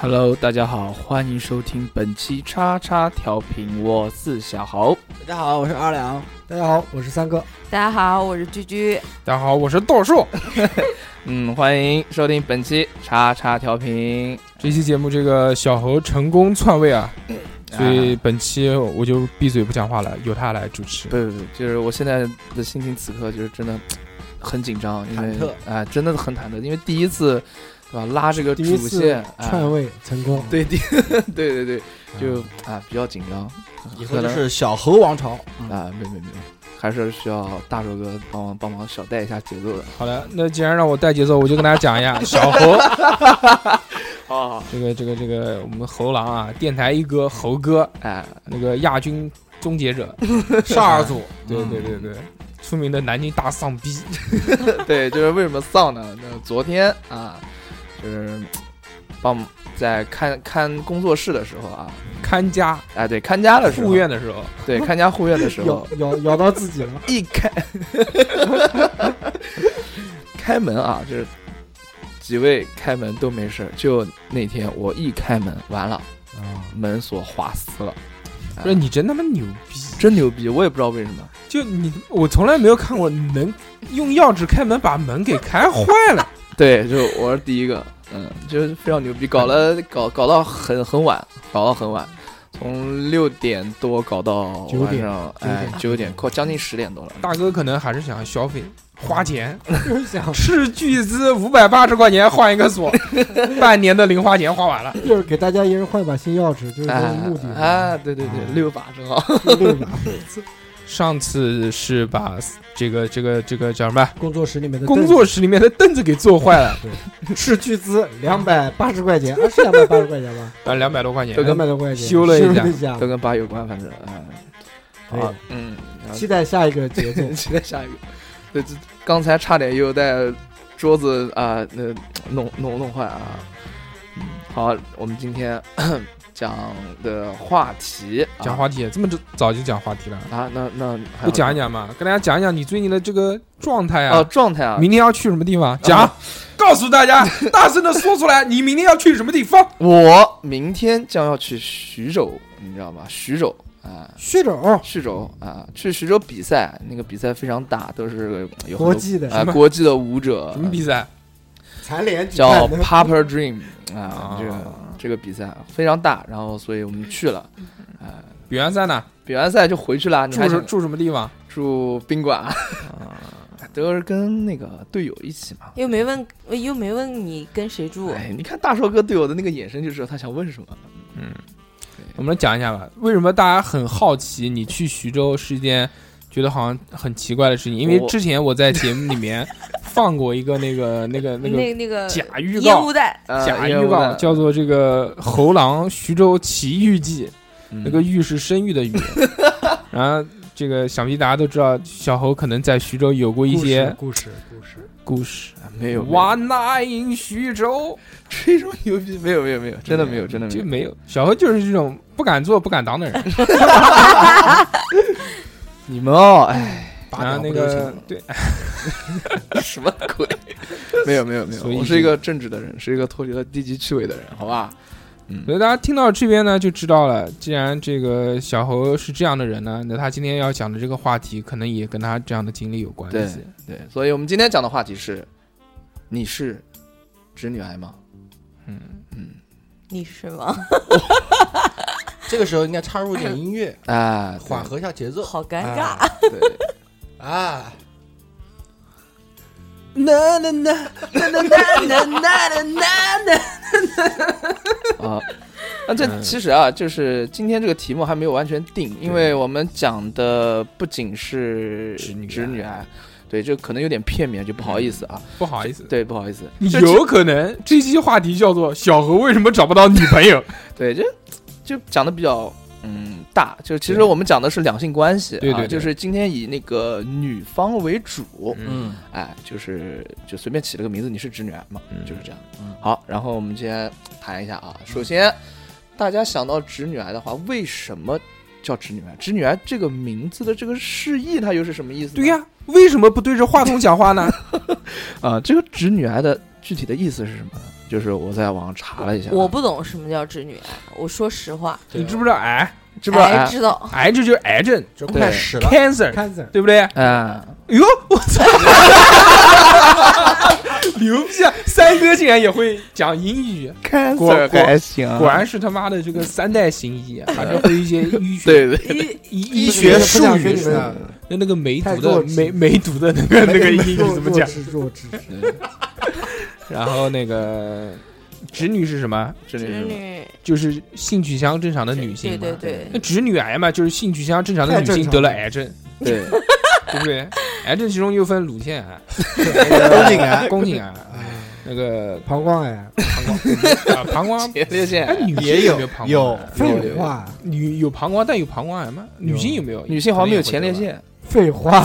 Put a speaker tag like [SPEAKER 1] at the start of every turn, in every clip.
[SPEAKER 1] Hello，大家好，欢迎收听本期叉叉调频，我是小猴。
[SPEAKER 2] 大家好，我是二两。大家好，我是三哥。
[SPEAKER 3] 大家好，我是居居。
[SPEAKER 4] 大家好，我是大硕。
[SPEAKER 1] 嗯，欢迎收听本期叉叉调频。
[SPEAKER 4] 这期节目这个小猴成功篡位啊，所以
[SPEAKER 1] 啊
[SPEAKER 4] 本期我就闭嘴不讲话了，由他来主持
[SPEAKER 1] 不。不不，就是我现在的心情，此刻就是真的很紧张，因为
[SPEAKER 2] 忐忑
[SPEAKER 1] 啊、真的很忐忑，因为第一次对吧，拉这个
[SPEAKER 5] 第一
[SPEAKER 1] 主
[SPEAKER 5] 次
[SPEAKER 1] 线，啊
[SPEAKER 5] 篡位成功，
[SPEAKER 1] 对第 对对对，就啊比较紧张，
[SPEAKER 2] 以后就是小猴王朝。嗯
[SPEAKER 1] 可能啊没没没，还是需要大手哥帮忙帮忙小带一下节奏的。
[SPEAKER 4] 好的，那既然让我带节奏，我就跟大家讲一 下小猴
[SPEAKER 1] 哦，
[SPEAKER 4] 这个这个这个我们猴狼啊，电台一哥猴哥
[SPEAKER 1] 哎，
[SPEAKER 4] 那个亚军终结 者，
[SPEAKER 2] 少儿组，
[SPEAKER 4] 对
[SPEAKER 1] 嗯
[SPEAKER 4] 对对对，出名的南京大丧逼。
[SPEAKER 1] 对，就是为什么丧呢？那昨天啊，就是帮我们在看看工作室的时候啊，
[SPEAKER 4] 看家
[SPEAKER 1] 哎，对，看家的时候，
[SPEAKER 4] 护院的时候，
[SPEAKER 1] 对，看家护院的时
[SPEAKER 5] 咬
[SPEAKER 1] 候，
[SPEAKER 5] 咬咬到自己了，
[SPEAKER 1] 一开开门啊，就是几位开门都没事儿，就那天我一开门，完了，
[SPEAKER 5] 啊
[SPEAKER 1] 门锁滑丝了，哎
[SPEAKER 4] 不是你真他妈牛逼！
[SPEAKER 1] 真牛逼，我也不知道为什么，
[SPEAKER 4] 就你，我从来没有看过能用钥匙开门把门给开坏了。
[SPEAKER 1] 对，就我是第一个，嗯，就是非常牛逼，搞了搞搞到很很晚，搞到很晚，从六点多搞到
[SPEAKER 5] 九点
[SPEAKER 1] 晚上，哎，九点快将近十点多了。
[SPEAKER 4] 大哥可能还是想消费，花钱，
[SPEAKER 5] 又 想
[SPEAKER 4] 斥巨资五百八十块钱换一个 锁，半年的零花钱花完了。
[SPEAKER 5] 就是给大家一人换把新钥匙，就是这
[SPEAKER 2] 啊
[SPEAKER 5] 个
[SPEAKER 1] 哎
[SPEAKER 5] 目的。啊
[SPEAKER 1] 哎，对对对， 六把正
[SPEAKER 6] 啊
[SPEAKER 1] 好。
[SPEAKER 5] 对吧？
[SPEAKER 4] 上次是把这个这个这个叫什么
[SPEAKER 5] 工作室里面的
[SPEAKER 4] 工作室里面的凳子给坐坏了，
[SPEAKER 5] 凳子斥巨资两百八十块钱，啊是两百八十块 钱吧？
[SPEAKER 4] 啊，两百多块钱
[SPEAKER 1] 这。个
[SPEAKER 5] 两百多块钱，
[SPEAKER 4] 修了一下
[SPEAKER 5] 修下
[SPEAKER 1] 都。跟八有关，反正哎，
[SPEAKER 5] 可以
[SPEAKER 1] 好，嗯，然后，
[SPEAKER 5] 期待下一个 节奏
[SPEAKER 1] 期待下一个。对，这刚才差点又在桌子啊，那、弄弄弄坏啊。嗯好，我们今天 讲的话题、啊，
[SPEAKER 4] 讲话题，这么早就讲话题了，
[SPEAKER 1] 啊，那那还
[SPEAKER 4] 不
[SPEAKER 1] 有
[SPEAKER 4] 讲一讲嘛？跟大家讲一讲你最近的这个状态啊
[SPEAKER 1] 哦，，状态啊，
[SPEAKER 4] 明天要去什么地方？讲，告诉大家， 大声的说出来，你明天要去什么地方？
[SPEAKER 1] 我明天将要去徐州，你知道吗？徐州啊，
[SPEAKER 5] 旭总，
[SPEAKER 1] 徐州啊，去徐州比赛，那个比赛非常大，都是有很多
[SPEAKER 5] 国际的
[SPEAKER 1] 啊，国际的舞者
[SPEAKER 4] 什么比赛？
[SPEAKER 5] 残联举
[SPEAKER 1] 叫
[SPEAKER 5] 办的
[SPEAKER 1] Paper Dream 啊
[SPEAKER 4] 啊，
[SPEAKER 1] 这个这个比赛非常大，然后所以我们去了。
[SPEAKER 4] 比完赛呢？
[SPEAKER 1] 比完赛就回去了，你
[SPEAKER 4] 住啊
[SPEAKER 1] 还
[SPEAKER 4] 什
[SPEAKER 1] 想
[SPEAKER 4] 住什么地方？
[SPEAKER 1] 住宾馆，都是跟那个队友一起嘛。
[SPEAKER 3] 又没问，又没问你跟谁住，
[SPEAKER 1] 哎，你看大硕哥对我的那个眼神，就知道他想问什么。
[SPEAKER 4] 我们来讲一下吧。为什么大家很好奇你去徐州是一件觉得好像很奇怪的事情？因为
[SPEAKER 1] 我
[SPEAKER 4] 之前我在节目里面 放过一个那个那个那个
[SPEAKER 3] 那那个
[SPEAKER 4] 假预
[SPEAKER 3] 烟
[SPEAKER 4] 告
[SPEAKER 3] 雾，弹，
[SPEAKER 1] 呃
[SPEAKER 4] 假
[SPEAKER 1] 因为
[SPEAKER 4] 预
[SPEAKER 1] 我
[SPEAKER 4] 告
[SPEAKER 1] 在
[SPEAKER 4] 叫做这个《猴狼徐州奇遇记》。
[SPEAKER 1] 嗯
[SPEAKER 4] 那个玉是生育的 玉，然后这个想必大家都知道，小猴可能在徐州有过一些
[SPEAKER 5] 故事故事
[SPEAKER 4] 故事。啊
[SPEAKER 1] 没有没有
[SPEAKER 4] One night in 徐州，
[SPEAKER 1] 吹什么牛逼？没有没有没有，真的没 有真的没
[SPEAKER 4] 就
[SPEAKER 1] 有。
[SPEAKER 4] 没有。小猴就是这种不敢做不敢当的 人。
[SPEAKER 1] 你们哦， 哎，
[SPEAKER 4] 然后那个对，
[SPEAKER 1] 什么鬼？ 没有没有没有，
[SPEAKER 4] 所以
[SPEAKER 1] 我是一个正直的人，是一个脱离了低级趣味的人，好吧？
[SPEAKER 4] 所以大家听到这边呢就知道了，既然这个小猴是这样的人呢，那他今天要讲的这个话题，可能也跟他这样的经历有关系。
[SPEAKER 1] 对，所以我们今天讲的话题是：你是直女癌吗？
[SPEAKER 4] 嗯，
[SPEAKER 1] 嗯，
[SPEAKER 3] 你是吗？
[SPEAKER 2] 这个时候应该插入一点音乐，
[SPEAKER 1] 啊，对
[SPEAKER 2] 缓和一下节奏
[SPEAKER 3] 好尴尬。
[SPEAKER 2] 啊
[SPEAKER 1] 对，
[SPEAKER 2] 啊！
[SPEAKER 4] 那那那
[SPEAKER 3] 那那那那那那
[SPEAKER 1] 啊，那这
[SPEAKER 4] 嗯
[SPEAKER 1] 其实啊，就是今天这个题目还没有完全定，因为我们讲的不仅是
[SPEAKER 4] 直女癌
[SPEAKER 1] 直女癌，对，这可能有点片面，就不好意思啊，
[SPEAKER 4] 不好意思，
[SPEAKER 1] 对，不好意思，这
[SPEAKER 4] 有可能这期话题叫做“小何为什么找不到女朋友
[SPEAKER 1] 对，这就讲的比较嗯大，就其实
[SPEAKER 4] 对
[SPEAKER 1] 我们讲的是两性关系，
[SPEAKER 4] 对对
[SPEAKER 1] 啊，
[SPEAKER 4] 对，
[SPEAKER 1] 就是今天以那个女方为主”，
[SPEAKER 4] 嗯，
[SPEAKER 2] 嗯，
[SPEAKER 1] 哎，就是就随便起了个名字，你是直女癌嘛，
[SPEAKER 4] 嗯
[SPEAKER 1] 就是这样
[SPEAKER 2] 嗯。
[SPEAKER 1] 好，然后我们今天谈一下啊，首先大家想到直女癌的话，为什么？叫直女癌，直女癌这个名字的这个释义，它又是什么意思呢？
[SPEAKER 4] 对呀、为什么不对着话筒讲话 呢？
[SPEAKER 1] 啊、这个直女癌的具体的意思是什么呢？就是我在网上查了一下，啊
[SPEAKER 3] 我不懂什么叫直女癌，我说实话，
[SPEAKER 4] 你知不啊知道癌？
[SPEAKER 1] 知不知道？
[SPEAKER 3] 哎
[SPEAKER 1] 哎，
[SPEAKER 3] 知道，
[SPEAKER 4] 癌症就是癌症
[SPEAKER 5] 这
[SPEAKER 1] 对
[SPEAKER 5] 快死了，
[SPEAKER 4] ，cancer，
[SPEAKER 5] 看着
[SPEAKER 4] 对不对？
[SPEAKER 1] 哎
[SPEAKER 4] 哟，我操！ 牛逼啊！三哥竟然也会讲英语，
[SPEAKER 1] 啊
[SPEAKER 4] 果
[SPEAKER 1] ，cancer
[SPEAKER 4] 果
[SPEAKER 1] 还行啊，
[SPEAKER 4] 果然是他妈的这个三代行医，还是会一些医学
[SPEAKER 1] 对对
[SPEAKER 3] 医
[SPEAKER 4] 医医学术
[SPEAKER 5] 不想
[SPEAKER 4] 语
[SPEAKER 5] 跟你
[SPEAKER 4] 是
[SPEAKER 5] 们
[SPEAKER 4] 吧？那那个梅毒
[SPEAKER 5] 太
[SPEAKER 4] 的
[SPEAKER 5] 弱智
[SPEAKER 4] 梅梅毒 的那个那个英语怎么讲？
[SPEAKER 5] 弱智，弱智
[SPEAKER 4] 然后那个直女是什么？
[SPEAKER 1] 直
[SPEAKER 3] 直
[SPEAKER 1] 女
[SPEAKER 3] 女，
[SPEAKER 4] 就是性取向正常的女性
[SPEAKER 3] 对
[SPEAKER 4] 嘛。
[SPEAKER 3] 对对
[SPEAKER 4] 那，直女癌嘛，就是性取向正常的
[SPEAKER 5] 太
[SPEAKER 4] 女
[SPEAKER 5] 正
[SPEAKER 4] 性
[SPEAKER 5] 常
[SPEAKER 4] 得了
[SPEAKER 5] 了
[SPEAKER 4] 癌症，
[SPEAKER 1] 对，
[SPEAKER 4] 对不对？癌症其中又分乳腺癌、
[SPEAKER 5] 宫颈癌，
[SPEAKER 4] 宫颈癌、哎那个
[SPEAKER 5] 膀胱癌，
[SPEAKER 4] 膀胱啊膀胱。
[SPEAKER 1] 前列腺
[SPEAKER 4] 哎，
[SPEAKER 1] 癌
[SPEAKER 4] 女性
[SPEAKER 6] 也
[SPEAKER 4] 有
[SPEAKER 6] 哎有
[SPEAKER 4] 没有膀胱
[SPEAKER 6] 有
[SPEAKER 4] 癌？
[SPEAKER 5] 废话，
[SPEAKER 4] 女有膀胱，但有膀胱癌吗？女性有没有？
[SPEAKER 1] 女性好像没有
[SPEAKER 4] 可
[SPEAKER 1] 前
[SPEAKER 4] 能也
[SPEAKER 1] 列
[SPEAKER 4] 会
[SPEAKER 5] 废
[SPEAKER 4] 得吧。
[SPEAKER 1] 腺，
[SPEAKER 5] 话，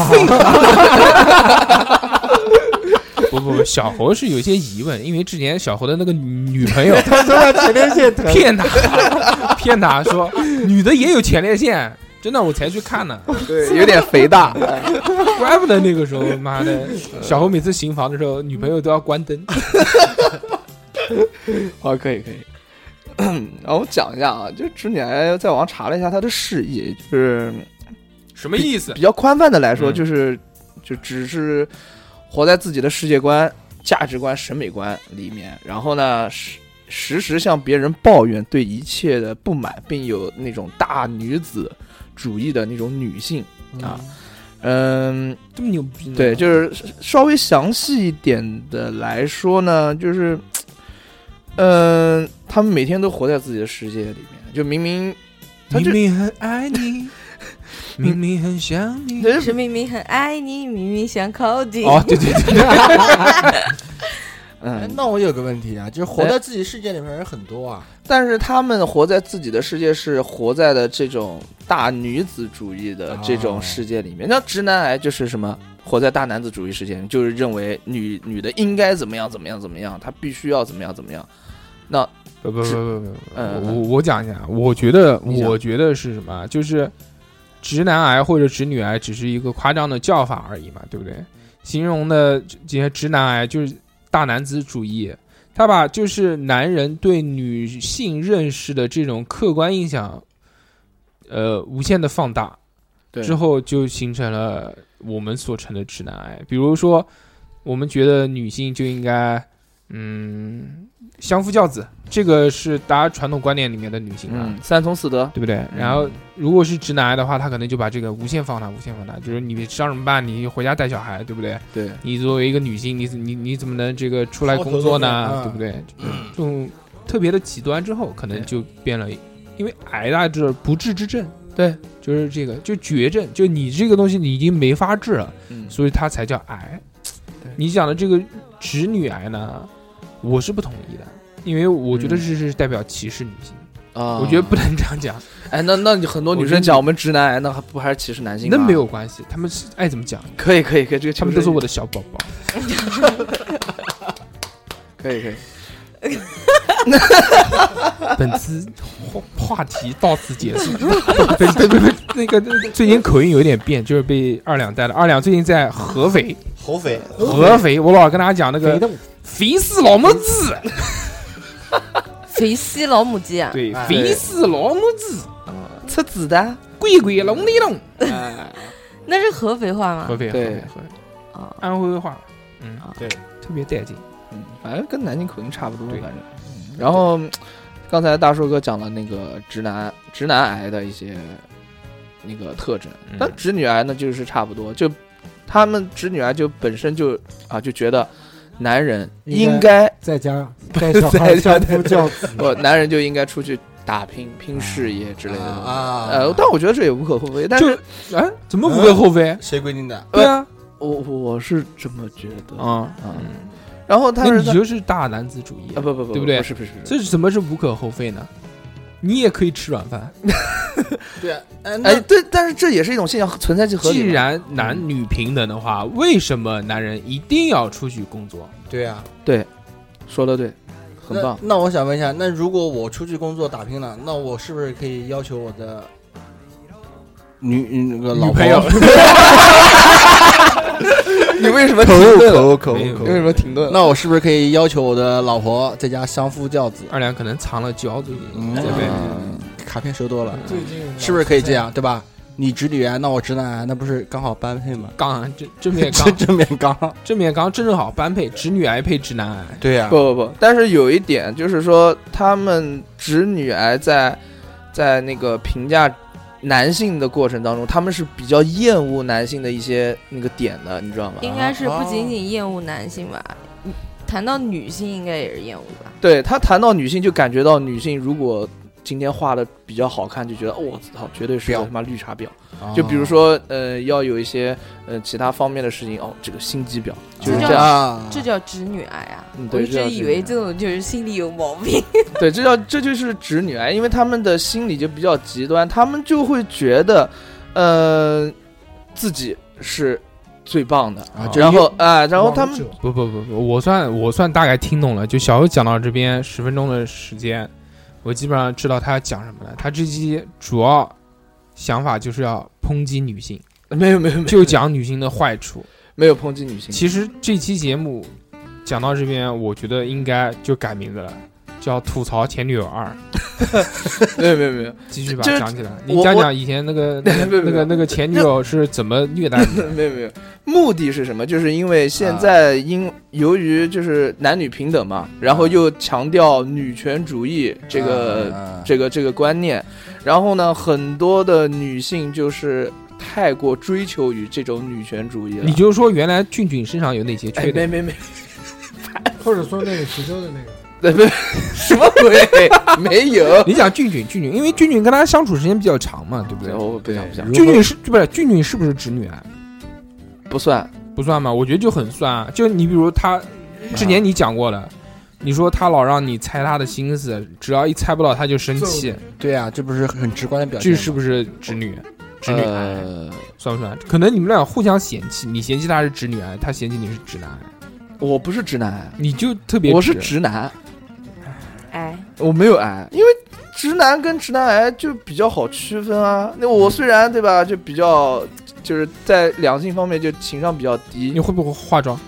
[SPEAKER 4] 不不不，小侯是有些疑问，因为之前小侯的那个女朋 友
[SPEAKER 5] 他说他前列腺疼，
[SPEAKER 4] 骗他，骗他说女的也有前列腺，真的我才去看呢，
[SPEAKER 1] 对，有点肥 大，
[SPEAKER 4] 怪不得那个时候妈 的，小侯每次行房的时候，女朋友都要关灯。
[SPEAKER 1] 好，哦可以可以。然后我讲一下啊，就直女癌在网上查了一下它的释义，就是
[SPEAKER 4] 什么意 思
[SPEAKER 1] 比？较宽泛的来说，
[SPEAKER 4] 嗯
[SPEAKER 1] 就是就只是活在自己的世界观、价值观、审美观里面，然后呢，时时时向别人抱怨对一切的不满，并有那种大女子主义的那种女性啊，嗯，
[SPEAKER 4] 这么牛逼呢？
[SPEAKER 1] 对，就是稍微详细一点的来说呢，就是，嗯、他们每天都活在自己的世界里面，就明明他
[SPEAKER 4] 明
[SPEAKER 1] 就
[SPEAKER 4] 明很爱 你，明明很想你。
[SPEAKER 1] 就是
[SPEAKER 3] 是明明很爱你，明明想靠近，
[SPEAKER 4] 哦，对对对，
[SPEAKER 6] 哎
[SPEAKER 1] 嗯，
[SPEAKER 6] 那我有个问题啊，就是活
[SPEAKER 1] 哎
[SPEAKER 6] 在自己世界里面人很多啊，
[SPEAKER 1] 但是他们活在自己的世界是活在的这种大女子主义的这种世界里面。那直男癌就是什么？活在大男子主义世界里，就是认为女女的应该怎么样怎么样怎么样，她必须要怎么样怎么样。
[SPEAKER 4] 不不不不不，
[SPEAKER 1] 嗯
[SPEAKER 4] 我我讲一下，啊我觉得
[SPEAKER 1] 你讲
[SPEAKER 4] 我觉得是什么？啊就是直男癌或者直女癌只是一个夸张的叫法而已嘛，对不对？形容的这这些直男癌就是大男子主义，他把就是男人对女性认识的这种客观印象，呃，无限的放大，
[SPEAKER 1] 对
[SPEAKER 4] 之后就形成了我们所称的直男癌。比如说，我们觉得女性就应该，嗯，相夫教子，这个是大家传统观念里面的女性啊，
[SPEAKER 1] 嗯，三从四德，
[SPEAKER 4] 对不对？
[SPEAKER 1] 嗯
[SPEAKER 4] 然后，如果是直男癌的话，他可能就把这个无限放大，无限放大，就是你上什么班，你回家带小孩，对不对？
[SPEAKER 1] 对，
[SPEAKER 4] 你作为一个女性，你你你怎么能这个出来工作呢？对
[SPEAKER 6] 抛头露
[SPEAKER 4] 不对？
[SPEAKER 1] 啊
[SPEAKER 4] 这种特别的极端之后，可能就变了，因为癌大致不治之症，
[SPEAKER 1] 对，
[SPEAKER 4] 就是这个就绝症，就你这个东西你已经没法治了，
[SPEAKER 1] 嗯，
[SPEAKER 4] 所以它才叫癌
[SPEAKER 1] 对。
[SPEAKER 4] 你讲的这个直女癌呢，我是不同意的，因为我觉得
[SPEAKER 1] 嗯
[SPEAKER 4] 这是代表歧视女性，
[SPEAKER 1] 啊，
[SPEAKER 4] 我觉得不能这样讲。
[SPEAKER 1] 哎，那那你很多女生讲我们直男癌，那还不还是歧视男性吗？
[SPEAKER 4] 那没有关系，他们是爱怎么讲，
[SPEAKER 1] 可以，可以可以这个
[SPEAKER 4] 他们都是
[SPEAKER 1] 是
[SPEAKER 4] 我的小宝宝。
[SPEAKER 1] 可以可以，
[SPEAKER 4] 本次话话题到此结束。对对对对，那个最近口音有点变，就是被二两带的。二两最近在合肥，
[SPEAKER 6] 合肥
[SPEAKER 4] 合肥，我老跟大家讲那
[SPEAKER 5] 肥
[SPEAKER 4] 个
[SPEAKER 5] 的
[SPEAKER 4] 肥死老母子，
[SPEAKER 3] 肥西老母鸡啊，
[SPEAKER 4] 对，
[SPEAKER 6] 哎
[SPEAKER 4] 肥死老母子，
[SPEAKER 1] 吃子的，
[SPEAKER 4] 鬼鬼龙里龙。
[SPEAKER 3] 那是合肥话
[SPEAKER 4] 合
[SPEAKER 3] 吗？
[SPEAKER 4] 肥，合
[SPEAKER 1] 对
[SPEAKER 4] 肥，合肥，
[SPEAKER 3] 啊，
[SPEAKER 4] 安徽话，嗯
[SPEAKER 3] 啊，
[SPEAKER 6] 对，
[SPEAKER 4] 特别带劲。
[SPEAKER 1] 嗯，反正跟南京口音差不多，
[SPEAKER 4] 对
[SPEAKER 1] 反正。嗯然后刚才大叔哥讲了那个直男直男癌的一些那个特征
[SPEAKER 4] 嗯，
[SPEAKER 1] 但直女癌呢就是差不多，就他们直女癌就本身就啊就觉得男人应
[SPEAKER 5] 应
[SPEAKER 1] 该
[SPEAKER 5] 在家带小孩相夫教子，
[SPEAKER 1] 不，男人就应该出去打拼、拼事业之类的。
[SPEAKER 6] 啊
[SPEAKER 1] 呃
[SPEAKER 6] 啊，，
[SPEAKER 1] 但我觉得这也无可厚非。但
[SPEAKER 4] 就是哎，怎么无可厚非？
[SPEAKER 6] 谁规定的？
[SPEAKER 4] 对啊，
[SPEAKER 1] 我我我是这么觉得。
[SPEAKER 4] 啊
[SPEAKER 1] 嗯
[SPEAKER 4] 嗯，
[SPEAKER 1] 然后他
[SPEAKER 4] 那
[SPEAKER 1] 是
[SPEAKER 4] 你
[SPEAKER 1] 在
[SPEAKER 4] 就是大男子主义
[SPEAKER 1] 啊，不不不，
[SPEAKER 4] 对不对
[SPEAKER 1] 不是不是不是。
[SPEAKER 4] 这是怎么是无可厚非呢？你也可以吃软饭，
[SPEAKER 6] 对，哎，
[SPEAKER 1] 哎，
[SPEAKER 6] 那
[SPEAKER 1] 对，但是这也是一种现象，存在即合理
[SPEAKER 4] 既
[SPEAKER 1] 嗯嘛。
[SPEAKER 4] 然男女平等的话，为什么男人一定要出去工作？
[SPEAKER 6] 对啊，
[SPEAKER 1] 说的对，很
[SPEAKER 6] 那
[SPEAKER 1] 棒。
[SPEAKER 6] 那我想问一下，那如果我出去工作打拼了，那我是不是可以要求我的女那个老
[SPEAKER 4] 女
[SPEAKER 6] 婆
[SPEAKER 4] 朋友
[SPEAKER 1] 你为什么
[SPEAKER 6] 口误
[SPEAKER 1] 停顿了？
[SPEAKER 6] 口误口
[SPEAKER 4] 没
[SPEAKER 6] 误
[SPEAKER 4] 有
[SPEAKER 6] 口误
[SPEAKER 1] 你为什么停顿了？
[SPEAKER 6] 那我是不是可以要求我的老婆在家相夫教子？
[SPEAKER 4] 二两可能藏了胶最近，
[SPEAKER 6] 嗯
[SPEAKER 4] 对不对？
[SPEAKER 6] 卡片收多了，
[SPEAKER 5] 最近
[SPEAKER 6] 是不是可以这？样？对吧？你直女癌，那我直男癌，那不是刚好般配吗？
[SPEAKER 4] 刚啊正正面
[SPEAKER 6] 正
[SPEAKER 4] 刚，
[SPEAKER 6] 正面刚，
[SPEAKER 4] 正面刚正正好般配，直女癌配直男癌。
[SPEAKER 6] 对呀
[SPEAKER 1] 不不不，但是有一点就是说，他们直女癌在在那个评价男性的过程当中，他们是比较厌恶男性的一些那个点的，你知道吗？
[SPEAKER 3] 应该是不仅仅厌恶男性吧，嗯谈到女性应该也是厌恶吧。
[SPEAKER 1] 对他谈到女性，就感觉到女性如果今天画的比较好看，就觉得哦我操，绝对是个
[SPEAKER 6] 婊
[SPEAKER 1] 他妈绿茶婊。
[SPEAKER 6] 哦
[SPEAKER 1] 就比如说呃，要有一些呃其他方面的事情，哦，这个心机婊就是
[SPEAKER 3] 这
[SPEAKER 1] 这样。
[SPEAKER 6] 啊，
[SPEAKER 3] 这叫直女癌啊！
[SPEAKER 1] 嗯
[SPEAKER 3] 我
[SPEAKER 1] 对
[SPEAKER 3] 一
[SPEAKER 1] 这
[SPEAKER 3] 直
[SPEAKER 1] 叫
[SPEAKER 3] 以
[SPEAKER 1] 直
[SPEAKER 3] 为
[SPEAKER 1] 女
[SPEAKER 3] 这种就是心里有毛病。
[SPEAKER 1] 对，这叫这就是直女癌，因为他们的心理就比较极端，他们就会觉得，呃，自己是最棒的，
[SPEAKER 6] 啊，
[SPEAKER 4] 就
[SPEAKER 1] 然后啊、然后他们
[SPEAKER 4] 不不不不，我算我算大概听懂了。就小欧讲到这边十分钟的时间，我基本上知道他要讲什么了。他这期主要想法就是要抨击女性，
[SPEAKER 1] 没有没有没有
[SPEAKER 4] 就讲女性的坏处。
[SPEAKER 1] 没有抨击女性，
[SPEAKER 4] 其实这期节目讲到这边，我觉得应该就改名字了，叫《吐槽前女友二》。
[SPEAKER 1] 没有没有没有
[SPEAKER 4] 继续吧，
[SPEAKER 1] 这
[SPEAKER 4] 讲起来，
[SPEAKER 1] 我
[SPEAKER 4] 你讲
[SPEAKER 1] 我
[SPEAKER 4] 讲以前那 个那
[SPEAKER 1] 没
[SPEAKER 4] 个
[SPEAKER 1] 有
[SPEAKER 4] 那
[SPEAKER 1] 没有
[SPEAKER 4] 个那个前女友是怎么虐待你的？
[SPEAKER 1] 没有没有，目的是什么？就是因为现在因、由于就是男女平等嘛，然后又强调女权主义这个、这个这个观念，然后呢，很多的女性就是太过追求于这种女权主义了。
[SPEAKER 4] 你就说原来俊俊身上有哪些
[SPEAKER 1] 哎
[SPEAKER 4] 缺
[SPEAKER 1] 没
[SPEAKER 4] 点？
[SPEAKER 1] 没 没，
[SPEAKER 5] 或者说那个徐州的那个，
[SPEAKER 1] 对不对什么鬼？没有。
[SPEAKER 4] 你讲俊俊，俊俊，因为俊俊跟他相处时间比较长嘛， 对不对？
[SPEAKER 1] 我不想不想，
[SPEAKER 4] 俊俊是不是俊俊是不是直女啊癌？
[SPEAKER 1] 不算。
[SPEAKER 4] 不算嘛，我觉得就很算啊。就你比如他，之前你讲过的，你说他老让你猜他的心思，只要一猜不到他就生气，
[SPEAKER 6] 对呀，这不是很直观的表现
[SPEAKER 4] 这
[SPEAKER 6] 吗？
[SPEAKER 4] 是不是直女？直女癌
[SPEAKER 1] 呃，
[SPEAKER 4] 算不算？可能你们俩互相嫌弃，你嫌弃他是直女癌，他嫌弃你是直男癌，
[SPEAKER 1] 我不是直男，
[SPEAKER 4] 你就特别
[SPEAKER 1] 我是直男，
[SPEAKER 3] 哎，
[SPEAKER 1] 我没有癌，因为直男跟直男癌就比较好区分啊。那我虽然对吧，就比较就是在两性方面就情商比较
[SPEAKER 4] 你
[SPEAKER 1] 低，
[SPEAKER 4] 会不会化妆？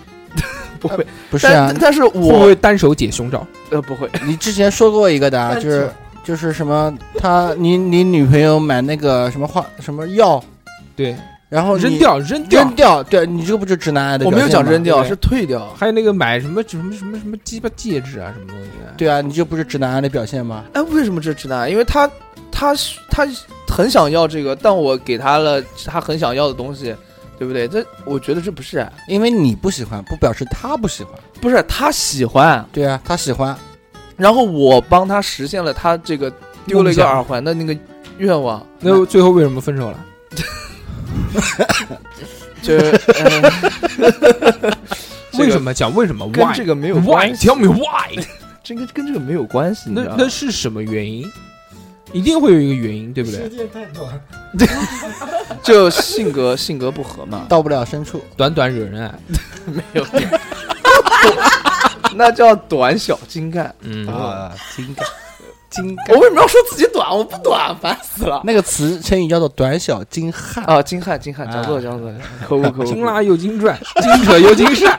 [SPEAKER 1] 不会，
[SPEAKER 6] 不是啊
[SPEAKER 1] 但？但是
[SPEAKER 4] 会不
[SPEAKER 1] 我
[SPEAKER 4] 会单手解胸罩？
[SPEAKER 1] 呃不会，
[SPEAKER 6] 你之前说过一个的啊，
[SPEAKER 5] 但
[SPEAKER 6] 就是就是什么他你你女朋友买那个什么化什么药，
[SPEAKER 4] 对，
[SPEAKER 6] 然
[SPEAKER 1] 哦
[SPEAKER 6] 后你
[SPEAKER 4] 扔掉，扔掉。
[SPEAKER 6] 扔掉，对你这个不就直男癌的
[SPEAKER 1] 我
[SPEAKER 6] 表
[SPEAKER 1] 没
[SPEAKER 6] 现吗？
[SPEAKER 1] 有讲扔掉，
[SPEAKER 6] 对
[SPEAKER 1] 是退掉。
[SPEAKER 4] 还有那个买什么什么什么什么鸡巴戒指啊，什么东西的？
[SPEAKER 6] 对啊，你这不是直男癌的表现吗？
[SPEAKER 1] 哎，为什么这是直男癌？因为他他他很想要这个，但我给他了他很想要的东西，对不对？这我觉得这不是癌，
[SPEAKER 6] 因为你不喜欢，不表示他不喜欢。
[SPEAKER 1] 不是他喜欢，
[SPEAKER 6] 对啊，他喜欢，
[SPEAKER 1] 然后我帮他实现了他这个丢了一个
[SPEAKER 4] 梦想
[SPEAKER 1] 耳环的那个愿望，
[SPEAKER 4] 那最后为什么分手了？
[SPEAKER 1] 就是、呃这个
[SPEAKER 4] 为什么讲为什么
[SPEAKER 1] 跟
[SPEAKER 4] ？Why？
[SPEAKER 1] 这个没有
[SPEAKER 4] Why
[SPEAKER 1] 关系
[SPEAKER 4] tell me why？
[SPEAKER 1] 这个跟这个没有关系， 你
[SPEAKER 4] 那
[SPEAKER 1] 知道吗
[SPEAKER 4] 那是什么原因？一定会有一个原因，对不
[SPEAKER 5] 世
[SPEAKER 4] 对？
[SPEAKER 5] 界太短，
[SPEAKER 1] 就性格性格不合 嘛，
[SPEAKER 6] 到不了深处。
[SPEAKER 4] 短短惹人爱，
[SPEAKER 1] 没有， 那叫短小精干。
[SPEAKER 4] 嗯，
[SPEAKER 6] 啊，精干，精
[SPEAKER 1] 我为什么要说自己短？我不短，烦死了。
[SPEAKER 6] 那个词成语叫做短小 精悍。
[SPEAKER 1] 啊，精悍精悍，讲错了讲错了，口误口误。
[SPEAKER 4] 金拉又金 拽，金扯又金晒，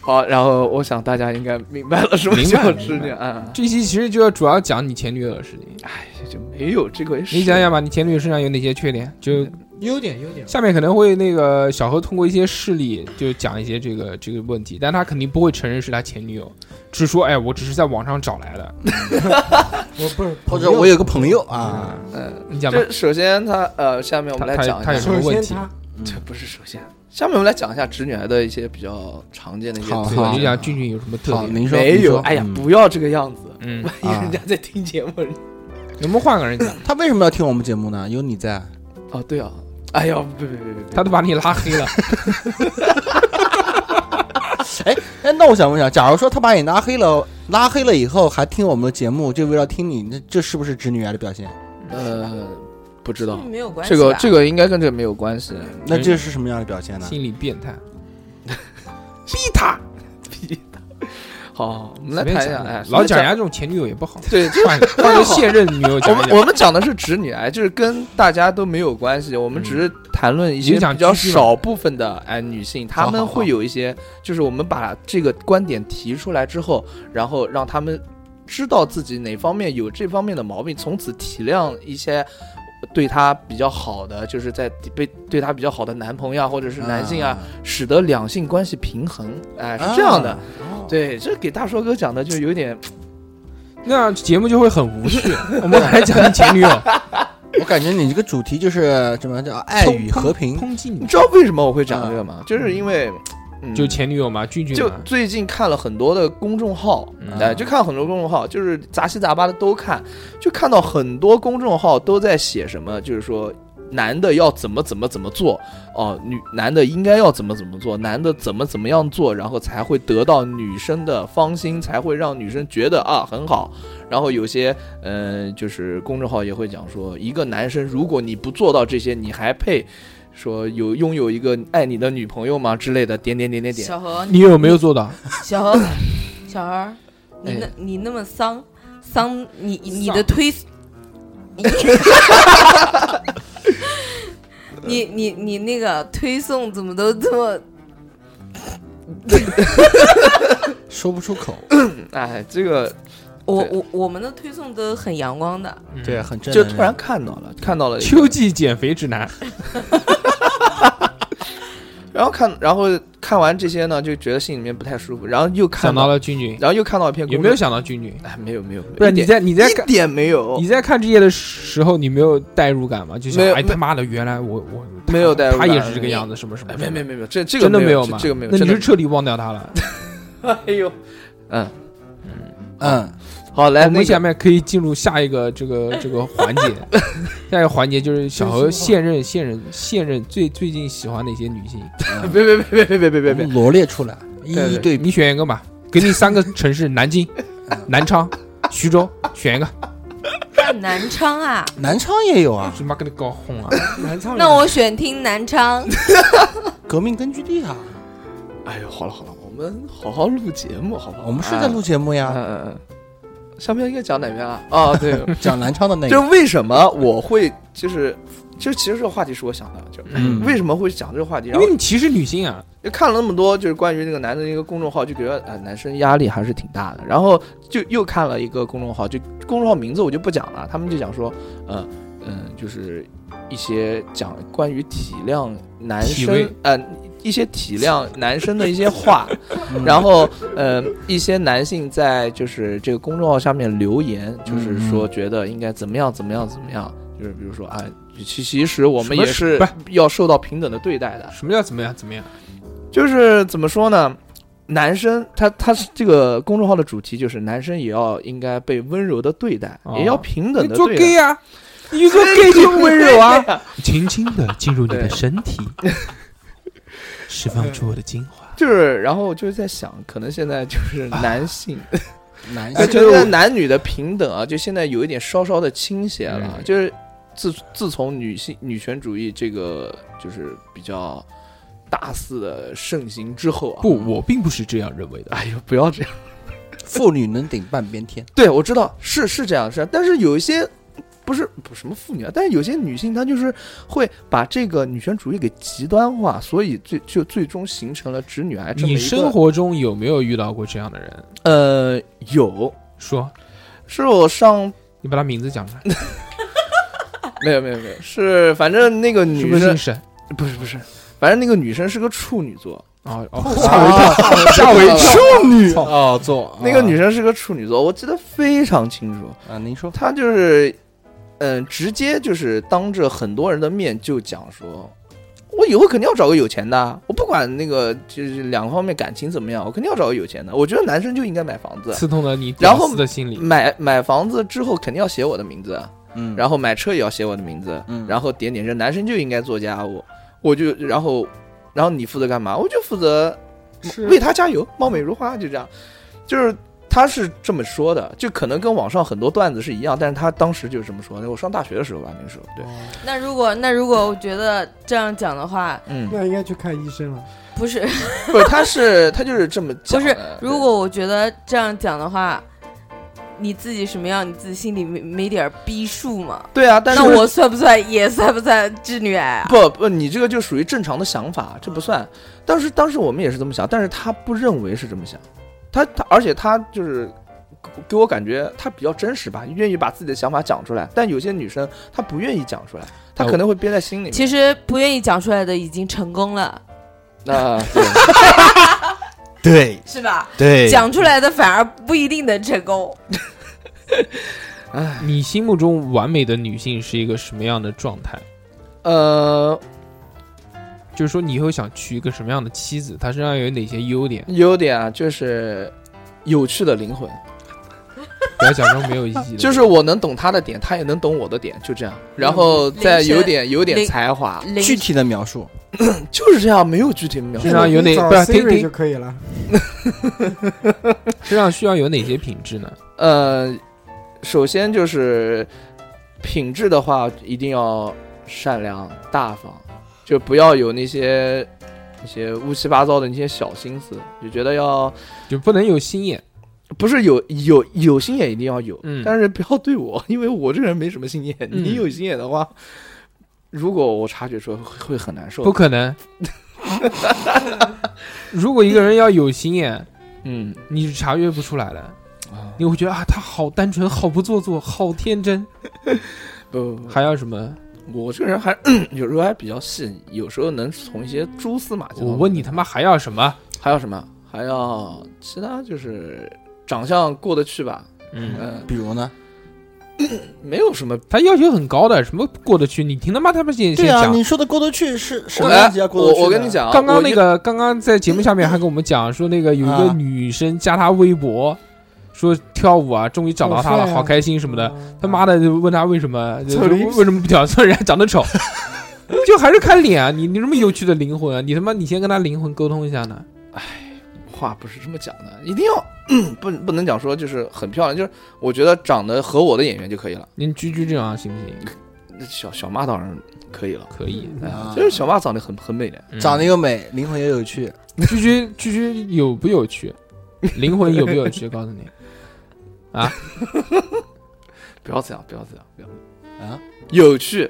[SPEAKER 1] 好，然后我想大家应该明白了什么
[SPEAKER 4] 明白
[SPEAKER 1] 叫
[SPEAKER 4] 了
[SPEAKER 1] 执
[SPEAKER 4] 明白
[SPEAKER 1] 念啊，
[SPEAKER 4] 这期其实就要主要讲你前女友的事
[SPEAKER 5] 啊
[SPEAKER 4] 情。
[SPEAKER 1] 这就没有这回事。
[SPEAKER 4] 你想想吧，你前女友身上有哪些缺点？就
[SPEAKER 5] 优点优点。
[SPEAKER 4] 下面可能会那个小何通过一些事例就讲一些这个这个问题，但他肯定不会承认是他前女友，只说哎，我只是在网上找来的。
[SPEAKER 5] 我不是，
[SPEAKER 6] 或者我有个朋友啊，
[SPEAKER 1] 嗯，
[SPEAKER 4] 你讲吧，
[SPEAKER 1] 这首先他呃，下面我们来
[SPEAKER 4] 他他
[SPEAKER 1] 朋友
[SPEAKER 4] 他
[SPEAKER 5] 朋
[SPEAKER 4] 有什么
[SPEAKER 5] 友，首
[SPEAKER 4] 问
[SPEAKER 5] 先
[SPEAKER 4] 题
[SPEAKER 5] 他
[SPEAKER 1] 这不是首先，下面我们来讲一下直女癌的一些比较常见的一些
[SPEAKER 6] 好
[SPEAKER 1] 特
[SPEAKER 4] 对
[SPEAKER 1] 征
[SPEAKER 4] 吧，
[SPEAKER 1] 啊
[SPEAKER 4] 你讲俊俊有什么特
[SPEAKER 6] 嗯好，
[SPEAKER 4] 点？
[SPEAKER 6] 您说
[SPEAKER 1] 没
[SPEAKER 6] 您
[SPEAKER 1] 有？
[SPEAKER 6] 说
[SPEAKER 1] 哎呀
[SPEAKER 6] 嗯，
[SPEAKER 1] 不要这个样子，
[SPEAKER 4] 嗯，
[SPEAKER 1] 万一人家在听节目， 人
[SPEAKER 4] 能不能换个人讲？
[SPEAKER 6] 他为什么要听我们节目呢？有你在，
[SPEAKER 1] 哦，对啊，哎呀，别别别别，
[SPEAKER 4] 他都把你拉黑 了，
[SPEAKER 6] 哎，那我想问一下，假如说他把你拉黑了，拉黑了以后还听我们的节目，就为了听你，那这是不是直女癌的表现？
[SPEAKER 1] 呃，不知道
[SPEAKER 3] 没有关系
[SPEAKER 1] 这
[SPEAKER 3] 吧。
[SPEAKER 1] 个这个应该跟这个没有关系，
[SPEAKER 6] 那这是什么样的表现呢？
[SPEAKER 4] 心理变态。
[SPEAKER 1] 好，好我们来
[SPEAKER 4] 随便
[SPEAKER 1] 谈一下，
[SPEAKER 4] 讲
[SPEAKER 1] 哎，
[SPEAKER 4] 老
[SPEAKER 1] 讲
[SPEAKER 4] 讲人家这种前女友也 不好，
[SPEAKER 1] 对，这
[SPEAKER 4] 换换个现任女友
[SPEAKER 1] 我
[SPEAKER 4] 讲一
[SPEAKER 1] 们
[SPEAKER 4] 讲。
[SPEAKER 1] 我们讲的是直女癌，就是跟大家都没有关系，我们只是谈论一些
[SPEAKER 4] 影响
[SPEAKER 1] 比较
[SPEAKER 4] 积极
[SPEAKER 1] 少部分的哎女性，她
[SPEAKER 6] 好
[SPEAKER 1] 们
[SPEAKER 6] 好好
[SPEAKER 1] 会有一些，就是我们把这个观点提出来之后，然后让她们知道自己哪方面有这方面的毛病，从此体谅一些。对她比较好的，就是在被对她比较好的男朋友啊，或者是男性啊，使得两性关系平衡，哎，是这样的。
[SPEAKER 6] 啊。哦
[SPEAKER 1] 对，这给大硕哥讲的就有点
[SPEAKER 4] 那样节目就会很 无趣。我们还讲你前女友，
[SPEAKER 6] 我感觉你这个主题就是什么叫爱与和平？
[SPEAKER 4] 抨击
[SPEAKER 1] 你
[SPEAKER 4] 你，
[SPEAKER 1] 知道为什么我会讲这个吗？就是因为，嗯
[SPEAKER 4] 就前女友嘛，俊俊
[SPEAKER 1] 就
[SPEAKER 4] 嘛，
[SPEAKER 1] 最近看了很多的公众号，
[SPEAKER 4] 嗯
[SPEAKER 1] 哎、就看很多公众号，就是杂七杂八的都看，就看到很多公众号都在写什么，就是说。呃男的要怎么怎么怎么做哦、女男的应该要怎么怎么做，男的怎么怎么样做，然后才会得到女生的芳心，才会让女生觉得啊很好。然后有些嗯、呃就是公众号也会讲说，一个男生如果你不做到这些，你还配说有拥有一个爱你的女朋友吗之类的？点点点点点。
[SPEAKER 3] 小何，
[SPEAKER 4] 你有没有做到？
[SPEAKER 3] 小何，小何，你那
[SPEAKER 1] 哎
[SPEAKER 3] 你那么丧丧，你你
[SPEAKER 4] 丧
[SPEAKER 3] 的 推，你你你你那个推送怎么都这么？
[SPEAKER 6] 说不出口，
[SPEAKER 1] 哎，这个
[SPEAKER 3] 我
[SPEAKER 1] 对
[SPEAKER 3] 我我们的推送都很阳光的，
[SPEAKER 4] 嗯
[SPEAKER 6] 对，很正能
[SPEAKER 1] 就
[SPEAKER 6] 量。
[SPEAKER 1] 突然看到了，看到了一个
[SPEAKER 4] 秋季减肥指南，
[SPEAKER 1] 然后看，然后看完这些呢，就觉得心里面不太舒服，然后又看
[SPEAKER 4] 想到，了俊俊，
[SPEAKER 1] 然后又看到一篇
[SPEAKER 4] 有
[SPEAKER 1] 公
[SPEAKER 4] 没有
[SPEAKER 1] 众？
[SPEAKER 4] 想到俊俊？
[SPEAKER 1] 哎，没有没有，没有
[SPEAKER 4] 不是
[SPEAKER 1] 一
[SPEAKER 4] 你
[SPEAKER 1] 点
[SPEAKER 4] 在你在看
[SPEAKER 1] 一点没有
[SPEAKER 4] 你，在看这些的时候，你没有代入感吗？就想
[SPEAKER 1] 没有
[SPEAKER 4] 哎
[SPEAKER 1] 没
[SPEAKER 4] 他妈的，原来我我
[SPEAKER 1] 没有代入
[SPEAKER 4] 他
[SPEAKER 1] 感
[SPEAKER 4] 也是这个样子，什么什么
[SPEAKER 1] 哎，
[SPEAKER 4] 什
[SPEAKER 1] 没
[SPEAKER 4] 么，
[SPEAKER 1] 没没没，这这个
[SPEAKER 4] 真的
[SPEAKER 1] 没
[SPEAKER 4] 有
[SPEAKER 1] 这
[SPEAKER 4] 吗？
[SPEAKER 1] 这个没有，
[SPEAKER 4] 那你
[SPEAKER 1] 真的
[SPEAKER 4] 是彻底忘掉他了。
[SPEAKER 1] 哎呦，嗯，啊
[SPEAKER 6] 嗯，
[SPEAKER 1] 好来，
[SPEAKER 4] 我
[SPEAKER 1] 那
[SPEAKER 4] 们
[SPEAKER 1] 个
[SPEAKER 4] 下面可以进入下一个这个这个环节， 下一个环节就是小何现任现任现任最最近喜欢的一些女性，
[SPEAKER 1] 别别别别别别别别，
[SPEAKER 6] 嗯罗列出来，一一对比。
[SPEAKER 4] 你选一个吧，给你三个城市：南 京、南 昌、徐州，选一个。
[SPEAKER 3] 南昌啊，
[SPEAKER 6] 南昌也有啊，
[SPEAKER 4] 他妈给你搞红啊！
[SPEAKER 5] 南昌人
[SPEAKER 3] 那我选听南昌。
[SPEAKER 6] 革命根据地啊，
[SPEAKER 1] 哎呦，好了好了，我们好好录节目好不好？
[SPEAKER 6] 我们是在录节目
[SPEAKER 1] 啊，
[SPEAKER 6] 呀，
[SPEAKER 1] 嗯嗯嗯，下面应该讲哪篇啊？哦，对，
[SPEAKER 6] 讲南昌的那
[SPEAKER 1] 就
[SPEAKER 6] 个。
[SPEAKER 1] 为什么我会就是，就其实这个话题是我想的，就
[SPEAKER 6] 嗯
[SPEAKER 1] 为什么会讲这个话题，
[SPEAKER 4] 因
[SPEAKER 1] 然后
[SPEAKER 4] 为你歧视女性啊，
[SPEAKER 1] 就看了那么多，就是关于那个男的一个公众号，就觉得啊、呃男生压力还是挺大的。然后就又看了一个公众号，就公众号名字我就不讲了，他们就讲说，呃，嗯、就是一些讲关于体谅男
[SPEAKER 4] 体
[SPEAKER 1] 生
[SPEAKER 4] 味，
[SPEAKER 1] 呃，一些体谅男生的一些话，
[SPEAKER 6] 嗯
[SPEAKER 1] 然后呃，一些男性在就是这个公众号下面留言，就是说觉得应该怎么样怎么样怎么样，就是比如说啊，其其实我们
[SPEAKER 4] 什么
[SPEAKER 1] 也
[SPEAKER 4] 是
[SPEAKER 1] 是
[SPEAKER 4] 不
[SPEAKER 1] 要受到平等的对待的。
[SPEAKER 4] 什么叫怎么样怎么样？
[SPEAKER 1] 就是怎么说呢？男生他他是这个公众号的主题就是男生也要应该被温柔的对待，
[SPEAKER 4] 哦
[SPEAKER 1] 也要平等
[SPEAKER 4] 你
[SPEAKER 1] 的
[SPEAKER 4] 做
[SPEAKER 1] 对待。
[SPEAKER 4] gay 啊，你做 gay 就温柔啊，轻轻的进入
[SPEAKER 1] 你的
[SPEAKER 4] 身 体，释放出我的精华。
[SPEAKER 1] 就是，然后我就是在想，可能现在就是男 性，
[SPEAKER 6] 南
[SPEAKER 1] 哎
[SPEAKER 6] 昌
[SPEAKER 4] 就
[SPEAKER 1] 就是是
[SPEAKER 4] 我
[SPEAKER 1] 男女的平等啊，就现在有一点稍稍的倾斜了。
[SPEAKER 4] 嗯
[SPEAKER 1] 就是自自从女性女权主义这个就是比较大肆的盛行之后啊，
[SPEAKER 4] 不，，我并不是这样认为的。
[SPEAKER 1] 哎呦，不要这样。
[SPEAKER 6] 妇女能顶半边 天，
[SPEAKER 1] 对，我知道是是这样是这样，但是有一些不是不什么妇女啊，但是有些女性她就是会把这个女权主义给极端化，所以最就最终形成了直女癌这么
[SPEAKER 4] 你
[SPEAKER 1] 一个
[SPEAKER 4] 生活中有没有遇到过这样的人？
[SPEAKER 1] 呃有
[SPEAKER 4] 说，
[SPEAKER 1] 是我上
[SPEAKER 4] 你把他名字讲出来，
[SPEAKER 1] 没有没有没有是反正那个
[SPEAKER 4] 是
[SPEAKER 1] 女
[SPEAKER 4] 不是
[SPEAKER 1] 生
[SPEAKER 4] 姓沈？
[SPEAKER 1] 不是不是，反正那个女生是个处女座，
[SPEAKER 4] 哦
[SPEAKER 6] 吓
[SPEAKER 4] 哦，
[SPEAKER 6] 我一跳，吓我一跳。处啊女
[SPEAKER 4] 操
[SPEAKER 6] 哦，做
[SPEAKER 1] 那个女生是个处女座，我记得非常清楚，
[SPEAKER 6] 啊，您说
[SPEAKER 1] 她呃就是嗯、直接就是当着很多人的面就讲说。我以后肯定要找个有钱的啊，我不管那个就是两个方面感情怎么样，我肯定要找个有钱的。我觉得男生就应该买房子，
[SPEAKER 4] 刺痛了你
[SPEAKER 1] 然
[SPEAKER 4] 屌
[SPEAKER 1] 后
[SPEAKER 4] 丝的心理。
[SPEAKER 1] 买买房子之后肯定要写我的名字，
[SPEAKER 6] 嗯，
[SPEAKER 1] 然后买车也要写我的名字，
[SPEAKER 6] 嗯
[SPEAKER 1] 然后点点这男生就应该做家务，我就然后然后你负责干嘛？我就负责
[SPEAKER 5] 是
[SPEAKER 1] 为他加油，貌美如花，就这样，就是。他是这么说的，就可能跟网上很多段子是一样，但是他当时就是这么说的。我上大学的时候吧，那个时候，对，
[SPEAKER 3] 那如果那如果我觉得这样讲的话，
[SPEAKER 1] 嗯，
[SPEAKER 5] 那应该去看医生了。
[SPEAKER 3] 不是
[SPEAKER 1] 不是，他是他就是这么
[SPEAKER 3] 不
[SPEAKER 1] 讲
[SPEAKER 3] 是
[SPEAKER 1] 的，对
[SPEAKER 3] 如果我觉得这样讲的话，你自己什么样，你自己心里没没点儿逼数吗？
[SPEAKER 1] 对啊，但是
[SPEAKER 3] 那我算不算也算不算直女癌啊？
[SPEAKER 1] 不不，你这个就属于正常的想法，这不算。当时当时我们也是这么想，但是他不认为是这么想，他他而且他就是给给我感觉他比较真实吧，愿意把自己的想法讲出来。但有些女生她不愿意讲出来，她
[SPEAKER 4] 哎
[SPEAKER 1] 可能会憋在心里面。
[SPEAKER 3] 其实不愿意讲出来的已经成功了，
[SPEAKER 1] 那对
[SPEAKER 6] 对
[SPEAKER 3] 是吧？
[SPEAKER 6] 对
[SPEAKER 3] 讲出来的反而不一定能成功。
[SPEAKER 4] 你心目中完美的女性是一个什么样的状态？
[SPEAKER 1] 呃，？
[SPEAKER 4] 就是说，你以后想娶一个什么样的妻子？她身上有哪些优点
[SPEAKER 1] 优点啊，就是有趣的灵魂，
[SPEAKER 4] 不要假装没有意义。
[SPEAKER 1] 就是我能懂她的点，她也能懂我的点，就这样。然后再有点有点
[SPEAKER 3] 灵
[SPEAKER 1] 才华，
[SPEAKER 3] 零
[SPEAKER 6] 具体的描述，
[SPEAKER 1] 就是这样，没有具体描述
[SPEAKER 4] 身。上有哪
[SPEAKER 5] 你找
[SPEAKER 4] 不是听
[SPEAKER 5] Siri 就
[SPEAKER 4] 听
[SPEAKER 5] 可以了。
[SPEAKER 4] 身上需要有哪些品质呢？
[SPEAKER 1] 呃，首先就是品质的话，一定要善良大方，就不要有那些那些乌七八糟的那些小心思，就觉得要
[SPEAKER 4] 就不能有心眼。
[SPEAKER 1] 不是有有有心眼一定要有，
[SPEAKER 4] 嗯
[SPEAKER 1] 但是不要对我，因为我这个人没什么心眼，
[SPEAKER 4] 嗯
[SPEAKER 1] 你有心眼的话。如果我察觉出来会会很难受的，
[SPEAKER 4] 不可能。如果一个人要有心眼，
[SPEAKER 1] 嗯
[SPEAKER 4] 你是察觉不出来的，
[SPEAKER 1] 啊，
[SPEAKER 4] 你会觉得啊，他好单纯，好不做作，好天真。
[SPEAKER 1] 不不不，
[SPEAKER 4] 还要什么？
[SPEAKER 1] 我这个人还 有时候还比较细，有时候能从一些蛛丝马迹当中。
[SPEAKER 4] 我问你他妈还要什么？
[SPEAKER 1] 还有什么？还要其他就是长相过得去吧，
[SPEAKER 4] 嗯，
[SPEAKER 1] 嗯，
[SPEAKER 6] 比如呢？
[SPEAKER 1] 没有什么。
[SPEAKER 4] 他要求很高的，什么过得去？你听他妈他们先先
[SPEAKER 6] 对啊，
[SPEAKER 4] 讲。
[SPEAKER 6] 你说的过得去是什么
[SPEAKER 1] 哎
[SPEAKER 6] 样子叫过得去？
[SPEAKER 1] 我我跟你，讲啊，
[SPEAKER 4] 刚刚
[SPEAKER 1] 我
[SPEAKER 4] 那
[SPEAKER 1] 就
[SPEAKER 4] 个，刚刚在节目下面还跟我们讲说，那个有一个
[SPEAKER 6] 啊
[SPEAKER 4] 女生加他微博，说跳舞啊，终于找到他
[SPEAKER 5] 好
[SPEAKER 4] 了，
[SPEAKER 5] 帅啊
[SPEAKER 4] 好开心什么的。
[SPEAKER 5] 嗯
[SPEAKER 4] 他妈的就问他为什么，就
[SPEAKER 5] 丑
[SPEAKER 4] 是
[SPEAKER 5] 的一
[SPEAKER 4] 为什么不屌丝？人家长得丑，就还是看脸啊！你你这么有趣的灵魂啊！你他妈你先跟他灵魂沟通一下呢。
[SPEAKER 1] 话不是这么讲的，一定要 不不能讲说就是很漂亮，就是我觉得长得合我的眼缘就可以了。
[SPEAKER 4] 您居居这样行不行？
[SPEAKER 1] 那小小妈当然可以了，
[SPEAKER 4] 可以，
[SPEAKER 1] 哎
[SPEAKER 6] 啊
[SPEAKER 1] 就是小妈长得很很美的，
[SPEAKER 4] 嗯
[SPEAKER 6] 长得又美，灵魂又有趣，
[SPEAKER 4] 居居居居有不有趣？灵魂有不有趣？告诉你，
[SPEAKER 1] 不要这样，不要这样，不要
[SPEAKER 6] 啊！
[SPEAKER 1] 有趣。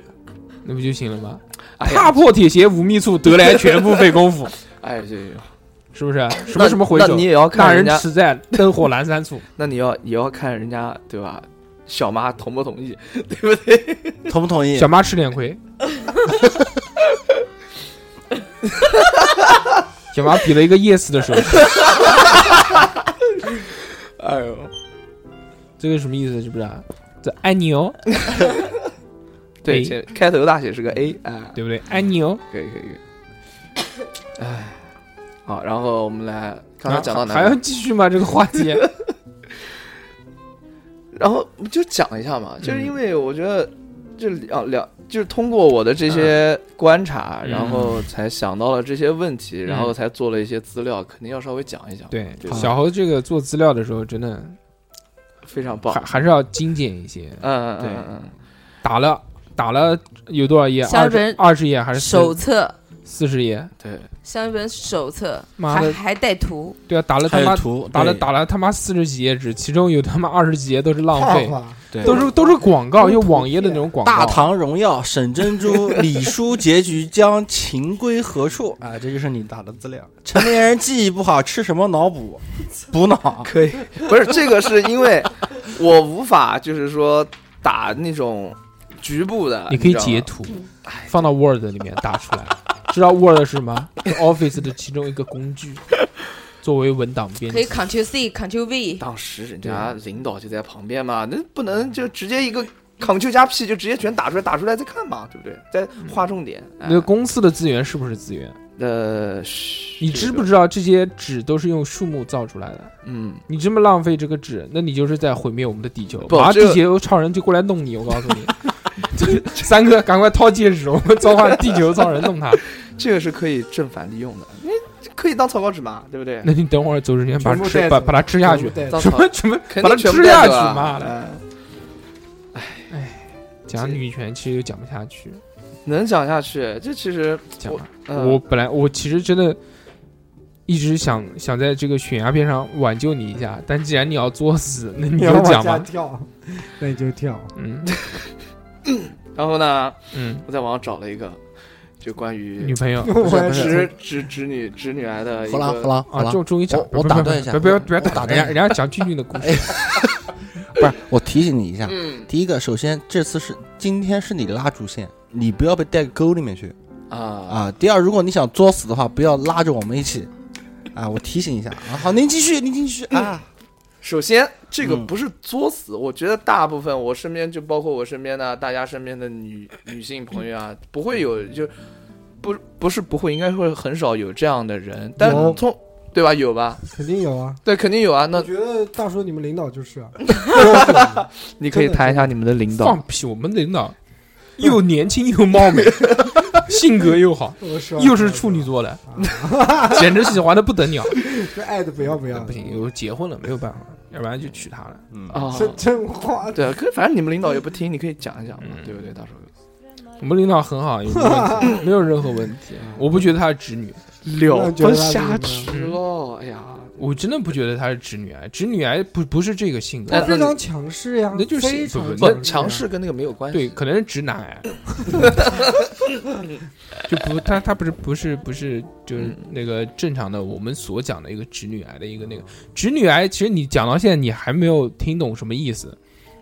[SPEAKER 4] 那不就行了吗？
[SPEAKER 1] 哎
[SPEAKER 4] 踏
[SPEAKER 1] 呀，
[SPEAKER 4] 破铁鞋无觅处，得来全不费功夫，
[SPEAKER 1] 哎对对，对
[SPEAKER 4] 是不是？什么什么回
[SPEAKER 1] 那
[SPEAKER 4] 首
[SPEAKER 1] 你，也要
[SPEAKER 4] 那
[SPEAKER 1] 看人
[SPEAKER 4] 人
[SPEAKER 1] 家，
[SPEAKER 4] 只在灯火阑珊 处。
[SPEAKER 1] 那你要也要看人家对吧？小妈同不同意？
[SPEAKER 6] 同不同意
[SPEAKER 4] 小？妈吃点 亏。小妈比了一个 yes 的手势，
[SPEAKER 1] 哎呦，
[SPEAKER 4] 这个什么意思？是不是啊？这爱你哦，
[SPEAKER 1] 对，
[SPEAKER 4] A
[SPEAKER 1] 前开头大写是个 A 啊，
[SPEAKER 4] 对不对？爱你哦。
[SPEAKER 1] 可以可以可以。 哎，好，然后我们来刚才讲到
[SPEAKER 4] 啊
[SPEAKER 1] 哪
[SPEAKER 4] 还要
[SPEAKER 1] 里？
[SPEAKER 4] 继续吗？这个话 题
[SPEAKER 1] 然后就讲一下
[SPEAKER 4] 嗯
[SPEAKER 1] 嘛，就是因为我觉得这两两就是通过我的这些观察，
[SPEAKER 4] 嗯
[SPEAKER 1] 然后才想到了这些问题，
[SPEAKER 4] 嗯
[SPEAKER 1] 然后才做了一些资料，肯定要稍微讲一讲。，
[SPEAKER 4] 对
[SPEAKER 1] 对
[SPEAKER 4] 小猴这个做资料的时候，真的
[SPEAKER 1] 非常棒
[SPEAKER 4] 还。还是要精简一些。
[SPEAKER 1] 嗯嗯
[SPEAKER 4] 对
[SPEAKER 1] 嗯嗯，
[SPEAKER 4] 打了打了有多少页？
[SPEAKER 3] 下
[SPEAKER 4] 二
[SPEAKER 3] 边
[SPEAKER 4] 十二十页还是
[SPEAKER 3] 手
[SPEAKER 4] 四
[SPEAKER 3] 册，
[SPEAKER 4] 四十页？
[SPEAKER 1] 对，
[SPEAKER 3] 像一本手册，
[SPEAKER 4] 妈
[SPEAKER 3] 还
[SPEAKER 4] 的，
[SPEAKER 3] 还带图，
[SPEAKER 4] 对啊，打了他
[SPEAKER 6] 还有
[SPEAKER 4] 妈
[SPEAKER 6] 图，
[SPEAKER 4] 打了
[SPEAKER 6] 对
[SPEAKER 4] 打了他妈四十几页纸，其中有他妈二十几页都是浪费，
[SPEAKER 5] 话
[SPEAKER 6] 对
[SPEAKER 4] 都是都是广告，又网页的那种广告。
[SPEAKER 6] 大唐荣耀、沈 珍珠、李叔结局将情归何处啊？这就是你打的资料。成年人记忆不好，吃什么脑补？补脑。
[SPEAKER 1] 可以。不是这个，是因为我无法就是说打那种局部的，
[SPEAKER 4] 你可以
[SPEAKER 1] 知道吗
[SPEAKER 4] 截图，
[SPEAKER 3] 嗯
[SPEAKER 4] 放到 Word 里面打出来。 知道 Word 是吗？是 Office 的其中一个工 具，作为文档编
[SPEAKER 3] 可以
[SPEAKER 4] 辑。
[SPEAKER 3] Ctrl C Ctrl V，
[SPEAKER 4] 嗯
[SPEAKER 1] 当时人家领导就在旁边嘛，那不能就直接一个 Ctrl 加 P 就直接全打出来，打出来再看嘛，对不对？再划重点。哎
[SPEAKER 4] 嗯那个公司的资源是不是资源？
[SPEAKER 1] 呃，是
[SPEAKER 4] 你知不知道这些纸都是用树木造出来的？
[SPEAKER 1] 嗯，
[SPEAKER 4] 你这么浪费这个纸，那你就是在毁灭我们的地球。
[SPEAKER 1] 不
[SPEAKER 4] 马上
[SPEAKER 1] 这个
[SPEAKER 4] 地球超人就过来弄你，我告诉你。 三哥，赶快掏戒指，我们召唤地球超人弄他。
[SPEAKER 1] 这个是可以正反利用的，因为可以当草稿纸嘛，对不对？
[SPEAKER 4] 那你等会儿走之前把它
[SPEAKER 5] 全部
[SPEAKER 4] 吃，
[SPEAKER 5] 带
[SPEAKER 4] 把
[SPEAKER 5] 走
[SPEAKER 4] 把它吃下去。
[SPEAKER 5] 对，
[SPEAKER 1] 当
[SPEAKER 4] 什
[SPEAKER 1] 草
[SPEAKER 4] 么什么，
[SPEAKER 1] 肯
[SPEAKER 4] 把它
[SPEAKER 1] 定全部
[SPEAKER 4] 吃下
[SPEAKER 1] 带
[SPEAKER 4] 去
[SPEAKER 1] 走啊
[SPEAKER 4] 妈的
[SPEAKER 1] 哎
[SPEAKER 4] 讲女权其实又讲不下去，
[SPEAKER 1] 能讲下去，这其实
[SPEAKER 4] 讲了。
[SPEAKER 1] 呃
[SPEAKER 4] 我本来我其实真的一直想想在这个悬崖边上挽救你一下，但既然你要作死，那你
[SPEAKER 5] 你
[SPEAKER 4] 就
[SPEAKER 5] 要往
[SPEAKER 4] 讲
[SPEAKER 5] 下
[SPEAKER 4] 吧。
[SPEAKER 5] 跳，那你就 跳。
[SPEAKER 4] 嗯
[SPEAKER 1] 然后呢，
[SPEAKER 4] 嗯，
[SPEAKER 1] 我在网上找了一个，就关于
[SPEAKER 4] 女朋友啊
[SPEAKER 5] 我也
[SPEAKER 6] 不是
[SPEAKER 1] 直直直女直女癌的一
[SPEAKER 6] 好了好
[SPEAKER 1] 个，
[SPEAKER 6] 了好
[SPEAKER 4] 啊，
[SPEAKER 6] 了，
[SPEAKER 4] 就终于讲，
[SPEAKER 6] 我我
[SPEAKER 4] 不
[SPEAKER 6] 打
[SPEAKER 4] 不
[SPEAKER 6] 断
[SPEAKER 4] 不
[SPEAKER 6] 一下
[SPEAKER 4] 不不要不要
[SPEAKER 6] 我打断一下
[SPEAKER 4] 人家人家讲俊俊的故事，
[SPEAKER 6] 不是我提醒你一下，
[SPEAKER 1] 嗯
[SPEAKER 6] 第一个，首先这次是今天是你拉主线，你不要被带沟里面去
[SPEAKER 1] 啊
[SPEAKER 6] 啊。第二，如果你想作死的话，不要拉着我们一起啊。我提醒一下啊。好，您继续，您继续
[SPEAKER 1] 嗯
[SPEAKER 6] 啊。
[SPEAKER 1] 首先，这个
[SPEAKER 6] 嗯
[SPEAKER 1] 不是作死，我觉得大部分我身边就包括我身边的大家身边的女 女性朋友啊，不会有就不不是不会，应该会很少有这样的人，但
[SPEAKER 5] 有
[SPEAKER 1] 从对吧？有吧？
[SPEAKER 5] 肯定有啊。
[SPEAKER 1] 对，肯定有啊。
[SPEAKER 5] 我
[SPEAKER 1] 那
[SPEAKER 5] 觉得大叔你们领导就是啊，我
[SPEAKER 1] 你可以谈一下你们的领导
[SPEAKER 4] 放屁！我们领导又年轻又貌美，性格又好，
[SPEAKER 5] 我说
[SPEAKER 7] 啊
[SPEAKER 4] 又是处女，座的，简直喜欢的不得了。
[SPEAKER 5] 这爱的不要不要
[SPEAKER 4] 那，不行，我结婚了没有办法，要不然就娶她了。
[SPEAKER 6] 嗯
[SPEAKER 1] 啊。
[SPEAKER 5] 是真话。
[SPEAKER 1] 对，啊可反正你们领导也不听，你可以讲一讲嘛，
[SPEAKER 4] 嗯
[SPEAKER 1] 对不对？到时候
[SPEAKER 4] 我们领导很好，有没有问 题没有任何问题。
[SPEAKER 5] 嗯
[SPEAKER 4] 我不觉得她是直女，
[SPEAKER 1] 聊
[SPEAKER 5] 觉
[SPEAKER 1] 不
[SPEAKER 5] 得
[SPEAKER 1] 下
[SPEAKER 5] 他
[SPEAKER 1] 去
[SPEAKER 4] 怎么样
[SPEAKER 1] 了，哎呀，
[SPEAKER 4] 我真的不觉得她是直女癌，直女癌不不是这个性
[SPEAKER 1] 哎
[SPEAKER 4] 格
[SPEAKER 1] 那，
[SPEAKER 5] 非常强势呀，
[SPEAKER 4] 那就是
[SPEAKER 5] 非常
[SPEAKER 4] 不
[SPEAKER 1] 不
[SPEAKER 4] 那
[SPEAKER 1] 强势跟那个没有关系。
[SPEAKER 4] 对，可能是直男癌，就不她她不是不是不是就是
[SPEAKER 1] 嗯
[SPEAKER 4] 那个正常的我们所讲的一个直女癌的一个那个直女癌，其实你讲到现在你还没有听懂什么意思，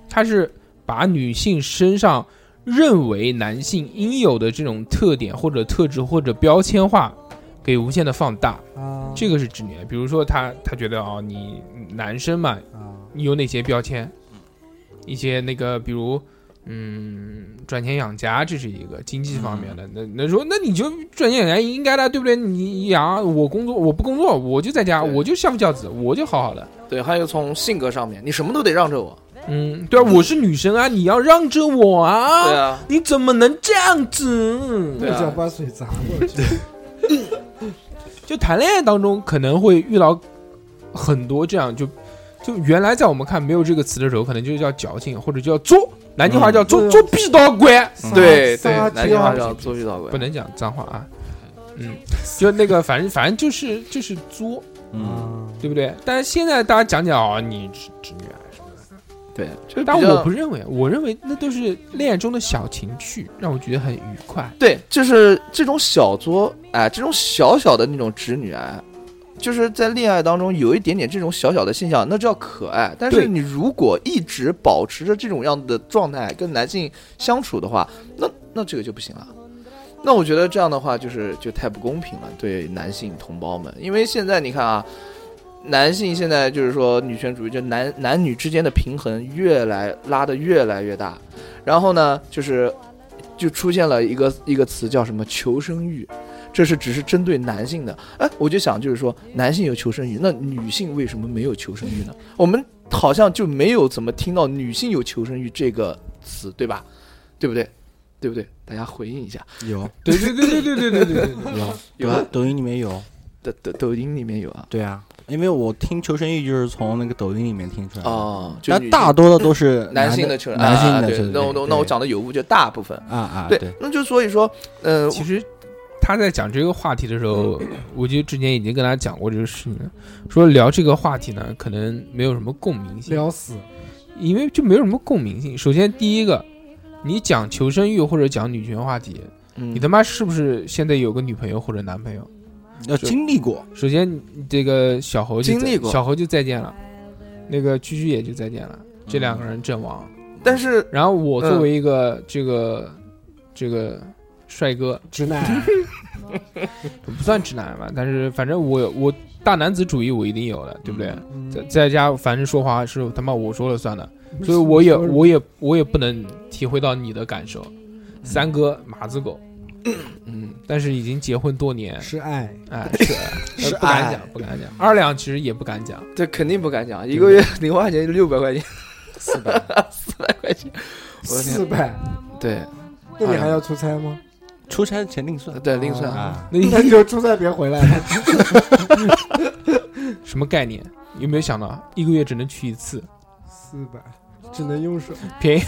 [SPEAKER 4] 它是把女性身上认为男性应有的这种特点或者特质或者标签化给无限的放大。
[SPEAKER 5] 啊，
[SPEAKER 4] 这个是直女，比如说他他觉得哦，你男生嘛，
[SPEAKER 5] 啊，
[SPEAKER 4] 你有哪些标签？一些那个，比如嗯，赚钱养家，这是一个经济方面的。那那说，那你就赚钱养家应该的，对不对？你养我工作，我不工作，我就在家，
[SPEAKER 1] 对
[SPEAKER 4] 我就相夫教子，我就好好的。
[SPEAKER 1] 对，还有从性格上面，你什么都得让着我。
[SPEAKER 4] 嗯，对啊，我是女生啊，你要让着我啊，
[SPEAKER 1] 对啊，
[SPEAKER 4] 你怎么能这样子？
[SPEAKER 1] 对啊
[SPEAKER 5] 一脚把水砸过去，
[SPEAKER 4] 就谈恋爱当中可能会遇到很多这样就。就原来在我们看没有这个词的时候，可能就叫矫情，或者叫作，南京话叫作
[SPEAKER 5] 嗯
[SPEAKER 4] 作逼刀鬼，
[SPEAKER 6] 嗯
[SPEAKER 1] 对对
[SPEAKER 5] 撒，
[SPEAKER 7] 啊
[SPEAKER 1] 南京话
[SPEAKER 5] 娇啊
[SPEAKER 1] 叫作弊导轨
[SPEAKER 4] 不。能讲脏话啊。嗯，就那个，反正反正就是就是作，
[SPEAKER 6] 嗯，
[SPEAKER 5] 啊，
[SPEAKER 4] 对不对？但是现在大家讲讲啊，你直直女癌什么的，
[SPEAKER 1] 对，就
[SPEAKER 4] 但
[SPEAKER 1] 比较
[SPEAKER 4] 我不认为，我认为那都是恋爱中的小情趣，让我觉得很愉快。
[SPEAKER 1] 对，就是这种小作，哎，这种小小的那种直女癌，就是在恋爱当中有一点点这种小小的现象，那叫可爱。但是
[SPEAKER 4] 对
[SPEAKER 1] 你如果一直保持着这种样的状态跟男性相处的话，那那这个就不行了。那我觉得这样的话就是就太不公平了，对男性同胞们，因为现在你看啊，男性现在就是说女权主义，就男男女之间的平衡越来拉得越来越大，然后呢，就是就出现了一个一个词叫什么求生欲，这是只是针对男性的。哎，我就想就是说，男性有求生欲，那女性为什么没有求生欲呢？我们好像就没有怎么听到女性有求生欲这个词，对吧？对不对？对不对？大家回应一下，
[SPEAKER 6] 有
[SPEAKER 4] 对对对对对对对对对，
[SPEAKER 6] 有
[SPEAKER 1] 有啊
[SPEAKER 6] 抖抖音里面有，
[SPEAKER 1] 抖抖抖音里面有啊。
[SPEAKER 6] 对啊，因为我听求生欲就是从那个抖音里面听出来的。
[SPEAKER 1] 哦，就
[SPEAKER 6] 但
[SPEAKER 1] 女
[SPEAKER 6] 啊大多的都是
[SPEAKER 1] 男性
[SPEAKER 6] 性
[SPEAKER 1] 的求
[SPEAKER 6] 男
[SPEAKER 1] 啊啊
[SPEAKER 6] 的
[SPEAKER 1] 对
[SPEAKER 6] 求生欲。
[SPEAKER 1] 那我那我那我
[SPEAKER 6] 对
[SPEAKER 1] 讲的有误，就大部分。
[SPEAKER 6] 啊啊，
[SPEAKER 1] 对，那就所以说，呃，
[SPEAKER 4] 其实他在讲这个话题的时 候，我就之前已经跟他讲过这个事情了，说聊这个话题呢，可能没有什么共鸣性，
[SPEAKER 5] 聊死，
[SPEAKER 4] 因为就没有什么共鸣性。首先第一个，你讲求生欲或者讲女权话题，
[SPEAKER 1] 你
[SPEAKER 4] 你他妈是不是现在有个女朋友或者男朋友？
[SPEAKER 6] 要经历过，
[SPEAKER 4] 首先，你这个小猴就再
[SPEAKER 1] 经历过
[SPEAKER 4] 小猴就再见了，那个居居也就再见了，
[SPEAKER 1] 嗯
[SPEAKER 4] 这两个人阵亡。
[SPEAKER 1] 但是
[SPEAKER 4] 然后我
[SPEAKER 1] 嗯
[SPEAKER 4] 作为一个这个这个帅哥，
[SPEAKER 5] 直男，
[SPEAKER 4] 不算直男吧，但是反正我我大男子主义我一定有的，对不对？
[SPEAKER 5] 嗯
[SPEAKER 4] 在在家反正说话是他妈我说了算的，所以我也我也我也不能体会到你的感受。三哥马子 狗，嗯，但是已经结婚多年，
[SPEAKER 5] 是爱，
[SPEAKER 4] 哎，是
[SPEAKER 6] 是
[SPEAKER 4] 呃不敢
[SPEAKER 6] 爱
[SPEAKER 1] 哎
[SPEAKER 4] 讲，不敢讲。二两其实也不敢讲，
[SPEAKER 1] 这肯定不敢讲，一个月零花钱就六百块钱，
[SPEAKER 6] 四百，
[SPEAKER 1] 四百块钱，我的天
[SPEAKER 5] 四百，
[SPEAKER 1] 对
[SPEAKER 5] 那
[SPEAKER 4] 哎
[SPEAKER 5] 你还要出差吗？
[SPEAKER 6] 出差前另算。
[SPEAKER 1] 对，另算。
[SPEAKER 5] 啊，
[SPEAKER 4] 那
[SPEAKER 5] 那你就出差别回来了。
[SPEAKER 4] 什么概念？有没有想到一个月只能去一次？
[SPEAKER 5] 四百，只能用手，
[SPEAKER 4] 哦 便宜，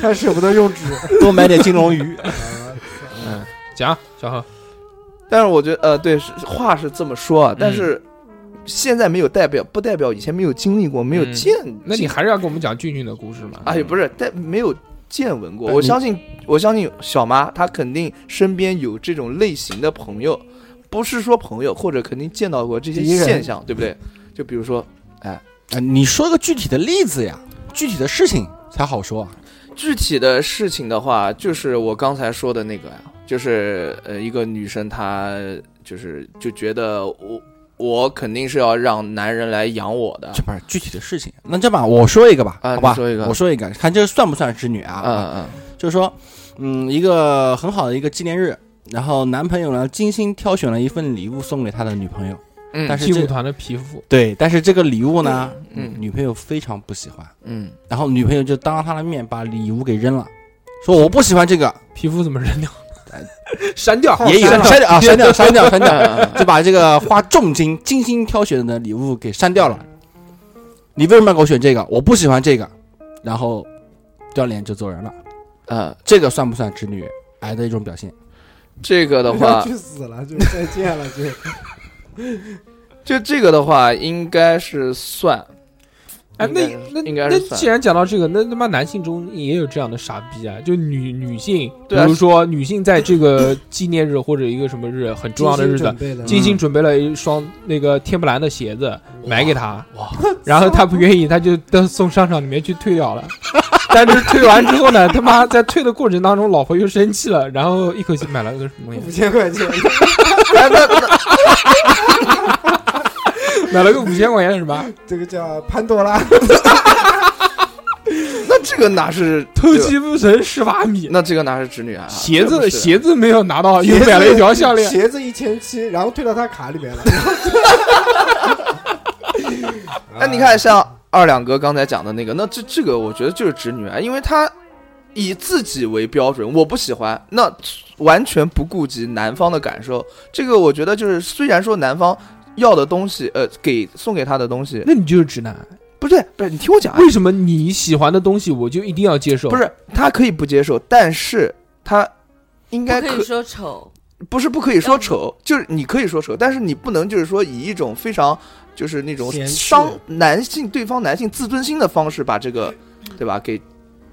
[SPEAKER 5] 还舍不得用纸。
[SPEAKER 6] 多买点金龙鱼。
[SPEAKER 4] 嗯，讲小何，
[SPEAKER 1] 但是我觉得，呃，对，是话是这么说啊，但
[SPEAKER 4] 嗯
[SPEAKER 1] 是现在没有代表，不代表以前没有经历过，没有
[SPEAKER 4] 嗯
[SPEAKER 1] 见。
[SPEAKER 4] 那你还是要给我们讲俊俊的故事嘛？
[SPEAKER 1] 哎，不是，但没有见闻过。
[SPEAKER 4] 呃
[SPEAKER 6] 哎
[SPEAKER 1] 我
[SPEAKER 6] 你
[SPEAKER 1] 相信，我相信小妈她肯定身边有这种类型的朋友，不是说朋友，或者肯定见到过这些
[SPEAKER 5] 敌人
[SPEAKER 1] 现象，对不对？就比如说
[SPEAKER 6] 啊，你说个具体的例子呀，具体的事情才好说啊。
[SPEAKER 1] 具体的事情的话，就是我刚才说的那个呀，就是呃，一个女生她就是就觉得我我肯定是要让男人来养我的，
[SPEAKER 6] 这不是具体的事情，那这样我说一个吧，
[SPEAKER 1] 啊
[SPEAKER 6] 好吧，
[SPEAKER 1] 你说一个
[SPEAKER 6] 我说一个，看这算不算直女啊？
[SPEAKER 1] 嗯嗯
[SPEAKER 6] 就是说，嗯，一个很好的一个纪念日，然后男朋友呢精心挑选了一份礼物送给他的女朋友，
[SPEAKER 1] 嗯，
[SPEAKER 6] 但是
[SPEAKER 4] 劲
[SPEAKER 6] 这
[SPEAKER 4] 舞团的皮肤，
[SPEAKER 6] 对，但是这个礼物呢，
[SPEAKER 1] 嗯
[SPEAKER 6] 女朋友非常不喜欢，
[SPEAKER 1] 嗯，
[SPEAKER 6] 然后女朋友就当着他的面把礼物给扔了，说我不喜欢这个，
[SPEAKER 4] 皮肤怎么扔掉？哎删掉
[SPEAKER 6] 也有删掉啊，删 掉，删掉，删掉，
[SPEAKER 1] 嗯
[SPEAKER 6] 就把这个花重金精心挑选的礼物给删掉了。你为什么要给我选这个？我不喜欢这个，然后掉脸就走人了。
[SPEAKER 1] 嗯，
[SPEAKER 6] 这个算不算直女癌的一种表现？
[SPEAKER 1] 这个的 话，
[SPEAKER 5] 去死了，就再见了，就
[SPEAKER 1] 就这个的话，应该是算。
[SPEAKER 4] 哎，那
[SPEAKER 1] 应该
[SPEAKER 4] 那
[SPEAKER 1] 应该
[SPEAKER 4] 那
[SPEAKER 1] 是算
[SPEAKER 4] 既然讲到这个，那他妈男性中也有这样的傻逼啊！就女女性，比
[SPEAKER 1] 对啊
[SPEAKER 4] 如说女性在这个纪念日或者一个什么日很 重要的日子
[SPEAKER 5] 精心准，备的
[SPEAKER 4] 精
[SPEAKER 1] 嗯
[SPEAKER 4] 心准备了一双那个天不蓝的鞋子买给他， 然后他不愿意，他就都送商场里面去退掉了。 但是退完之后呢，他妈在退的过程当中，老婆又生气了，然后一口气买了个什么东
[SPEAKER 5] 五
[SPEAKER 4] 西，
[SPEAKER 5] 千块钱，
[SPEAKER 4] 买了个五千块钱的什么
[SPEAKER 5] 这个叫潘多拉，
[SPEAKER 1] 那这个哪是
[SPEAKER 4] 偷？鸡不成蚀把米，
[SPEAKER 1] 那这个哪是直女啊？
[SPEAKER 4] 鞋
[SPEAKER 1] 这不
[SPEAKER 4] 子
[SPEAKER 1] 是
[SPEAKER 4] 鞋子没有拿到，啊又
[SPEAKER 5] 鞋子
[SPEAKER 4] 买了一条项链。
[SPEAKER 5] 鞋子一千七，然后退到他卡里面了。
[SPEAKER 1] 那你看，像二两哥刚才讲的那个，那这这个我觉得就是直女啊，因为她以自己为标准，我不喜欢，那完全不顾及男方的感受。这个我觉得就是，虽然说男方要的东西，呃，给送给他的东西，
[SPEAKER 4] 那你就是直男。
[SPEAKER 1] 不对，不是你听我讲啊，
[SPEAKER 4] 为什么你喜欢的东西我就一定要接受？
[SPEAKER 1] 不，是他可以不接受，但是他应该
[SPEAKER 3] 不可以说丑，
[SPEAKER 1] 不是不可以说丑，就是你可以说丑，但是你不能就是说以一种非常就是那种
[SPEAKER 5] 嫌弃
[SPEAKER 1] 伤男性对方男性自尊心的方式把这个，对吧？给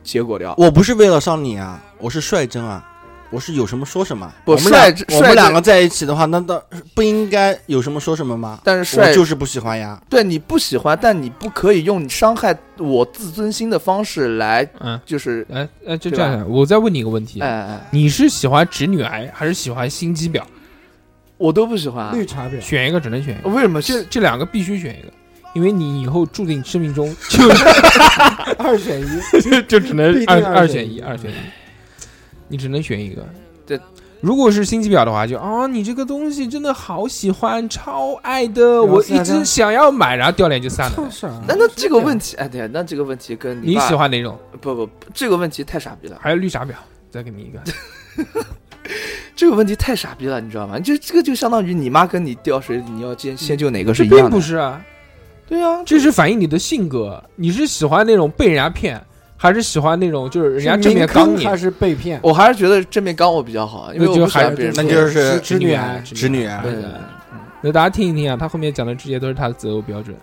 [SPEAKER 1] 结果掉。
[SPEAKER 6] 我不是为了伤你啊，我是率真啊，我是有什么说什么。
[SPEAKER 1] 不
[SPEAKER 6] 我们俩
[SPEAKER 1] 率真
[SPEAKER 6] 我们
[SPEAKER 1] 率真
[SPEAKER 6] 两个在一起的话，那倒不应该有什么说什么吗？
[SPEAKER 1] 但是
[SPEAKER 6] 我
[SPEAKER 1] 帅
[SPEAKER 6] 就是不喜欢呀。
[SPEAKER 1] 对你不喜欢，但你不可以用你伤害我自尊心的方式来，
[SPEAKER 4] 嗯，
[SPEAKER 1] 就是
[SPEAKER 4] 哎哎，就
[SPEAKER 1] 对
[SPEAKER 4] 这
[SPEAKER 1] 吧
[SPEAKER 4] 样，我再问你一个问题
[SPEAKER 1] 哎，哎，
[SPEAKER 4] 你是喜欢直女癌还是喜欢心机婊？
[SPEAKER 1] 我都不喜欢啊。
[SPEAKER 5] 绿茶婊，
[SPEAKER 4] 选一个，只能选一个。
[SPEAKER 1] 为什么
[SPEAKER 4] 这
[SPEAKER 1] 这
[SPEAKER 4] 这两个必须选一个，因为你以后注定生命中就
[SPEAKER 5] 二选一，
[SPEAKER 4] 就就只
[SPEAKER 5] 必
[SPEAKER 4] 能
[SPEAKER 5] 定
[SPEAKER 4] 二
[SPEAKER 5] 二
[SPEAKER 4] 二
[SPEAKER 5] 选
[SPEAKER 4] 选一，
[SPEAKER 5] 一
[SPEAKER 4] 二选一，你只能选一个。
[SPEAKER 1] 对，
[SPEAKER 4] 如果是心机婊的话，就啊，你这个东西真的好喜欢，超爱的，
[SPEAKER 5] 后
[SPEAKER 4] 我一
[SPEAKER 5] 散
[SPEAKER 4] 直
[SPEAKER 5] 了
[SPEAKER 4] 想要买，然后掉脸就散 了。
[SPEAKER 5] 啥？
[SPEAKER 1] 那那这个问题，哎对，那这个问题跟
[SPEAKER 4] 你
[SPEAKER 1] 爸
[SPEAKER 4] 喜欢哪种？
[SPEAKER 1] 不不不这个问题太傻逼了，
[SPEAKER 4] 还有绿茶婊？再给你一个。
[SPEAKER 1] 这个问题太傻逼了，你知道吗？就这个就相当于你妈跟你掉水里，你要先先救哪个是
[SPEAKER 4] 这
[SPEAKER 1] 一
[SPEAKER 4] 并
[SPEAKER 1] 样
[SPEAKER 4] 不
[SPEAKER 1] 的。
[SPEAKER 4] 是啊，
[SPEAKER 1] 对啊，
[SPEAKER 4] 这是反映你的性格，你是喜欢那种被人家骗，还是喜欢那种就是人家正面刚你哦
[SPEAKER 5] 他？是被骗，
[SPEAKER 1] 我还是觉得正面刚我比较好，因为
[SPEAKER 4] 那
[SPEAKER 1] 我
[SPEAKER 4] 就
[SPEAKER 1] 不喜
[SPEAKER 4] 还
[SPEAKER 1] 欢别人
[SPEAKER 6] 那
[SPEAKER 1] 说。
[SPEAKER 6] 就是
[SPEAKER 5] 是直女
[SPEAKER 4] 癌
[SPEAKER 5] 癌，
[SPEAKER 6] 直女啊癌
[SPEAKER 1] 对
[SPEAKER 4] 对那大家听一听啊，他后面讲的这些都是他的择偶标准。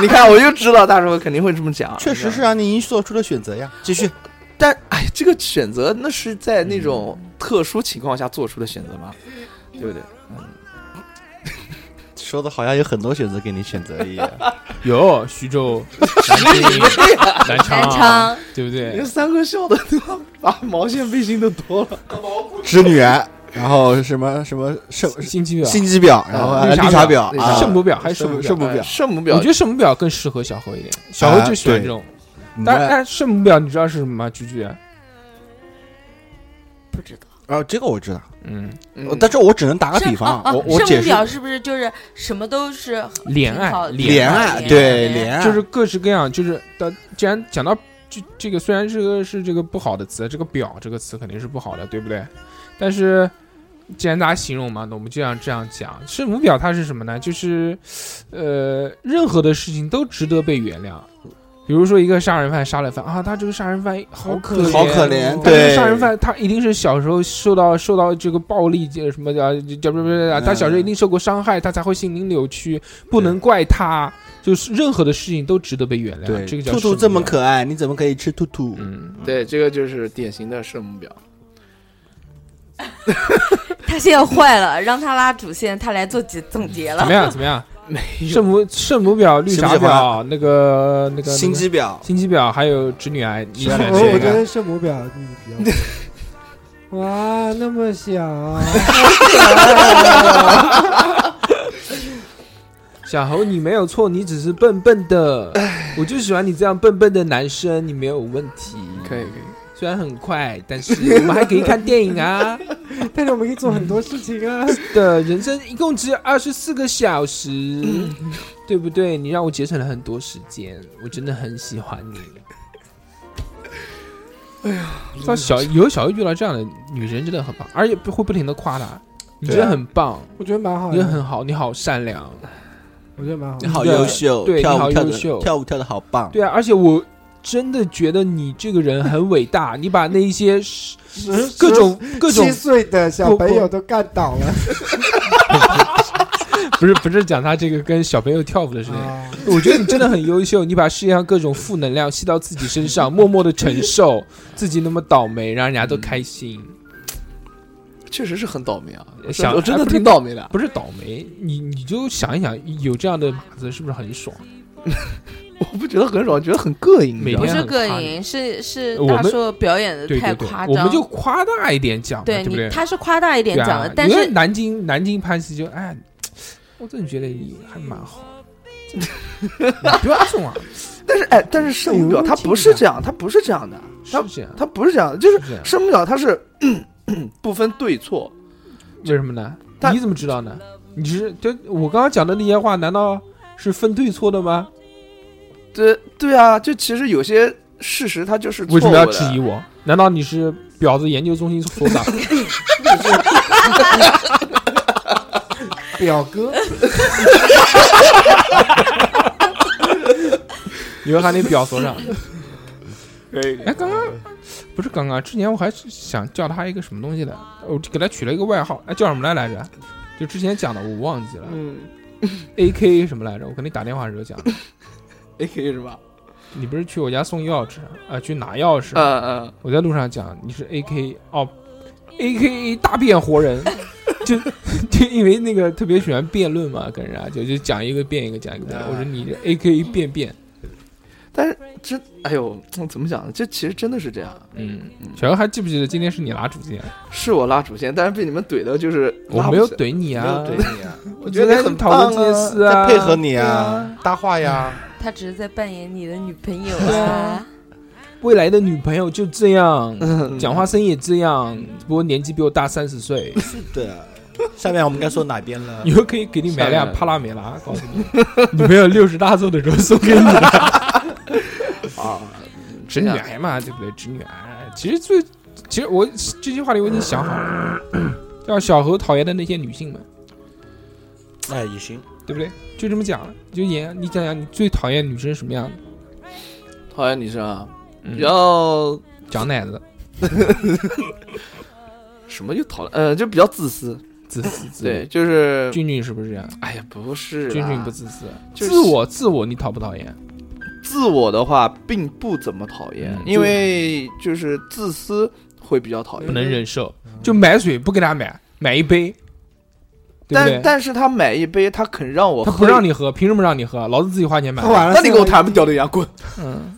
[SPEAKER 1] 你看我就知道大叔肯定会这么讲。
[SPEAKER 6] 确实
[SPEAKER 1] 你知
[SPEAKER 6] 是
[SPEAKER 1] 道吗，
[SPEAKER 6] 啊，你已经做出了选择呀。 继续，
[SPEAKER 1] 但哎，这个选择那是在那种特殊情况下做出的选择嘛，对不对？
[SPEAKER 6] 说的好像有很多选择给你选择一样。
[SPEAKER 4] 有徐 州、南京、南昌，
[SPEAKER 3] 南昌
[SPEAKER 4] 对不对
[SPEAKER 1] 连？三哥笑的他妈把毛线背心都脱了，
[SPEAKER 8] 织女，然后什么什么圣
[SPEAKER 4] 新机表、
[SPEAKER 8] 心机表，然后
[SPEAKER 4] 啊
[SPEAKER 8] 还有绿
[SPEAKER 4] 茶
[SPEAKER 8] 茶表
[SPEAKER 1] 绿
[SPEAKER 8] 啊，
[SPEAKER 1] 茶
[SPEAKER 4] 圣母表还是
[SPEAKER 8] 圣母
[SPEAKER 4] 圣
[SPEAKER 8] 圣
[SPEAKER 4] 母
[SPEAKER 8] 母表
[SPEAKER 1] 哎，圣母
[SPEAKER 4] 表？
[SPEAKER 1] 表
[SPEAKER 4] 我觉得啊圣母表更适合小何一点，小
[SPEAKER 8] 啊
[SPEAKER 4] 何就喜欢这种。
[SPEAKER 6] 嗯
[SPEAKER 4] 但
[SPEAKER 8] 哎
[SPEAKER 4] 但圣母表你知道是什么吗？菊菊，
[SPEAKER 3] 不知道。
[SPEAKER 6] 啊，这个我知道，
[SPEAKER 4] 嗯，
[SPEAKER 1] 嗯
[SPEAKER 6] 哦但是我只能打个
[SPEAKER 3] 圣
[SPEAKER 6] 比方啊
[SPEAKER 3] 哦，哦
[SPEAKER 6] 我我
[SPEAKER 3] 圣
[SPEAKER 6] 解
[SPEAKER 3] 母
[SPEAKER 6] 释
[SPEAKER 3] 表是不是就是什么都是
[SPEAKER 4] 怜
[SPEAKER 3] 挺好
[SPEAKER 4] 爱，
[SPEAKER 3] 的啊
[SPEAKER 4] 怜
[SPEAKER 8] 恋
[SPEAKER 4] 爱，
[SPEAKER 8] 爱对恋爱，
[SPEAKER 4] 就是各式各样，就是的。既然讲到这这个，虽然这个是这个不好的词，这个“表”这个词肯定是不好的，对不对？但是既然大家形容嘛，那我们就要这样讲。圣母表它是什么呢？就是呃，任何的事情都值得被原谅。比如说一个杀人犯杀了犯啊，他这个杀人犯好可怜，啊
[SPEAKER 6] 好可
[SPEAKER 4] 他
[SPEAKER 6] 怜
[SPEAKER 4] 这个
[SPEAKER 8] 对
[SPEAKER 4] 嗯杀人犯，他一定是小时候受到受到这个暴力这什么的，啊叫不不不，
[SPEAKER 6] 嗯
[SPEAKER 4] 他小时候一定受过伤害，他才会心灵扭曲，不能怪他，就是任何的事情都值得被原谅。
[SPEAKER 6] 对
[SPEAKER 4] 这个叫
[SPEAKER 6] 兔
[SPEAKER 4] 圣
[SPEAKER 6] 兔
[SPEAKER 4] 母
[SPEAKER 6] 这么
[SPEAKER 4] 表，
[SPEAKER 6] 可爱，你怎么可以吃兔兔？
[SPEAKER 4] 嗯，
[SPEAKER 1] 对，这个就是典型的圣母表。
[SPEAKER 3] 他现在坏了，让他拉主线，他来做结总结
[SPEAKER 4] 怎
[SPEAKER 3] 了
[SPEAKER 4] 么。样？怎么 样？
[SPEAKER 1] 没
[SPEAKER 4] 圣母圣母表、绿
[SPEAKER 6] 喜不
[SPEAKER 4] 茶
[SPEAKER 6] 喜欢
[SPEAKER 4] 表、那个那个
[SPEAKER 6] 啊心机表
[SPEAKER 4] 那个、心机表，还有直女癌，你
[SPEAKER 6] 是
[SPEAKER 4] 选
[SPEAKER 6] 啊
[SPEAKER 5] 我
[SPEAKER 4] 哪
[SPEAKER 5] 我觉
[SPEAKER 4] 个？
[SPEAKER 5] 得圣母表你比较。 哇，那么小，啊
[SPEAKER 4] 小猴，你没有错，你只是笨笨的。我就喜欢你这样笨笨的男生，你没有问题。
[SPEAKER 1] 可以可以，
[SPEAKER 4] 虽然很快，但是我们还可以看电影啊。
[SPEAKER 5] 但是我们可以做很多事情 啊。
[SPEAKER 4] 的人生一共只有二十四个小时，嗯对不对？你让我节省了很多时间，我真的很喜欢你。哎呀，到小有小遇到这样的女人真的很棒，而且会不停的夸她，你真的很棒，
[SPEAKER 5] 我觉得蛮好
[SPEAKER 4] 你
[SPEAKER 5] 的，
[SPEAKER 4] 很好，你好善良，
[SPEAKER 5] 我觉得蛮好
[SPEAKER 6] 你
[SPEAKER 5] 的。
[SPEAKER 6] 好优秀，
[SPEAKER 4] 对
[SPEAKER 6] 跳
[SPEAKER 4] 你好
[SPEAKER 6] 舞跳
[SPEAKER 4] 优秀
[SPEAKER 6] 的跳舞跳的好棒，
[SPEAKER 4] 对啊，而且我真的觉得你这个人很伟 大，你把那一些各种各种
[SPEAKER 5] 七岁的小朋友都干倒了，
[SPEAKER 4] 不是不是讲他这个跟小朋友跳舞的事情，
[SPEAKER 5] 啊
[SPEAKER 4] 我觉得你真的很优秀，你把世界上各种负能量吸到自己身 上，默默的承受自己那么倒霉，让人家都开心。
[SPEAKER 1] 确实是很倒霉啊！我
[SPEAKER 4] 想
[SPEAKER 1] 我真
[SPEAKER 4] 哎
[SPEAKER 1] 的
[SPEAKER 4] 不是
[SPEAKER 1] 挺倒霉的。
[SPEAKER 4] 不是倒霉，你你就想一想，有这样的马子是不是很爽？
[SPEAKER 1] 我不觉得很爽，觉得很膈应。
[SPEAKER 4] 每
[SPEAKER 1] 你知
[SPEAKER 4] 天
[SPEAKER 3] 不是
[SPEAKER 1] 道吗
[SPEAKER 4] 很夸
[SPEAKER 3] 膈
[SPEAKER 4] 张
[SPEAKER 3] 应，是是
[SPEAKER 4] 我
[SPEAKER 3] 大
[SPEAKER 4] 们
[SPEAKER 3] 硕表演的
[SPEAKER 4] 对
[SPEAKER 3] 呃太
[SPEAKER 4] 对对
[SPEAKER 3] 夸，张。
[SPEAKER 4] 我们就夸大一点讲嘛，
[SPEAKER 3] 对
[SPEAKER 4] 不
[SPEAKER 3] 你，
[SPEAKER 4] 对？
[SPEAKER 3] 他是夸大一点
[SPEAKER 4] 对啊
[SPEAKER 3] 讲的，但
[SPEAKER 4] 因为
[SPEAKER 3] 是
[SPEAKER 4] 南京南京潘石屹就哎，我真的觉得 你还蛮好。真的你不要送啊，
[SPEAKER 1] 但是哎，但是圣母表它不是这样，它不是这样的，
[SPEAKER 4] 是
[SPEAKER 1] 它
[SPEAKER 4] 这样，
[SPEAKER 1] 它不是这样的，就是
[SPEAKER 4] 是这样
[SPEAKER 1] 圣母表它是咳咳 不分对错，
[SPEAKER 4] 为什么呢？
[SPEAKER 1] 但
[SPEAKER 4] 你怎么知道呢？你是就我刚刚讲的那些话，难道是分对错的吗？
[SPEAKER 1] 对对啊，就其实有些事实它就是错
[SPEAKER 4] 为
[SPEAKER 1] 误
[SPEAKER 4] 什
[SPEAKER 1] 的。
[SPEAKER 4] 么要质疑我？难道你是婊子研究中心所 长？
[SPEAKER 5] 表哥，
[SPEAKER 4] 你们喊你婊 所长？
[SPEAKER 1] 可以？
[SPEAKER 4] 哎，刚刚不是刚刚，之前我还是想叫他一个什么东西的，我给他取了一个外号，哎，叫什么来来着？就之前讲的，我忘记了
[SPEAKER 1] 嗯
[SPEAKER 4] ，A K 什么来着？我跟你打电话的时候讲的，
[SPEAKER 1] ，A K 哎是吧？
[SPEAKER 4] 你不是去我家送钥匙啊、去拿钥匙？
[SPEAKER 1] 嗯嗯，
[SPEAKER 4] 我在路上讲你是 A K 哦，A K A 大变活人，就就因为那个特别喜欢辩论嘛，跟人家就就讲一个辩一个，讲一个辩一个。我说你 A K 辩辩，
[SPEAKER 1] 但是真哎呦，嗯怎么讲呢？这其实真的是这样，
[SPEAKER 4] 嗯，小何还记不记得今天是你拿主见？
[SPEAKER 1] 是我拉主线，但是被你们怼的就是
[SPEAKER 4] 我
[SPEAKER 1] 拉不
[SPEAKER 4] 没有
[SPEAKER 1] 起来，
[SPEAKER 4] 怼你啊，
[SPEAKER 6] 没有怼你啊，
[SPEAKER 4] 我觉得很讨论这些事啊，
[SPEAKER 6] 在配合你啊，搭话呀，
[SPEAKER 3] 他只是在扮演你的女朋友啊。
[SPEAKER 4] 未来的女朋友就这样，
[SPEAKER 1] 嗯
[SPEAKER 4] 讲话声音也这样，只不过年纪比我大三十岁，
[SPEAKER 6] 对啊。下面我们该说哪边了
[SPEAKER 4] 以？后可以给你买辆
[SPEAKER 1] 善良
[SPEAKER 4] 帕拉梅拉，告诉你，女朋友六十大寿的 时候送给你的。
[SPEAKER 1] 啊，
[SPEAKER 4] 直
[SPEAKER 1] 真
[SPEAKER 4] 女
[SPEAKER 1] 的
[SPEAKER 4] 癌嘛，对不对？直女癌，其实最，其实我这些话题我已经想好了，叫小何讨厌的那些女性们，
[SPEAKER 6] 哎，也行，
[SPEAKER 4] 对不对？就这么讲了，就演，你讲讲你最讨厌女生什么样的？
[SPEAKER 1] 讨厌女生啊，
[SPEAKER 4] 嗯
[SPEAKER 1] 然后
[SPEAKER 4] 讲奶子，
[SPEAKER 1] 什么就讨厌，呃，就比较自私，
[SPEAKER 4] 自私，自
[SPEAKER 1] 对，，就是，
[SPEAKER 4] 君君是不是这样？
[SPEAKER 1] 哎呀，不是啦，
[SPEAKER 4] 君君不自私，
[SPEAKER 1] 就是
[SPEAKER 4] 自我自我，你讨不讨厌？
[SPEAKER 1] 自我的话，并不怎么讨厌，
[SPEAKER 4] 嗯
[SPEAKER 1] 因为就是自私会比较讨厌，嗯
[SPEAKER 4] 不能忍受，就买水不给他买，买一杯，对不对
[SPEAKER 1] 但？但是他买一杯，他肯让我
[SPEAKER 4] 他
[SPEAKER 1] 喝，
[SPEAKER 4] 不让你喝，凭什么让你喝？老子自己花钱买
[SPEAKER 5] 他。晚上
[SPEAKER 1] 那你
[SPEAKER 5] 四
[SPEAKER 1] 给我
[SPEAKER 5] 个
[SPEAKER 1] 谈不屌的样滚！
[SPEAKER 4] 嗯，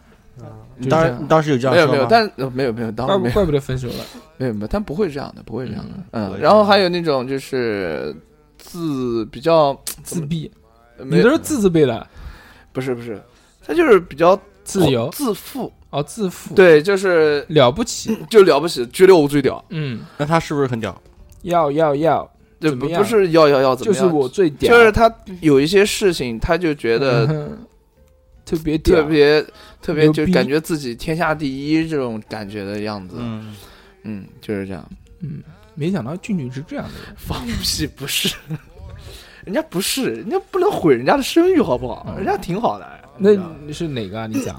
[SPEAKER 6] 你当时你当时有这样说
[SPEAKER 1] 没
[SPEAKER 6] 吗？
[SPEAKER 1] 有没有，但呃没有没有，当
[SPEAKER 4] 怪
[SPEAKER 1] 然
[SPEAKER 4] 不
[SPEAKER 1] 没有
[SPEAKER 4] 怪不得分手 了。
[SPEAKER 1] 没有没有，但不会这样的，不会这样的。
[SPEAKER 6] 不
[SPEAKER 1] 嗯，
[SPEAKER 6] 会
[SPEAKER 1] 然后还有那种就是自比较呃
[SPEAKER 4] 自闭，你
[SPEAKER 1] 没有
[SPEAKER 4] 都是自自卑的，
[SPEAKER 1] 不是不是，他就是比较
[SPEAKER 4] 自由
[SPEAKER 1] 自负，
[SPEAKER 4] 哦，自负，
[SPEAKER 1] 对，就是
[SPEAKER 4] 了不起。
[SPEAKER 1] 就了不起，绝对我最屌，
[SPEAKER 4] 嗯，
[SPEAKER 6] 那他是不是很屌？
[SPEAKER 4] 要要要，
[SPEAKER 1] 就
[SPEAKER 4] 怎么
[SPEAKER 1] 不
[SPEAKER 4] 样
[SPEAKER 1] 不是要要要怎
[SPEAKER 4] 就
[SPEAKER 1] 么
[SPEAKER 4] 是
[SPEAKER 1] 样，
[SPEAKER 4] 我最屌，
[SPEAKER 1] 就是他有一些事情，他就觉得
[SPEAKER 4] 嗯特别屌
[SPEAKER 1] 特，别特别，
[SPEAKER 4] 牛
[SPEAKER 1] 就
[SPEAKER 4] 逼
[SPEAKER 1] 感觉自己天下第一这种感觉的样子。
[SPEAKER 6] 嗯，
[SPEAKER 1] 嗯，就是这样。
[SPEAKER 4] 嗯，没想到俊俊是这样的人。
[SPEAKER 1] 放屁 不是，人家不是，人家不能毁人家的声誉，好不好？
[SPEAKER 4] 嗯
[SPEAKER 1] 人家挺好的。你知道吗
[SPEAKER 4] 那是哪个啊？你讲，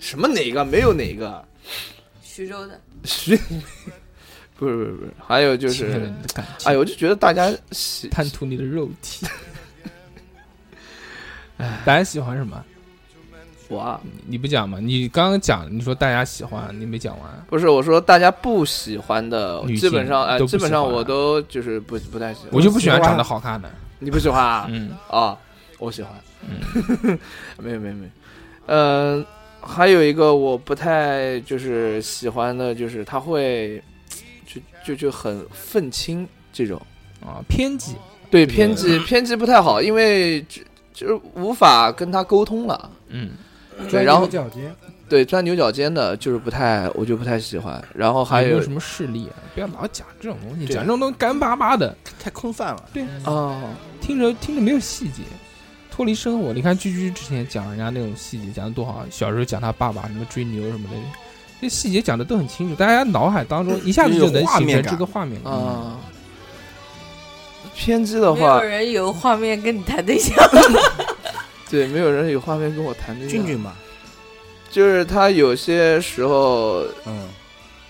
[SPEAKER 1] 什么哪个没有哪个？
[SPEAKER 3] 徐州的，
[SPEAKER 1] 徐，不是不是不是，还有就
[SPEAKER 4] 侵犯了
[SPEAKER 1] 是，
[SPEAKER 4] 你的感情，
[SPEAKER 1] 哎呦，我就觉得大家喜
[SPEAKER 4] 贪图你的肉 体。大家喜欢什么？
[SPEAKER 1] 我啊，
[SPEAKER 4] 你你不讲吗？你刚刚讲，你说大家喜欢，你没讲完。
[SPEAKER 1] 不是我说大家不喜欢的
[SPEAKER 4] 女，性
[SPEAKER 1] 基本上哎，
[SPEAKER 4] 都不
[SPEAKER 1] 基本上
[SPEAKER 4] 喜欢啊
[SPEAKER 1] 我都就是不不太喜欢。
[SPEAKER 4] 我就不喜欢
[SPEAKER 5] 喜欢
[SPEAKER 4] 长得好看的。
[SPEAKER 1] 你不喜欢啊？
[SPEAKER 4] 嗯，
[SPEAKER 1] 啊，我喜欢。 没有没有没有，嗯、还有一个我不太就是喜欢的，就是他会就就就很愤青这种，
[SPEAKER 4] 啊，偏激。
[SPEAKER 1] 对偏激偏激不太好，因为就就是无法跟他沟通了。
[SPEAKER 4] 嗯，
[SPEAKER 1] 对，
[SPEAKER 5] 钻
[SPEAKER 1] 然
[SPEAKER 5] 牛
[SPEAKER 1] 后
[SPEAKER 5] 角尖，
[SPEAKER 1] 对钻牛角尖的，就是不太，我就不太喜欢。然后还
[SPEAKER 4] 有没
[SPEAKER 1] 有
[SPEAKER 4] 有什么事例啊？不要老讲这种东西，
[SPEAKER 1] 对
[SPEAKER 4] 讲这种东西干巴巴的，
[SPEAKER 6] 太空泛了。
[SPEAKER 1] 哦，
[SPEAKER 4] 听着听着没有细节，脱离生活。你看居居之前讲人家那种细节讲的多好，小时候讲他爸爸什么追牛什么的，这细节讲的都很清楚，大家脑海当中一下子就能形成这个画面
[SPEAKER 1] 啊、。偏激的
[SPEAKER 3] 没有
[SPEAKER 1] 话，
[SPEAKER 3] 人有画面跟你谈对象。
[SPEAKER 1] 对，没有人有画面跟我谈这
[SPEAKER 6] 俊
[SPEAKER 1] 个，
[SPEAKER 6] 俊嘛，
[SPEAKER 1] 就是他有些时候
[SPEAKER 6] 嗯，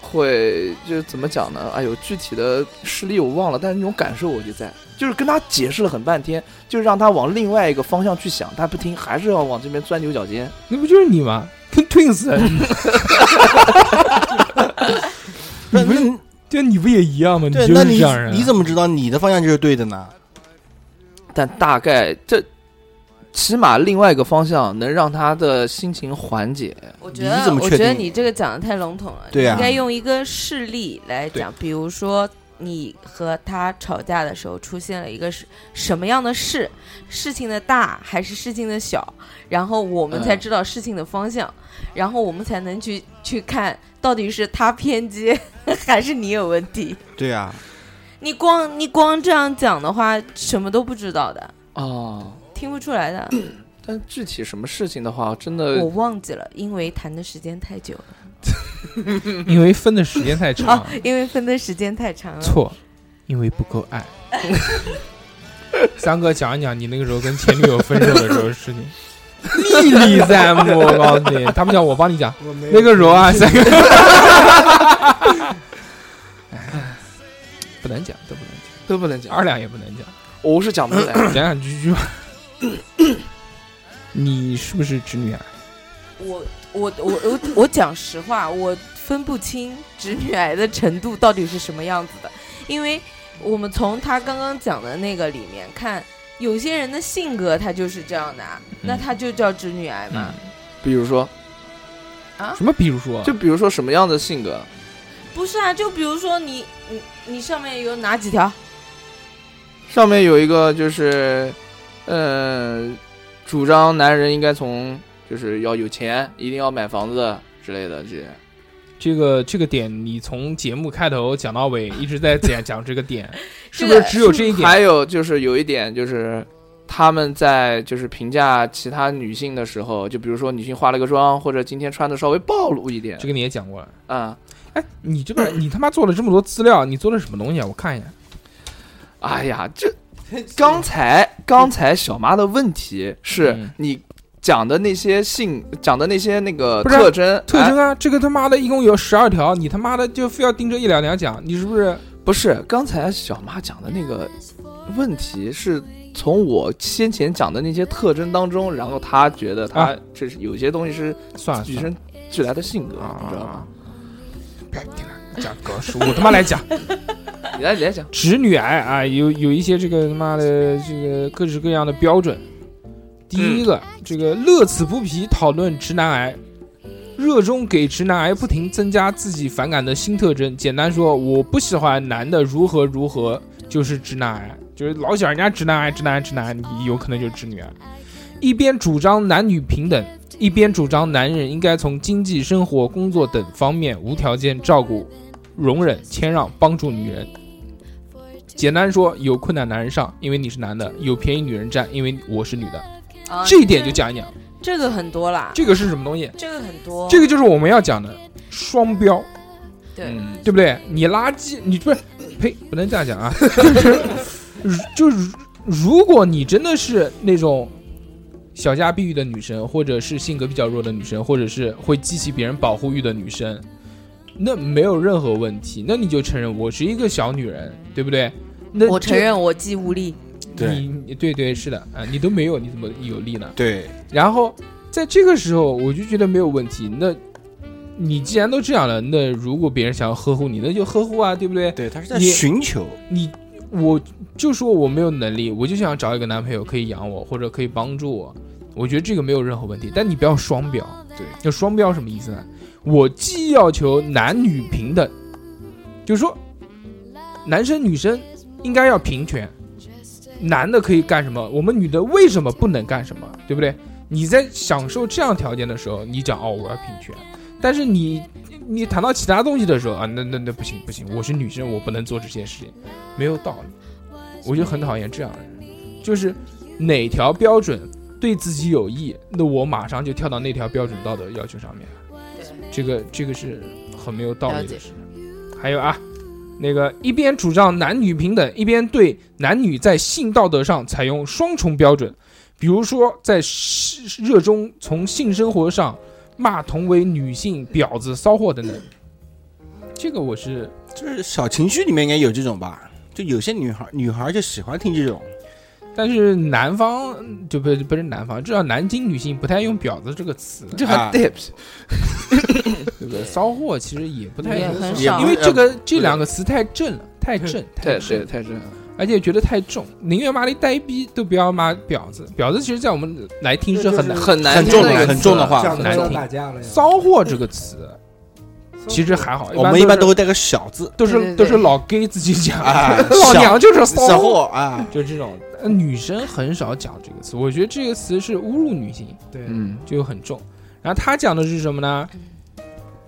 [SPEAKER 1] 会就是怎么讲呢？哎呦，具体的事例我忘了，但是那种感受我就在，就是跟他解释了很半天，就让他往另外一个方向去想，他不听，还是要往这边钻牛角尖。
[SPEAKER 4] 那不就是你吗？跟 twins，啊
[SPEAKER 6] 那那
[SPEAKER 4] 对，你不也一样吗？
[SPEAKER 6] 对，
[SPEAKER 4] 就
[SPEAKER 6] 那
[SPEAKER 4] 是
[SPEAKER 6] 你
[SPEAKER 4] 这样人啊。
[SPEAKER 6] 你怎么知道你的方向就是对的呢？
[SPEAKER 1] 但大概这，起码另外一个方向能让他的心情缓解。
[SPEAKER 3] 我觉
[SPEAKER 6] 你
[SPEAKER 3] 得
[SPEAKER 6] 怎，么
[SPEAKER 3] 我
[SPEAKER 6] 确
[SPEAKER 3] 觉得
[SPEAKER 6] 定
[SPEAKER 3] 你这个讲的太笼统了，
[SPEAKER 6] 对啊
[SPEAKER 3] 你应该用一个事例来讲，比如说你和他吵架的时候出现了一个什什么样的事，事情的大还是事情的小，然后我们
[SPEAKER 1] 嗯
[SPEAKER 3] 才知道事情的方向，然后我们才能去去看到底是他偏激 还是你有问题。
[SPEAKER 6] 对呀，
[SPEAKER 3] 你光你光这样讲的话，什么都不知道的，
[SPEAKER 1] 哦，
[SPEAKER 3] 听不出来的。
[SPEAKER 1] 但具体什么事情的话，真
[SPEAKER 6] 呃
[SPEAKER 3] 我
[SPEAKER 1] 的
[SPEAKER 3] 忘记了，因为谈的时间太久了
[SPEAKER 4] 因为分的时间太长
[SPEAKER 3] 啊，， 因为分的时间太长了。
[SPEAKER 4] 错，因为不够爱。 三哥讲一讲你那个时候跟前女友分手的时候的事情， 历历在目。我告诉你，他们讲我帮你讲。
[SPEAKER 5] 我没有
[SPEAKER 4] 那个时候啊，三哥，不能讲，都不能讲，
[SPEAKER 1] 都不能讲，
[SPEAKER 4] 二两也不能讲，
[SPEAKER 1] 我是讲不出来。
[SPEAKER 4] 讲讲居居吧。你是不是直女癌？啊
[SPEAKER 3] 我我我我我讲实话，我分不清直女癌的程度到底是什么样子的，因为我们从他刚刚讲的那个里面看，有些人的性格他就是这样的啊，
[SPEAKER 4] 嗯
[SPEAKER 3] 那他就叫直女癌嘛。啊
[SPEAKER 1] 比如说，
[SPEAKER 4] 什么？比如说，啊
[SPEAKER 1] 就比如说什么样的性格？
[SPEAKER 3] 不是啊，就比如说你你你上面有哪几条？
[SPEAKER 1] 上面有一个就是，呃，主张男人应该从就是要有钱，一定要买房子之类的这些。
[SPEAKER 4] 这个这个点，你从节目开头讲到尾，一直在讲讲这个 点，是不
[SPEAKER 3] 这
[SPEAKER 4] 是
[SPEAKER 3] 个
[SPEAKER 4] 只有这一点？
[SPEAKER 1] 还有就是有一点就是，他们在就是评价其他女性的时候，就比如说女性化了个妆，或者今天穿的稍微暴露一点
[SPEAKER 4] 这，个你也讲过了。
[SPEAKER 1] 啊、
[SPEAKER 4] 哎，你这个你他妈做了这么多资料，你做了什么东西啊？我看一眼。
[SPEAKER 1] 哎呀， 这刚才刚才小妈的问题是
[SPEAKER 4] 嗯
[SPEAKER 1] 你讲的那些性讲的那些那个
[SPEAKER 4] 不是
[SPEAKER 1] 特征
[SPEAKER 4] 特
[SPEAKER 1] 哎
[SPEAKER 4] 征啊，这个他妈的一共有十二条，你他妈的就非要盯着一两条讲，你是不是？
[SPEAKER 1] 不是，刚才小妈讲的那个问题是从我先前讲的那些特征当中，然后她觉得她
[SPEAKER 4] 啊
[SPEAKER 1] 这是有些东西是
[SPEAKER 4] 算了
[SPEAKER 1] 与
[SPEAKER 4] 算了
[SPEAKER 1] 生俱
[SPEAKER 6] 啊
[SPEAKER 1] 来的性格，你知道吗
[SPEAKER 4] 啊？？别听了，讲狗屎，我他妈来讲。
[SPEAKER 1] 你来，你来讲。
[SPEAKER 4] 直女癌啊，有有一些这个他妈的这个各式各样的标准。第一个，这个乐此不疲讨论直男癌，热衷给直男癌不停增加自己反感的新特征。简单说，我不喜欢男的如何如何，就是直男癌，就是老想人家直男癌、直男癌、直男癌，你有可能就是直女癌。一边主张男女平等，一边主张男人应该从经济、生活、工作等方面无条件照顾、容忍、谦让、帮助女人。简单说，有困难男人上，因为你是男的；有便宜女人占，因为我是女的。
[SPEAKER 3] 啊
[SPEAKER 4] 这一点就讲一讲，
[SPEAKER 3] 这个很多啦，
[SPEAKER 4] 这个是什么东西？
[SPEAKER 3] 这个很多，
[SPEAKER 4] 这个就是我们要讲的双标，
[SPEAKER 3] 对，
[SPEAKER 4] 对不对？你垃圾，你不是，呸，不能这样讲啊！ 就是，就是，如果你真的是那种小家碧玉的女生，或者是性格比较弱的女生，或者是会激起别人保护欲的女生，那没有任何问题，那你就承认我是一个小女人，对不对？那
[SPEAKER 3] 我承
[SPEAKER 4] 这
[SPEAKER 3] 认我既无力，
[SPEAKER 8] 对
[SPEAKER 4] 你你对对是的啊，你都没有，你怎么有力呢？
[SPEAKER 8] 对，
[SPEAKER 4] 然后在这个时候，我就觉得没有问题。那你既然都这样了，那如果别人想要呵护你，那就呵护啊，对不对？
[SPEAKER 6] 对，他是在
[SPEAKER 4] 你
[SPEAKER 6] 寻求，
[SPEAKER 4] 你我就说我没有能力，我就想找一个男朋友可以养我或者可以帮助我，我觉得这个没有任何问题。但你不要双标，
[SPEAKER 8] 对，
[SPEAKER 4] 要双标什么意思呢？我既要求男女平等，就是说男生女生应该要平权，男的可以干什么，我们女的为什么不能干什么，对不对？你在享受这样条件的时候，你讲哦我要平权，但是你你谈到其他东西的时候啊，那那那不行不行，我是女生，我不能做这些事情，没有道理。我就很讨厌这样的人，就是哪条标准对自己有益，那我马上就跳到那条标准道德要求上面。这个这个是很没有道
[SPEAKER 3] 了
[SPEAKER 4] 理
[SPEAKER 3] 解
[SPEAKER 4] 的事。还有啊，那个一边主张男女平等，一边对男女在性道德上采用双重标准，比如说在是热衷从性生活上骂同为女性婊子、骚货等等。这个我是
[SPEAKER 6] 就是小情绪里面应该有这种吧？就有些女孩女孩就喜欢听这种，
[SPEAKER 4] 但是南方就不是不是南方，至少南京女性不太用“婊子”这个 词，
[SPEAKER 1] 这还
[SPEAKER 6] 啊
[SPEAKER 1] dips，
[SPEAKER 4] 对不对？骚货其实也不太
[SPEAKER 3] 也
[SPEAKER 4] 用，
[SPEAKER 3] 很
[SPEAKER 6] 也
[SPEAKER 3] 少
[SPEAKER 4] 因，为
[SPEAKER 6] 呃
[SPEAKER 4] 这个这两个词太正了， 太正，
[SPEAKER 1] 太
[SPEAKER 4] 正
[SPEAKER 1] 对，，太真了。
[SPEAKER 4] 而且觉得太重，宁愿骂你呆逼都不要骂婊子。婊子其实，在我们来听是很难
[SPEAKER 1] 很难
[SPEAKER 6] 很重
[SPEAKER 1] 听
[SPEAKER 6] 的
[SPEAKER 1] 这个
[SPEAKER 6] 很重的
[SPEAKER 1] 词
[SPEAKER 6] 话，
[SPEAKER 5] 讲
[SPEAKER 4] 难
[SPEAKER 5] 到
[SPEAKER 4] 听
[SPEAKER 5] 打架了呀。
[SPEAKER 4] 骚货这个 词，其实还好，
[SPEAKER 6] 我们一般都
[SPEAKER 4] 都是
[SPEAKER 6] 会带个小字
[SPEAKER 4] 都
[SPEAKER 3] 对对
[SPEAKER 4] 是
[SPEAKER 3] 对
[SPEAKER 4] 都是老 gay 自己讲
[SPEAKER 6] 啊，
[SPEAKER 4] 老娘就是
[SPEAKER 6] 小
[SPEAKER 4] 骚
[SPEAKER 6] 小，货啊，
[SPEAKER 4] 就这种。呃女生很少讲这个词，我觉得这个词是侮辱女性。
[SPEAKER 5] 对，
[SPEAKER 1] 嗯，
[SPEAKER 4] 就很重。然后他讲的是什么呢？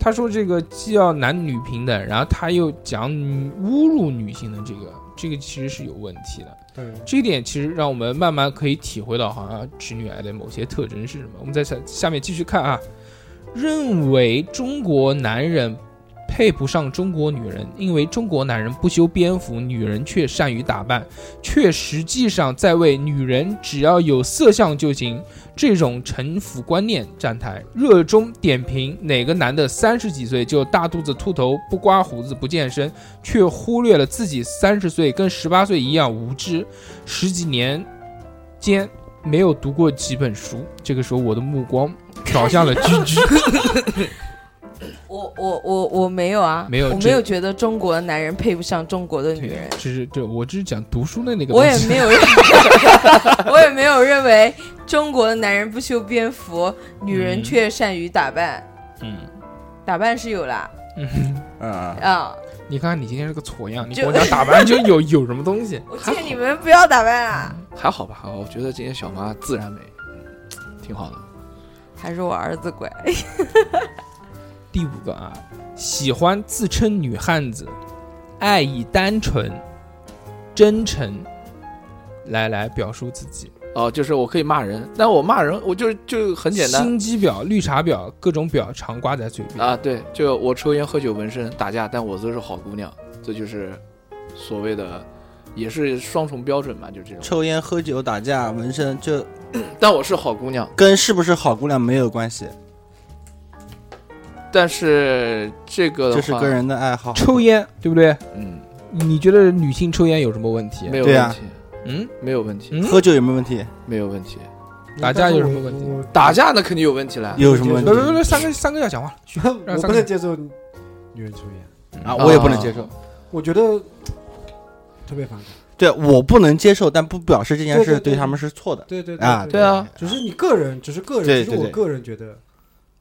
[SPEAKER 4] 他说这个既要男女平等，然后他又讲女侮辱女性的这个，这个其实是有问题的。
[SPEAKER 5] 对，
[SPEAKER 4] 这一点其实让我们慢慢可以体会到，好像直女癌的某些特征是什么。我们在下下面继续看啊，认为中国男人配不上中国女人，因为中国男人不修边幅，女人却善于打扮，却实际上在为女人只要有色相就行这种城府观念站台，热衷点评哪个男的三十几岁就大肚子秃头不刮胡子不健身，却忽略了自己三十岁跟十八岁一样无知，十几年间没有读过几本书。这个时候，我的目 光瞟向了居居。
[SPEAKER 3] 我我我我没有啊，
[SPEAKER 4] 没有
[SPEAKER 3] 我
[SPEAKER 4] 这
[SPEAKER 3] 没有觉得中国的男人配不上中国的女人，
[SPEAKER 4] 只是这，我只是讲读书的那个。
[SPEAKER 3] 我也没。有认， 我也没有认为中国的男人不修边幅，女人
[SPEAKER 4] 嗯
[SPEAKER 3] 却善于打扮，
[SPEAKER 4] 嗯
[SPEAKER 3] 打扮是有啦，
[SPEAKER 4] 嗯，
[SPEAKER 6] 啊，
[SPEAKER 3] 啊，
[SPEAKER 4] 你看看你今天是个挫样，你
[SPEAKER 3] 就
[SPEAKER 4] 跟我讲打扮就有 有什么东西？
[SPEAKER 3] 我劝你们不要打扮啊，
[SPEAKER 4] 嗯
[SPEAKER 1] 还好吧，还好。我觉得今天小妈自然美，嗯挺好的。
[SPEAKER 3] 还是我儿子乖，
[SPEAKER 4] 第五个啊，喜欢自称女汉子，爱以单纯、真诚来来表述自己。
[SPEAKER 1] 哦，就是我可以骂人，但我骂人，我就是就很简单
[SPEAKER 4] 心机婊、绿茶婊，各种婊常挂在嘴边。
[SPEAKER 1] 啊。对，就我抽烟、喝酒、纹身、打架，但我都是好姑娘，这就是所谓的，也是双重标准嘛，就这种。
[SPEAKER 6] 抽烟、喝酒、打架、纹身，就
[SPEAKER 1] 但我是好姑娘，
[SPEAKER 6] 跟是不是好姑娘没有关系，
[SPEAKER 1] 但是这个的
[SPEAKER 6] 这
[SPEAKER 1] 话，
[SPEAKER 6] 是个人的爱好。
[SPEAKER 4] 抽烟对不对？
[SPEAKER 1] 嗯，
[SPEAKER 4] 你觉得女性抽烟有什么问题？
[SPEAKER 1] 没有
[SPEAKER 6] 对
[SPEAKER 1] 问
[SPEAKER 6] 啊
[SPEAKER 1] 题，
[SPEAKER 4] 嗯，
[SPEAKER 1] 没有问题，
[SPEAKER 4] 嗯
[SPEAKER 6] 喝酒有没有问题？
[SPEAKER 1] 没有问题。
[SPEAKER 4] 打架有什么问题
[SPEAKER 5] 我
[SPEAKER 1] 打架那肯定有问题了。
[SPEAKER 6] 有什么问
[SPEAKER 4] 不不
[SPEAKER 6] 题
[SPEAKER 4] 不，三个三个要讲话了。
[SPEAKER 5] 我不能接受女人抽烟，
[SPEAKER 6] 啊？我也不能接受。
[SPEAKER 5] 我觉得特别反感。
[SPEAKER 6] 对我不能接受，但不表示这件
[SPEAKER 5] 对
[SPEAKER 6] 事
[SPEAKER 5] 对对
[SPEAKER 6] 对他们是错的
[SPEAKER 5] 对对
[SPEAKER 6] 啊。
[SPEAKER 5] 对
[SPEAKER 1] 对啊，
[SPEAKER 5] 只是你个人，只是个人，
[SPEAKER 6] 对
[SPEAKER 5] 只
[SPEAKER 6] 对
[SPEAKER 5] 是我
[SPEAKER 6] 对
[SPEAKER 5] 个人觉得，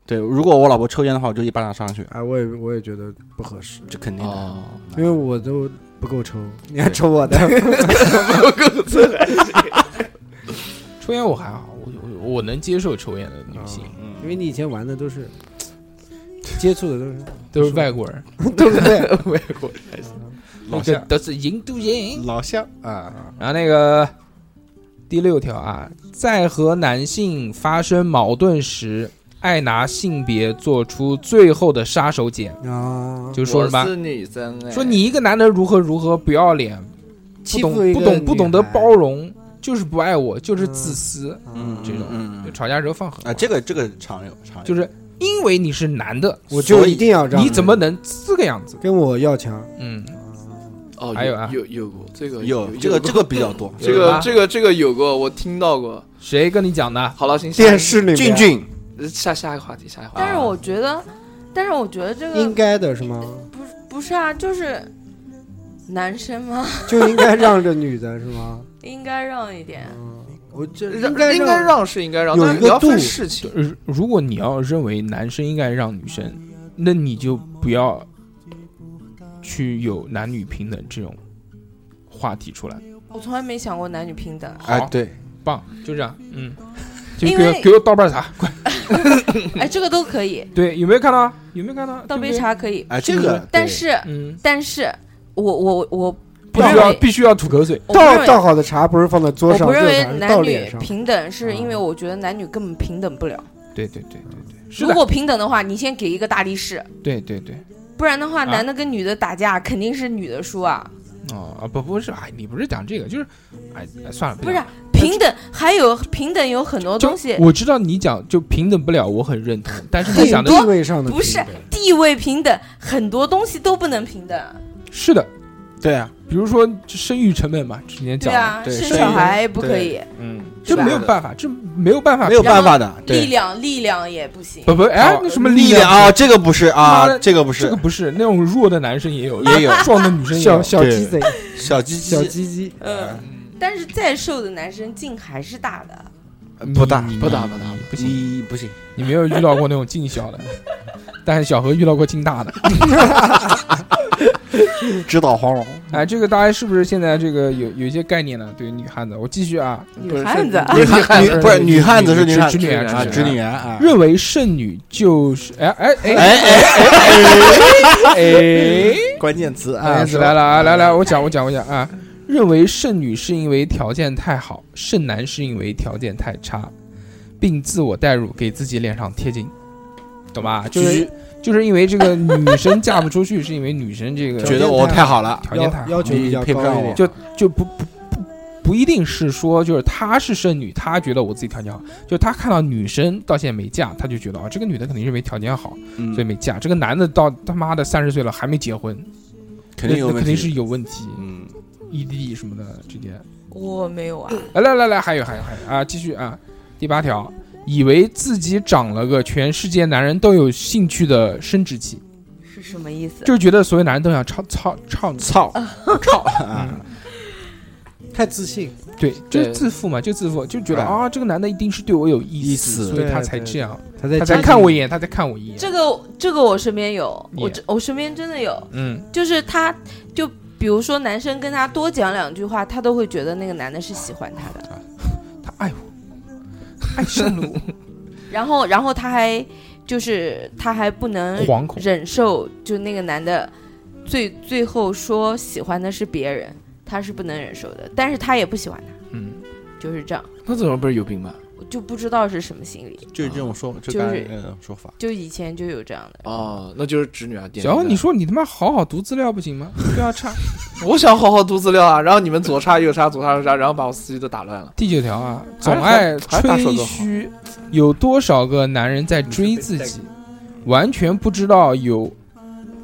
[SPEAKER 6] 对，如果我老婆抽烟的话，我就一巴掌上去，
[SPEAKER 5] 哎，我也我也觉得不合适，
[SPEAKER 6] 这肯定的。
[SPEAKER 1] 哦，
[SPEAKER 5] 因为我都不够抽，你还抽我的，
[SPEAKER 4] 抽烟我还好，我我我能接受抽烟的女性，
[SPEAKER 6] 啊嗯
[SPEAKER 5] 因为你以前玩的都是接触的都是
[SPEAKER 4] 都是外国人，
[SPEAKER 5] 对不对？
[SPEAKER 1] 外国
[SPEAKER 6] 老
[SPEAKER 4] 这
[SPEAKER 6] 乡，
[SPEAKER 4] 都是印度人。
[SPEAKER 6] 老乡啊，
[SPEAKER 4] 然后那个第六条啊，在和男性发生矛盾时，爱拿性别做出最后的杀手锏，
[SPEAKER 5] 啊，
[SPEAKER 4] 就说什
[SPEAKER 1] 我
[SPEAKER 4] 么
[SPEAKER 1] 是女生哎，
[SPEAKER 4] 说你一个男的如何如何不要脸，不
[SPEAKER 5] 欺
[SPEAKER 4] 懂
[SPEAKER 5] 负一个
[SPEAKER 4] 不懂不懂得
[SPEAKER 5] 女孩
[SPEAKER 4] 包容，就是不爱我，就是自私。
[SPEAKER 5] 嗯，
[SPEAKER 4] 这种
[SPEAKER 6] 嗯
[SPEAKER 4] 就
[SPEAKER 6] 嗯
[SPEAKER 4] 吵架时候放狠话
[SPEAKER 6] 啊，这个这个常有常有，
[SPEAKER 4] 就是因为你是男的，
[SPEAKER 5] 我就一定要让
[SPEAKER 4] 你怎么能这个样子？
[SPEAKER 5] 跟我要强？
[SPEAKER 4] 嗯，
[SPEAKER 1] 哦，
[SPEAKER 4] 还有啊
[SPEAKER 1] 有有过这个
[SPEAKER 6] 有这个这个比较多。
[SPEAKER 1] 这
[SPEAKER 4] 有吧
[SPEAKER 1] 个这个这个有过，我听到过。
[SPEAKER 4] 谁跟你讲的？
[SPEAKER 1] 好了，行，下
[SPEAKER 5] 电视里面
[SPEAKER 6] 俊
[SPEAKER 7] 啊
[SPEAKER 6] 俊，
[SPEAKER 1] 下下一个话题，下一个话
[SPEAKER 3] 但
[SPEAKER 1] 题。
[SPEAKER 3] 是我觉
[SPEAKER 4] 啊
[SPEAKER 3] 得，但是我觉得这
[SPEAKER 5] 应
[SPEAKER 3] 个
[SPEAKER 5] 该的是吗？
[SPEAKER 3] 不是不是啊，就是男生吗？
[SPEAKER 5] 就应该让着女的是吗？
[SPEAKER 3] 应该让一点。
[SPEAKER 5] 嗯，我这
[SPEAKER 1] 让
[SPEAKER 5] 应该
[SPEAKER 1] 啊应该让是应该让，
[SPEAKER 5] 有
[SPEAKER 1] 但
[SPEAKER 5] 一
[SPEAKER 1] 是
[SPEAKER 5] 个
[SPEAKER 1] 你要分
[SPEAKER 5] 度
[SPEAKER 1] 事情。
[SPEAKER 4] 如如果你要认为男生应该让女生，那你就不要去有男女平等这种话题出来。
[SPEAKER 3] 我从来没想过男女平 等，啊
[SPEAKER 4] 好，
[SPEAKER 6] 哎，对，
[SPEAKER 4] 棒，就这样， 嗯，就
[SPEAKER 3] 因
[SPEAKER 4] 给我
[SPEAKER 3] 为
[SPEAKER 4] 给我倒杯 茶，快，
[SPEAKER 3] 哎，这个都可以，
[SPEAKER 4] 对，有没有看到？有没有看到？
[SPEAKER 3] 倒杯
[SPEAKER 4] 对不对，
[SPEAKER 3] 茶可以，
[SPEAKER 6] 哎，这个，
[SPEAKER 3] 但
[SPEAKER 6] 对
[SPEAKER 3] 是
[SPEAKER 4] 嗯，
[SPEAKER 3] 但是我我我
[SPEAKER 4] 必须要必须要吐口水，
[SPEAKER 3] 我不认
[SPEAKER 5] 倒
[SPEAKER 3] 为
[SPEAKER 5] 倒好的茶不是放在桌
[SPEAKER 3] 我
[SPEAKER 5] 上，
[SPEAKER 3] 不认为
[SPEAKER 5] 这种茶是
[SPEAKER 3] 男
[SPEAKER 5] 倒
[SPEAKER 3] 女
[SPEAKER 5] 脸上。
[SPEAKER 3] 平等，是因为我觉得男女根本平等不了。
[SPEAKER 4] 对对对对对，是
[SPEAKER 3] 如
[SPEAKER 4] 的，
[SPEAKER 3] 果平等的话，你先给一个大力士，
[SPEAKER 4] 对对对，
[SPEAKER 3] 不然的话，
[SPEAKER 4] 啊
[SPEAKER 3] 男的跟女的打架肯定是女的输啊。
[SPEAKER 4] 哦啊不不是，哎，你不是讲这个，就是，哎哎算了，
[SPEAKER 3] 不是
[SPEAKER 4] 讲
[SPEAKER 3] 啊平等，还有平等有很多
[SPEAKER 4] 就
[SPEAKER 3] 东西，
[SPEAKER 4] 我知道你讲就平等不了，我很认同，但是你
[SPEAKER 5] 地
[SPEAKER 4] 讲的
[SPEAKER 5] 地位上的
[SPEAKER 3] 不是
[SPEAKER 5] 平等
[SPEAKER 3] 地位平等，很多东西都不能平等。
[SPEAKER 4] 是的，
[SPEAKER 6] 对啊，
[SPEAKER 4] 比如说生育成本嘛，之前
[SPEAKER 3] 对
[SPEAKER 4] 讲的，
[SPEAKER 3] 啊，
[SPEAKER 6] 对
[SPEAKER 3] 生
[SPEAKER 6] 生
[SPEAKER 3] 小
[SPEAKER 6] 育
[SPEAKER 3] 孩不可以，
[SPEAKER 4] 嗯，
[SPEAKER 3] 是
[SPEAKER 4] 这
[SPEAKER 3] 吧
[SPEAKER 4] 没有办法，这没有办法
[SPEAKER 6] 没，有
[SPEAKER 3] 然
[SPEAKER 6] 办
[SPEAKER 3] 后
[SPEAKER 6] 法的，
[SPEAKER 3] 力
[SPEAKER 6] 对，
[SPEAKER 3] 量力量也不行。
[SPEAKER 4] 不不哎
[SPEAKER 6] 好，
[SPEAKER 4] 那什么
[SPEAKER 6] 力
[SPEAKER 4] 量
[SPEAKER 6] 量啊，这个不是
[SPEAKER 4] 妈的
[SPEAKER 6] 啊，这个不
[SPEAKER 4] 这
[SPEAKER 6] 是
[SPEAKER 4] 个不是那种弱的男生也有，
[SPEAKER 6] 也有
[SPEAKER 4] 壮的女生也
[SPEAKER 5] 小
[SPEAKER 4] 有，
[SPEAKER 5] 小鸡贼，
[SPEAKER 6] 小鸡
[SPEAKER 5] 小
[SPEAKER 6] 鸡
[SPEAKER 5] 鸡鸡，
[SPEAKER 3] 嗯，但是再瘦的男生劲还是大的。
[SPEAKER 6] 不大
[SPEAKER 4] 你
[SPEAKER 1] 不大不大
[SPEAKER 4] 你不行，
[SPEAKER 6] 你不行，
[SPEAKER 4] 你没有遇到过那种劲小的， 但是小何遇到过劲大 的。
[SPEAKER 8] 指导黄蓉，
[SPEAKER 4] 哎，这个大家是不是现在这个有有一些概念了？对于女汉子，我继续啊，
[SPEAKER 1] 不
[SPEAKER 3] 女
[SPEAKER 1] 是
[SPEAKER 3] 汉子啊，
[SPEAKER 6] 女汉
[SPEAKER 4] 是
[SPEAKER 6] 女不是女汉子是
[SPEAKER 4] 女
[SPEAKER 6] 女汉
[SPEAKER 4] 直
[SPEAKER 6] 子
[SPEAKER 4] 女
[SPEAKER 6] 啊，
[SPEAKER 4] 直
[SPEAKER 6] 直
[SPEAKER 4] 女
[SPEAKER 6] 女员啊，
[SPEAKER 4] 认为剩女就是哎哎哎
[SPEAKER 6] 哎哎
[SPEAKER 4] 哎。
[SPEAKER 6] 关键词啊
[SPEAKER 4] 啊，，
[SPEAKER 6] 是
[SPEAKER 4] 来
[SPEAKER 6] 吧？
[SPEAKER 4] 了啊，来
[SPEAKER 6] 嗯
[SPEAKER 4] 来，我讲我讲我讲啊，认为剩女是因为条件太好，剩男是因为条件太差，并自我代入，给自己脸上贴金，懂吧？就是就是因为这个女生嫁不出去，是因为女生这个
[SPEAKER 6] 觉得我太好了，
[SPEAKER 4] 条件太
[SPEAKER 5] 要
[SPEAKER 4] 好
[SPEAKER 5] 要，求比较
[SPEAKER 6] 你配不上
[SPEAKER 5] 高一啊点，
[SPEAKER 6] 我
[SPEAKER 4] 就就不不不不一定是说就是她是剩女，她觉得我自己条件好，就她看到女生到现在没嫁，她就觉得啊这个女的肯定是没条件好，
[SPEAKER 6] 嗯
[SPEAKER 4] 所以没嫁。这个男的到他妈的三十岁了还没结婚，
[SPEAKER 6] 肯定有
[SPEAKER 4] 那
[SPEAKER 6] 问
[SPEAKER 4] 肯定
[SPEAKER 6] 题，
[SPEAKER 4] 是有问题。
[SPEAKER 6] 嗯，
[SPEAKER 4] 异地什么的这些。
[SPEAKER 3] 我没有啊，
[SPEAKER 4] 哎，来来来，还有还有还有啊，继续啊，第八条，以为自己长了个全世界男人都有兴趣的生殖器，
[SPEAKER 3] 是什么意思？
[SPEAKER 4] 就是觉得所有男人都想操操操你。
[SPEAKER 6] 操操
[SPEAKER 4] 嗯
[SPEAKER 6] 啊，
[SPEAKER 5] 太自信，
[SPEAKER 4] 对，就是
[SPEAKER 1] 对
[SPEAKER 4] 自负嘛，就自负，就觉得
[SPEAKER 6] 哎
[SPEAKER 4] 啊，这个男的一定是对我有意
[SPEAKER 6] 意
[SPEAKER 4] 思，
[SPEAKER 6] 思
[SPEAKER 4] 所以他
[SPEAKER 5] 对
[SPEAKER 4] 才
[SPEAKER 5] 对
[SPEAKER 4] 这
[SPEAKER 5] 对
[SPEAKER 4] 样，
[SPEAKER 5] 他在
[SPEAKER 4] 他才
[SPEAKER 5] 家
[SPEAKER 4] 看
[SPEAKER 5] 里
[SPEAKER 4] 我一眼，他才看我一眼。
[SPEAKER 3] 这个这个我身边有，我
[SPEAKER 4] Yeah
[SPEAKER 3] 这我身边真的有，
[SPEAKER 4] 嗯，
[SPEAKER 3] 就是他就比如说男生跟他多讲两句话，他都会觉得那个男的是喜欢他的，
[SPEAKER 4] 他哎爱我，爱上 了我，
[SPEAKER 3] 然后然后他还就是他还不能
[SPEAKER 4] 惶恐。
[SPEAKER 3] 忍受，就那个男的最最后说喜欢的是别人，他是不能忍受的，但是他也不喜欢他，
[SPEAKER 4] 嗯，
[SPEAKER 3] 就是这样，
[SPEAKER 1] 那怎么不是有病吧？
[SPEAKER 3] 我就不知道是什么心理，
[SPEAKER 6] 就是这种说，就
[SPEAKER 3] 就是
[SPEAKER 6] 刚才那种说法，
[SPEAKER 3] 就以前就有这样的，
[SPEAKER 1] 哦，那就是直女啊。点
[SPEAKER 4] 小欧，
[SPEAKER 1] 名的
[SPEAKER 4] 你说你他妈好好读资料不行吗？不要差。
[SPEAKER 1] 我想好好读资料 啊，然后你们左插右插左插右插，然后把我思绪都打乱了。
[SPEAKER 4] 第九条啊，总
[SPEAKER 1] 还
[SPEAKER 4] 爱
[SPEAKER 1] 嗯还还大手
[SPEAKER 4] 吹
[SPEAKER 1] 更好
[SPEAKER 4] 嘘，有多少个男人在追自
[SPEAKER 1] 嗯
[SPEAKER 4] 己，完全不知道有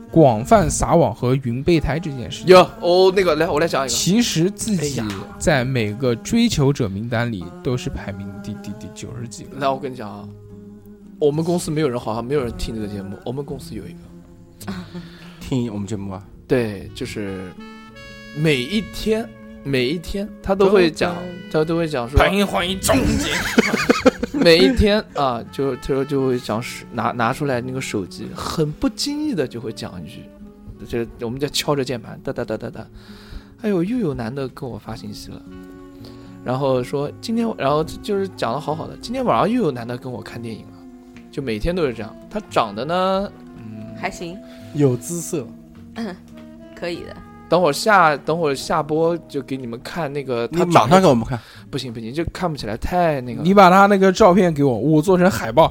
[SPEAKER 4] 广泛撒网和云备胎这件事。
[SPEAKER 1] 哟，哦，那个来，我来讲一个。
[SPEAKER 4] 其实自己
[SPEAKER 1] 哎呀
[SPEAKER 4] 在每个追求者名单里都是排名第第第九十几
[SPEAKER 1] 来，
[SPEAKER 4] 个。
[SPEAKER 1] 我跟你讲啊，我们公司没有人，好像没有人听这个节目。我们公司有一个，
[SPEAKER 6] 听我们节目啊，
[SPEAKER 1] 对，就是每一天每一天他都会讲，
[SPEAKER 3] 嗯
[SPEAKER 1] 他都会讲说，
[SPEAKER 4] 欢迎欢迎终结。
[SPEAKER 1] 每一天啊，就就就会讲是拿拿出来那个手机，很不经意的就会讲一句，就是我们在敲着键盘，哒哒哒哒哒，哎呦，又有男的跟我发信息了，然后说今天，然后就是讲的好好的，今天晚上又有男的跟我看电影了，就每天都是这样。他长得呢，嗯，
[SPEAKER 3] 还行，
[SPEAKER 6] 有姿色，
[SPEAKER 3] 可以的。
[SPEAKER 1] 等会儿下等会儿下播就给你们看那个
[SPEAKER 6] 你
[SPEAKER 1] 他
[SPEAKER 6] 马
[SPEAKER 1] 长
[SPEAKER 6] 上
[SPEAKER 1] 得
[SPEAKER 6] 给我们看，
[SPEAKER 1] 不行不行，就看不起来太那个了。
[SPEAKER 4] 你把他那个照片给我，我做成海 报，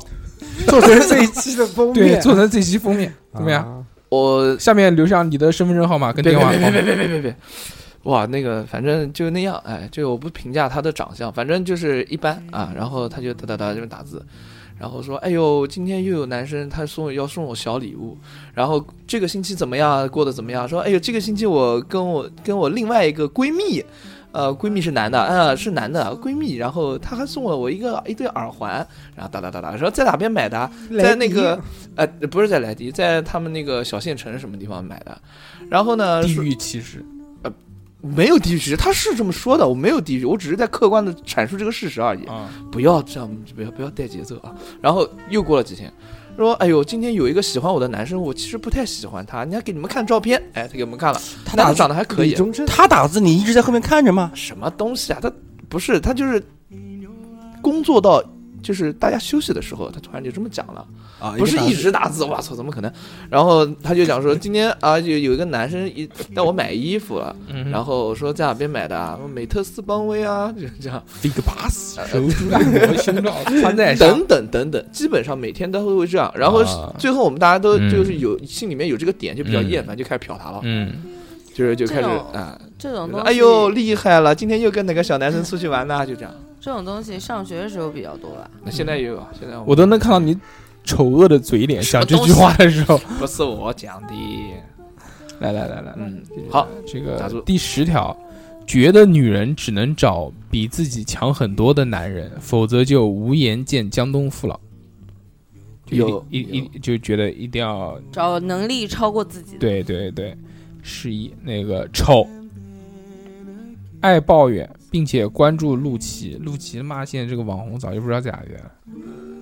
[SPEAKER 5] 做成这一期的封
[SPEAKER 4] 对，
[SPEAKER 5] 面，啊
[SPEAKER 4] 做成这期封面，怎么样？
[SPEAKER 5] 样？
[SPEAKER 1] 我
[SPEAKER 4] 下面留下你的身份证号码跟电话号
[SPEAKER 1] 别别别
[SPEAKER 4] 码。
[SPEAKER 1] 别别别别，哇，那个反正就那样，哎，这个我不评价他的长相，反正就是一般啊。然后他就哒哒哒就打字，然后说，哎呦，今天又有男生他送我要送我小礼物，然后这个星期怎么样，过得怎么样？说，哎呦，这个星期我跟我跟我另外一个闺蜜。呃，闺蜜是男的，啊，是男的闺蜜，然后他还送了我一个一对耳环，然后哒哒哒哒，说在哪边买的啊？在那个呃，不是在莱迪，在他们那个小县城什么地方买的。然后呢，
[SPEAKER 4] 地
[SPEAKER 1] 说
[SPEAKER 4] 域歧视，
[SPEAKER 1] 没有地域，他是这么说的，我没有地域，我只是在客观的阐述这个事实而已。
[SPEAKER 4] 啊，
[SPEAKER 1] 不要这样，不要不要带节奏啊！然后又过了几天，说哎呦，今天有一个喜欢我的男生，我其实不太喜欢他，你还给你们看照片，哎，他给我们看了，
[SPEAKER 6] 他
[SPEAKER 1] 男
[SPEAKER 6] 打
[SPEAKER 1] 的
[SPEAKER 6] 字，
[SPEAKER 1] 长得还可以
[SPEAKER 5] 李，宗 盛，
[SPEAKER 6] 他打字，你一直在后面看着吗？
[SPEAKER 1] 什么东西啊？他不是他就是工作到就是大家休息的时候，他突然就这么讲了。
[SPEAKER 6] 啊，
[SPEAKER 1] 不是
[SPEAKER 6] 个打
[SPEAKER 1] 一
[SPEAKER 6] 字
[SPEAKER 1] 直打字，我操，怎么可能？然后他就讲 说，今天啊，有有一个男生一带我买衣服了，
[SPEAKER 4] 嗯
[SPEAKER 1] 然后我说在哪边买的啊？美特斯邦威啊，就是这样，
[SPEAKER 4] Big Boss 手术按摩胸罩 呃穿在上，
[SPEAKER 1] 等等等等，基本上每天都会这样。然后
[SPEAKER 4] 啊
[SPEAKER 1] 最后我们大家都
[SPEAKER 4] 嗯
[SPEAKER 1] 就是有心里面有这个点，就比较
[SPEAKER 4] 嗯
[SPEAKER 1] 厌烦，就开始瞟他了，
[SPEAKER 4] 嗯，
[SPEAKER 1] 就是就开始
[SPEAKER 3] 这种
[SPEAKER 1] 啊，
[SPEAKER 3] 这种
[SPEAKER 1] 就
[SPEAKER 3] 东
[SPEAKER 1] 是
[SPEAKER 3] 西，
[SPEAKER 1] 哎呦，厉害了，今天又跟哪个小男生出去玩呢？就这样。
[SPEAKER 3] 这种东西上学的时候比较多吧。
[SPEAKER 1] 那现在也有，现在
[SPEAKER 4] 我都能看到你丑恶的嘴脸
[SPEAKER 1] 什
[SPEAKER 4] 讲
[SPEAKER 1] 么
[SPEAKER 4] 这
[SPEAKER 1] 东西
[SPEAKER 4] 句话的时候。
[SPEAKER 1] 不是我讲的，
[SPEAKER 4] 来来来来，来
[SPEAKER 1] 嗯，好，
[SPEAKER 4] 这
[SPEAKER 1] 打住
[SPEAKER 4] 个第十条，觉得女人只能找比自己强很多的男人，否则就无颜见江东父老。就一
[SPEAKER 1] 有
[SPEAKER 4] 一一就觉得一定要
[SPEAKER 3] 找能力超过自己的，
[SPEAKER 4] 对对对，十一那个丑，爱抱怨，并且关注陆琪，陆琪妈现在这个网红早就不知道在哪里了。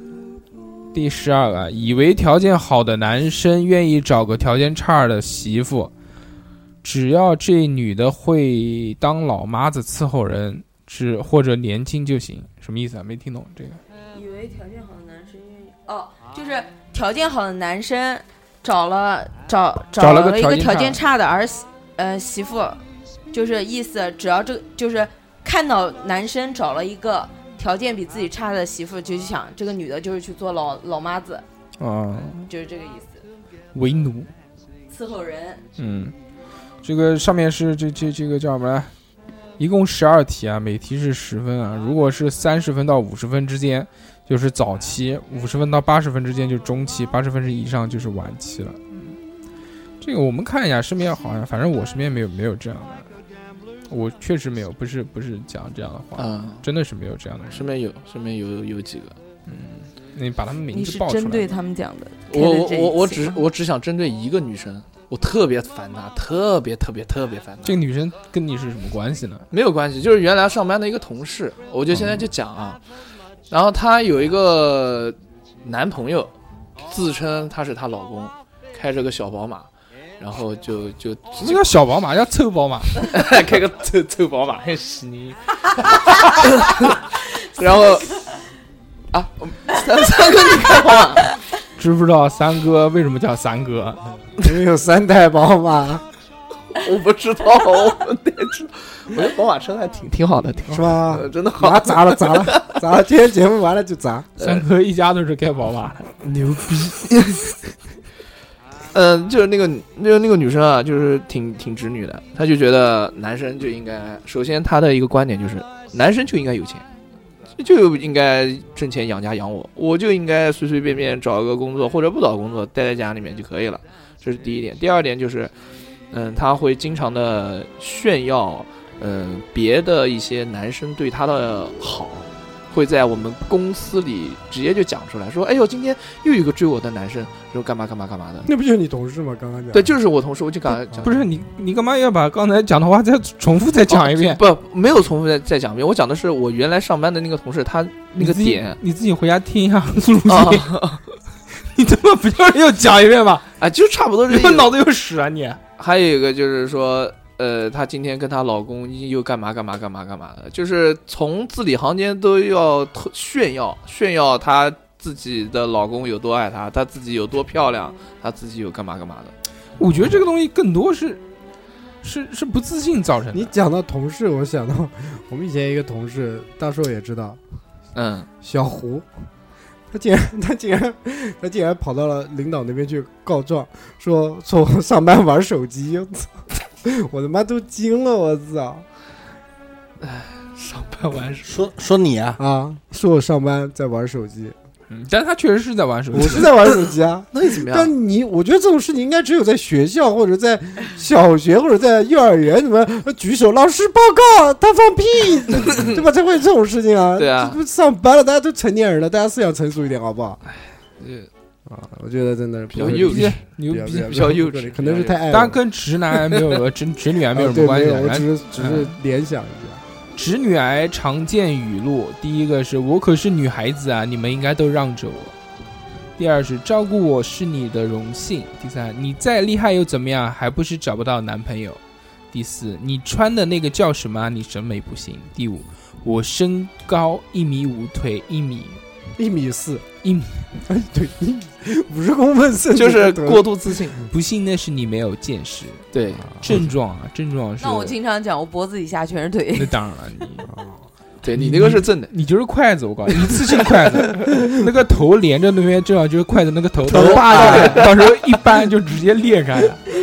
[SPEAKER 4] 第十二个，以为条件好的男生愿意找个条件差的媳妇，只要这女的会当老妈子伺候人，只或者年轻就行，什么意思啊？没听懂这个。
[SPEAKER 3] 以为条件好的男生愿意哦，就是条件好的男生找了找
[SPEAKER 4] 找了个
[SPEAKER 3] 一个
[SPEAKER 4] 条
[SPEAKER 3] 条
[SPEAKER 4] 件
[SPEAKER 3] 件差的儿媳呃媳妇，就是意思只要这个就是看到男生找了一个条件比自己差的媳妇，就想这个女的就是去做老老妈子，
[SPEAKER 4] 啊、
[SPEAKER 3] 就是这个意思，
[SPEAKER 4] 为奴。
[SPEAKER 3] 伺候人。
[SPEAKER 4] 嗯，这个上面是这这这个叫什么来？一共十二题啊，每题是十分啊。如果是三十分到五十分之间，就是早期；五十分到八十分之间就是中期；八十分以上就是晚期了。嗯，这个我们看一下，身边好像，反正我身边没有没有这样的，我确实没有，不是不是讲这样的话，
[SPEAKER 3] 啊
[SPEAKER 1] 嗯，
[SPEAKER 4] 真的是没有这样的人。
[SPEAKER 1] 身边有，身边有有几个。
[SPEAKER 4] 你把他们名
[SPEAKER 3] 你
[SPEAKER 4] 字
[SPEAKER 3] 是
[SPEAKER 4] 报出来吧。
[SPEAKER 3] 针对他们讲的，
[SPEAKER 1] 我我我我只我只想针对一个女生，我特别烦她，特别特别特别烦她。
[SPEAKER 4] 这个女生跟你是什么关系呢？
[SPEAKER 1] 没有关系，就是原来上班的一个同事，我就现在就讲啊。然后她有一个男朋友，自称他是她老公，开着个小宝马，然后就就
[SPEAKER 4] 什么叫小宝马？叫臭宝马？
[SPEAKER 1] 开 个臭臭宝马，还洗你。 然后啊，我们三三个你开宝马。
[SPEAKER 4] 知不知道三哥为什么叫三哥？啊
[SPEAKER 5] 你们有三代宝马
[SPEAKER 1] 我不知道，我得知道。我觉得宝马车还挺挺好的，挺好
[SPEAKER 5] 是吧
[SPEAKER 1] 的，？呃真的好
[SPEAKER 5] 马。砸了砸了 砸了，今天节目完了就砸。
[SPEAKER 4] 三哥一家都是开宝马的，
[SPEAKER 1] 牛逼。嗯，就是那个那个那个女生啊，就是挺挺直女的，她就觉得男生就应该，首先她的一个观点就是，男生就应该有钱，就应该挣钱养家养我，我就应该随随便便找一个工作或者不找工作，待在家里面就可以了，这是第一点。第二点就是，嗯，她会经常呃的炫耀，嗯，别的一些男生对她的好，会在我们公司里直接就讲出来，说：“哎呦，今天又有一个追我的男生，说干嘛干嘛干嘛的。
[SPEAKER 7] 那不就是你同事吗？刚刚”讲
[SPEAKER 1] 对，就是我同事，我就刚才讲
[SPEAKER 4] 不是你，你干嘛要把刚才讲的话再重复再讲一遍？
[SPEAKER 1] 哦不，没有重复再再讲一遍。我讲的是我原来上班的那个同事，他那
[SPEAKER 4] 你
[SPEAKER 1] 个
[SPEAKER 4] 自己
[SPEAKER 1] 点
[SPEAKER 4] 你自己回家听一下录
[SPEAKER 1] 啊
[SPEAKER 4] 音，你他妈不要又讲一遍吧？
[SPEAKER 1] 啊，就差不多这
[SPEAKER 4] 你
[SPEAKER 1] 意思
[SPEAKER 4] 他妈脑子有屎啊你！
[SPEAKER 1] 还有一个就是说，呃，她今天跟她老公又干嘛干嘛干嘛干嘛的，就是从字里行间都要特炫耀炫耀她自己的老公有多爱她，她自己有多漂亮，她自己有干嘛干嘛的。
[SPEAKER 4] 我觉得这个东西更多是是是不自信造成
[SPEAKER 7] 你
[SPEAKER 4] 的。
[SPEAKER 7] 讲到同事，我想到我们以前一个同事，大硕也知道，
[SPEAKER 1] 嗯，
[SPEAKER 7] 小胡，他竟然他竟然他竟然跑到了领导那边去告状，说说我上班玩手机，我操！我他妈都惊了，我操！
[SPEAKER 1] 上班完事
[SPEAKER 6] 说说你啊，
[SPEAKER 7] 啊，说我上班在玩手机，
[SPEAKER 4] 嗯，但他确实是在玩手
[SPEAKER 7] 我
[SPEAKER 4] 机，
[SPEAKER 7] 是在玩手机啊。
[SPEAKER 1] 那又怎么样？
[SPEAKER 7] 但你，我觉得这种事情应该只有在学校或者在小学或者在幼儿园，什么呃举手，老师报告，他放 屁，对吧？才会有这种事情啊。
[SPEAKER 1] 对啊
[SPEAKER 7] 这不上班了，大家都成年人了，大家思想成熟一点，好不好？
[SPEAKER 1] 呃
[SPEAKER 7] 啊，我觉得真的是
[SPEAKER 1] 比较幼
[SPEAKER 4] 牛逼
[SPEAKER 1] 稚，
[SPEAKER 4] 牛逼。
[SPEAKER 1] 比较幼稚
[SPEAKER 7] 可能是太爱我了。
[SPEAKER 4] 当然跟直男癌没有呃直直女癌没有
[SPEAKER 7] 啊
[SPEAKER 4] 什么
[SPEAKER 7] 对
[SPEAKER 4] 关系
[SPEAKER 7] 没
[SPEAKER 4] 的。
[SPEAKER 7] 有我
[SPEAKER 4] 然后
[SPEAKER 7] 只是只
[SPEAKER 1] 嗯
[SPEAKER 7] 是联想一下。
[SPEAKER 4] 直女癌常见语录，第一个是我可是女孩子啊，你们应该都让着我。第二是照顾我是你的荣幸。第三，你再厉害又怎么样，还不是找不到男朋友。第四，你穿的那个叫什么啊？你审美不行。第五，我身高一米五，腿一米，
[SPEAKER 7] 一米四，
[SPEAKER 4] 一米，
[SPEAKER 7] 哎， 对，一米五十公分甚至
[SPEAKER 1] 就是
[SPEAKER 7] 都
[SPEAKER 1] 过度自信。
[SPEAKER 4] 不幸那是你没有见识。
[SPEAKER 1] 对，
[SPEAKER 4] 症状啊，症状是
[SPEAKER 3] 那我经常讲，我脖子以下全是腿。
[SPEAKER 4] 那当然了，你
[SPEAKER 1] 对你那个
[SPEAKER 4] 嗯
[SPEAKER 1] 是正的，
[SPEAKER 4] 你就是筷子，我告诉你，一次性筷子，那个头连着那边，正好就是筷子那个头，到时候到时候一掰就直接裂开了。
[SPEAKER 7] 可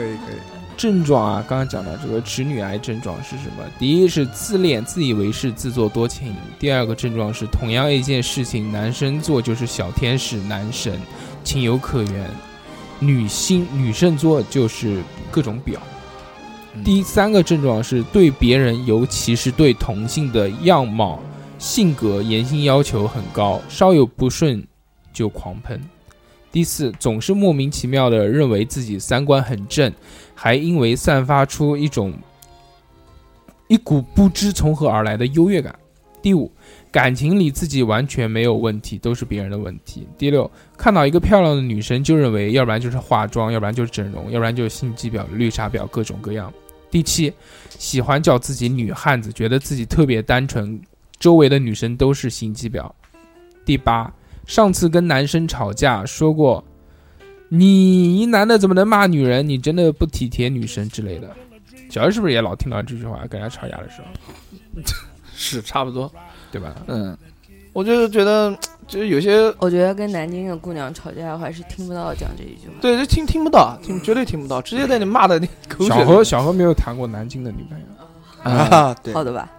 [SPEAKER 7] 以可以，
[SPEAKER 4] 症状啊，刚刚讲到这个直女癌症状是什么？第一是自恋、自以为是、自作多情；第二个症状是同样一件事情，男生做就是小天使、男神，情有可原；女性女生做就是各种婊。第三个症状是对别人，尤其是对同性的样貌、性格、言行要求很高，稍有不顺就狂喷。第四，总是莫名其妙的认为自己三观很正，还因为散发出一种一股不知从何而来的优越感。第五，感情里自己完全没有问题，都是别人的问题。第六，看到一个漂亮的女生就认为，要不然就是化妆，要不然就是整容，要不然就是心机婊、绿茶婊，各种各样。第七，喜欢叫自己女汉子，觉得自己特别单纯，周围的女生都是心机婊。第八，上次跟男生吵架说过，你一男的怎么能骂女人？你真的不体贴女生之类的。小时候是不是也老听到这句话？跟人家吵架的时候，
[SPEAKER 1] 是差不多。
[SPEAKER 4] 对吧？
[SPEAKER 1] 嗯，我就是觉得，就是有些
[SPEAKER 3] 我觉得跟南京的姑娘吵架的话，是听不到讲这一句话。
[SPEAKER 1] 对，就听听不到，听绝对听不到，直接在你骂的那口水。
[SPEAKER 4] 小何小何没有谈过南京的女朋友，
[SPEAKER 1] 啊，
[SPEAKER 6] 啊，对，
[SPEAKER 3] 好的吧？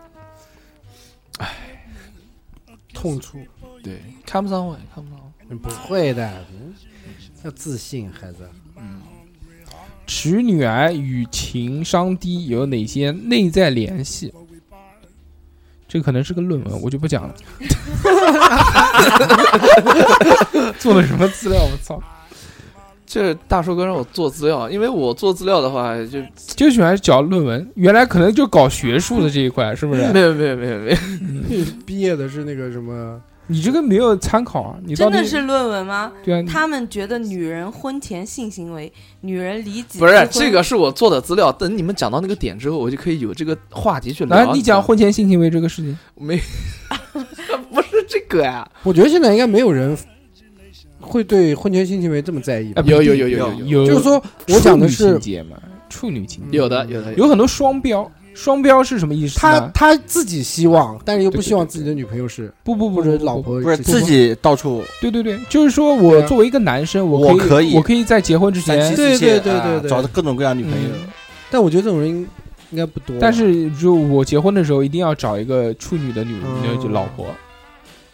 [SPEAKER 5] 痛处，
[SPEAKER 1] 对，看不上我，看不上我。
[SPEAKER 5] 不会的，嗯要自信，孩子。
[SPEAKER 4] 直女癌与情商低有哪些内在联系？这可能是个论文，我就不讲了。 做了什么资料？我操！
[SPEAKER 1] 这大叔哥让我做资料，因为我做资料的话，就
[SPEAKER 4] 就喜欢讲论文，原来可能就搞学术的这一块，是不
[SPEAKER 1] 没
[SPEAKER 4] 是？
[SPEAKER 1] 有没有没有没有，
[SPEAKER 7] 毕业的是那个什么。
[SPEAKER 4] 你这个没有参考啊！你到
[SPEAKER 3] 真
[SPEAKER 4] 底
[SPEAKER 3] 的是论文吗？
[SPEAKER 4] 对啊？你
[SPEAKER 3] 他们觉得女人婚前性行为，女人离几
[SPEAKER 1] 不
[SPEAKER 3] 次
[SPEAKER 1] 是
[SPEAKER 3] 婚
[SPEAKER 1] 这个是我做的资料。等你们讲到那个点之后，我就可以有这个话题去聊。
[SPEAKER 4] 来，你讲婚前性行为这个事情。
[SPEAKER 1] 没？ 不是这个呀、
[SPEAKER 7] 我觉得现在应该没有人会对婚前性行为这么在意
[SPEAKER 4] 啊？
[SPEAKER 7] 吧
[SPEAKER 1] 有有有有有
[SPEAKER 4] 有，
[SPEAKER 7] 就是说，我讲的是
[SPEAKER 4] 情节嘛，处女情节
[SPEAKER 1] 有的有的
[SPEAKER 4] 有很多双标，双标是什么意思
[SPEAKER 7] 他
[SPEAKER 4] 呢？
[SPEAKER 7] 他自己希望，但是又
[SPEAKER 4] 对
[SPEAKER 7] 不
[SPEAKER 4] 啊对
[SPEAKER 7] 希望
[SPEAKER 4] 对
[SPEAKER 7] 自己的女朋友是
[SPEAKER 4] 不不不
[SPEAKER 7] 或
[SPEAKER 4] 不
[SPEAKER 7] 者
[SPEAKER 4] 不
[SPEAKER 7] 老
[SPEAKER 4] 不
[SPEAKER 7] 婆
[SPEAKER 6] 不是
[SPEAKER 7] 是
[SPEAKER 6] 自己到处
[SPEAKER 4] 对对对，就是说
[SPEAKER 7] 对
[SPEAKER 4] 我
[SPEAKER 7] 啊
[SPEAKER 4] 作为一个男生，我
[SPEAKER 6] 我可
[SPEAKER 4] 以
[SPEAKER 6] 以
[SPEAKER 4] 我可以在结婚之
[SPEAKER 6] 三
[SPEAKER 4] 前
[SPEAKER 6] 妻
[SPEAKER 7] 对
[SPEAKER 6] 四妾，
[SPEAKER 7] 对对
[SPEAKER 6] 啊
[SPEAKER 7] 对对
[SPEAKER 6] 找的各种各样女朋友，
[SPEAKER 4] 嗯
[SPEAKER 7] 但我觉得这种人应应该不多。
[SPEAKER 4] 但是就我结婚的时候一定要找一个处女的女
[SPEAKER 7] 嗯
[SPEAKER 4] 就老婆。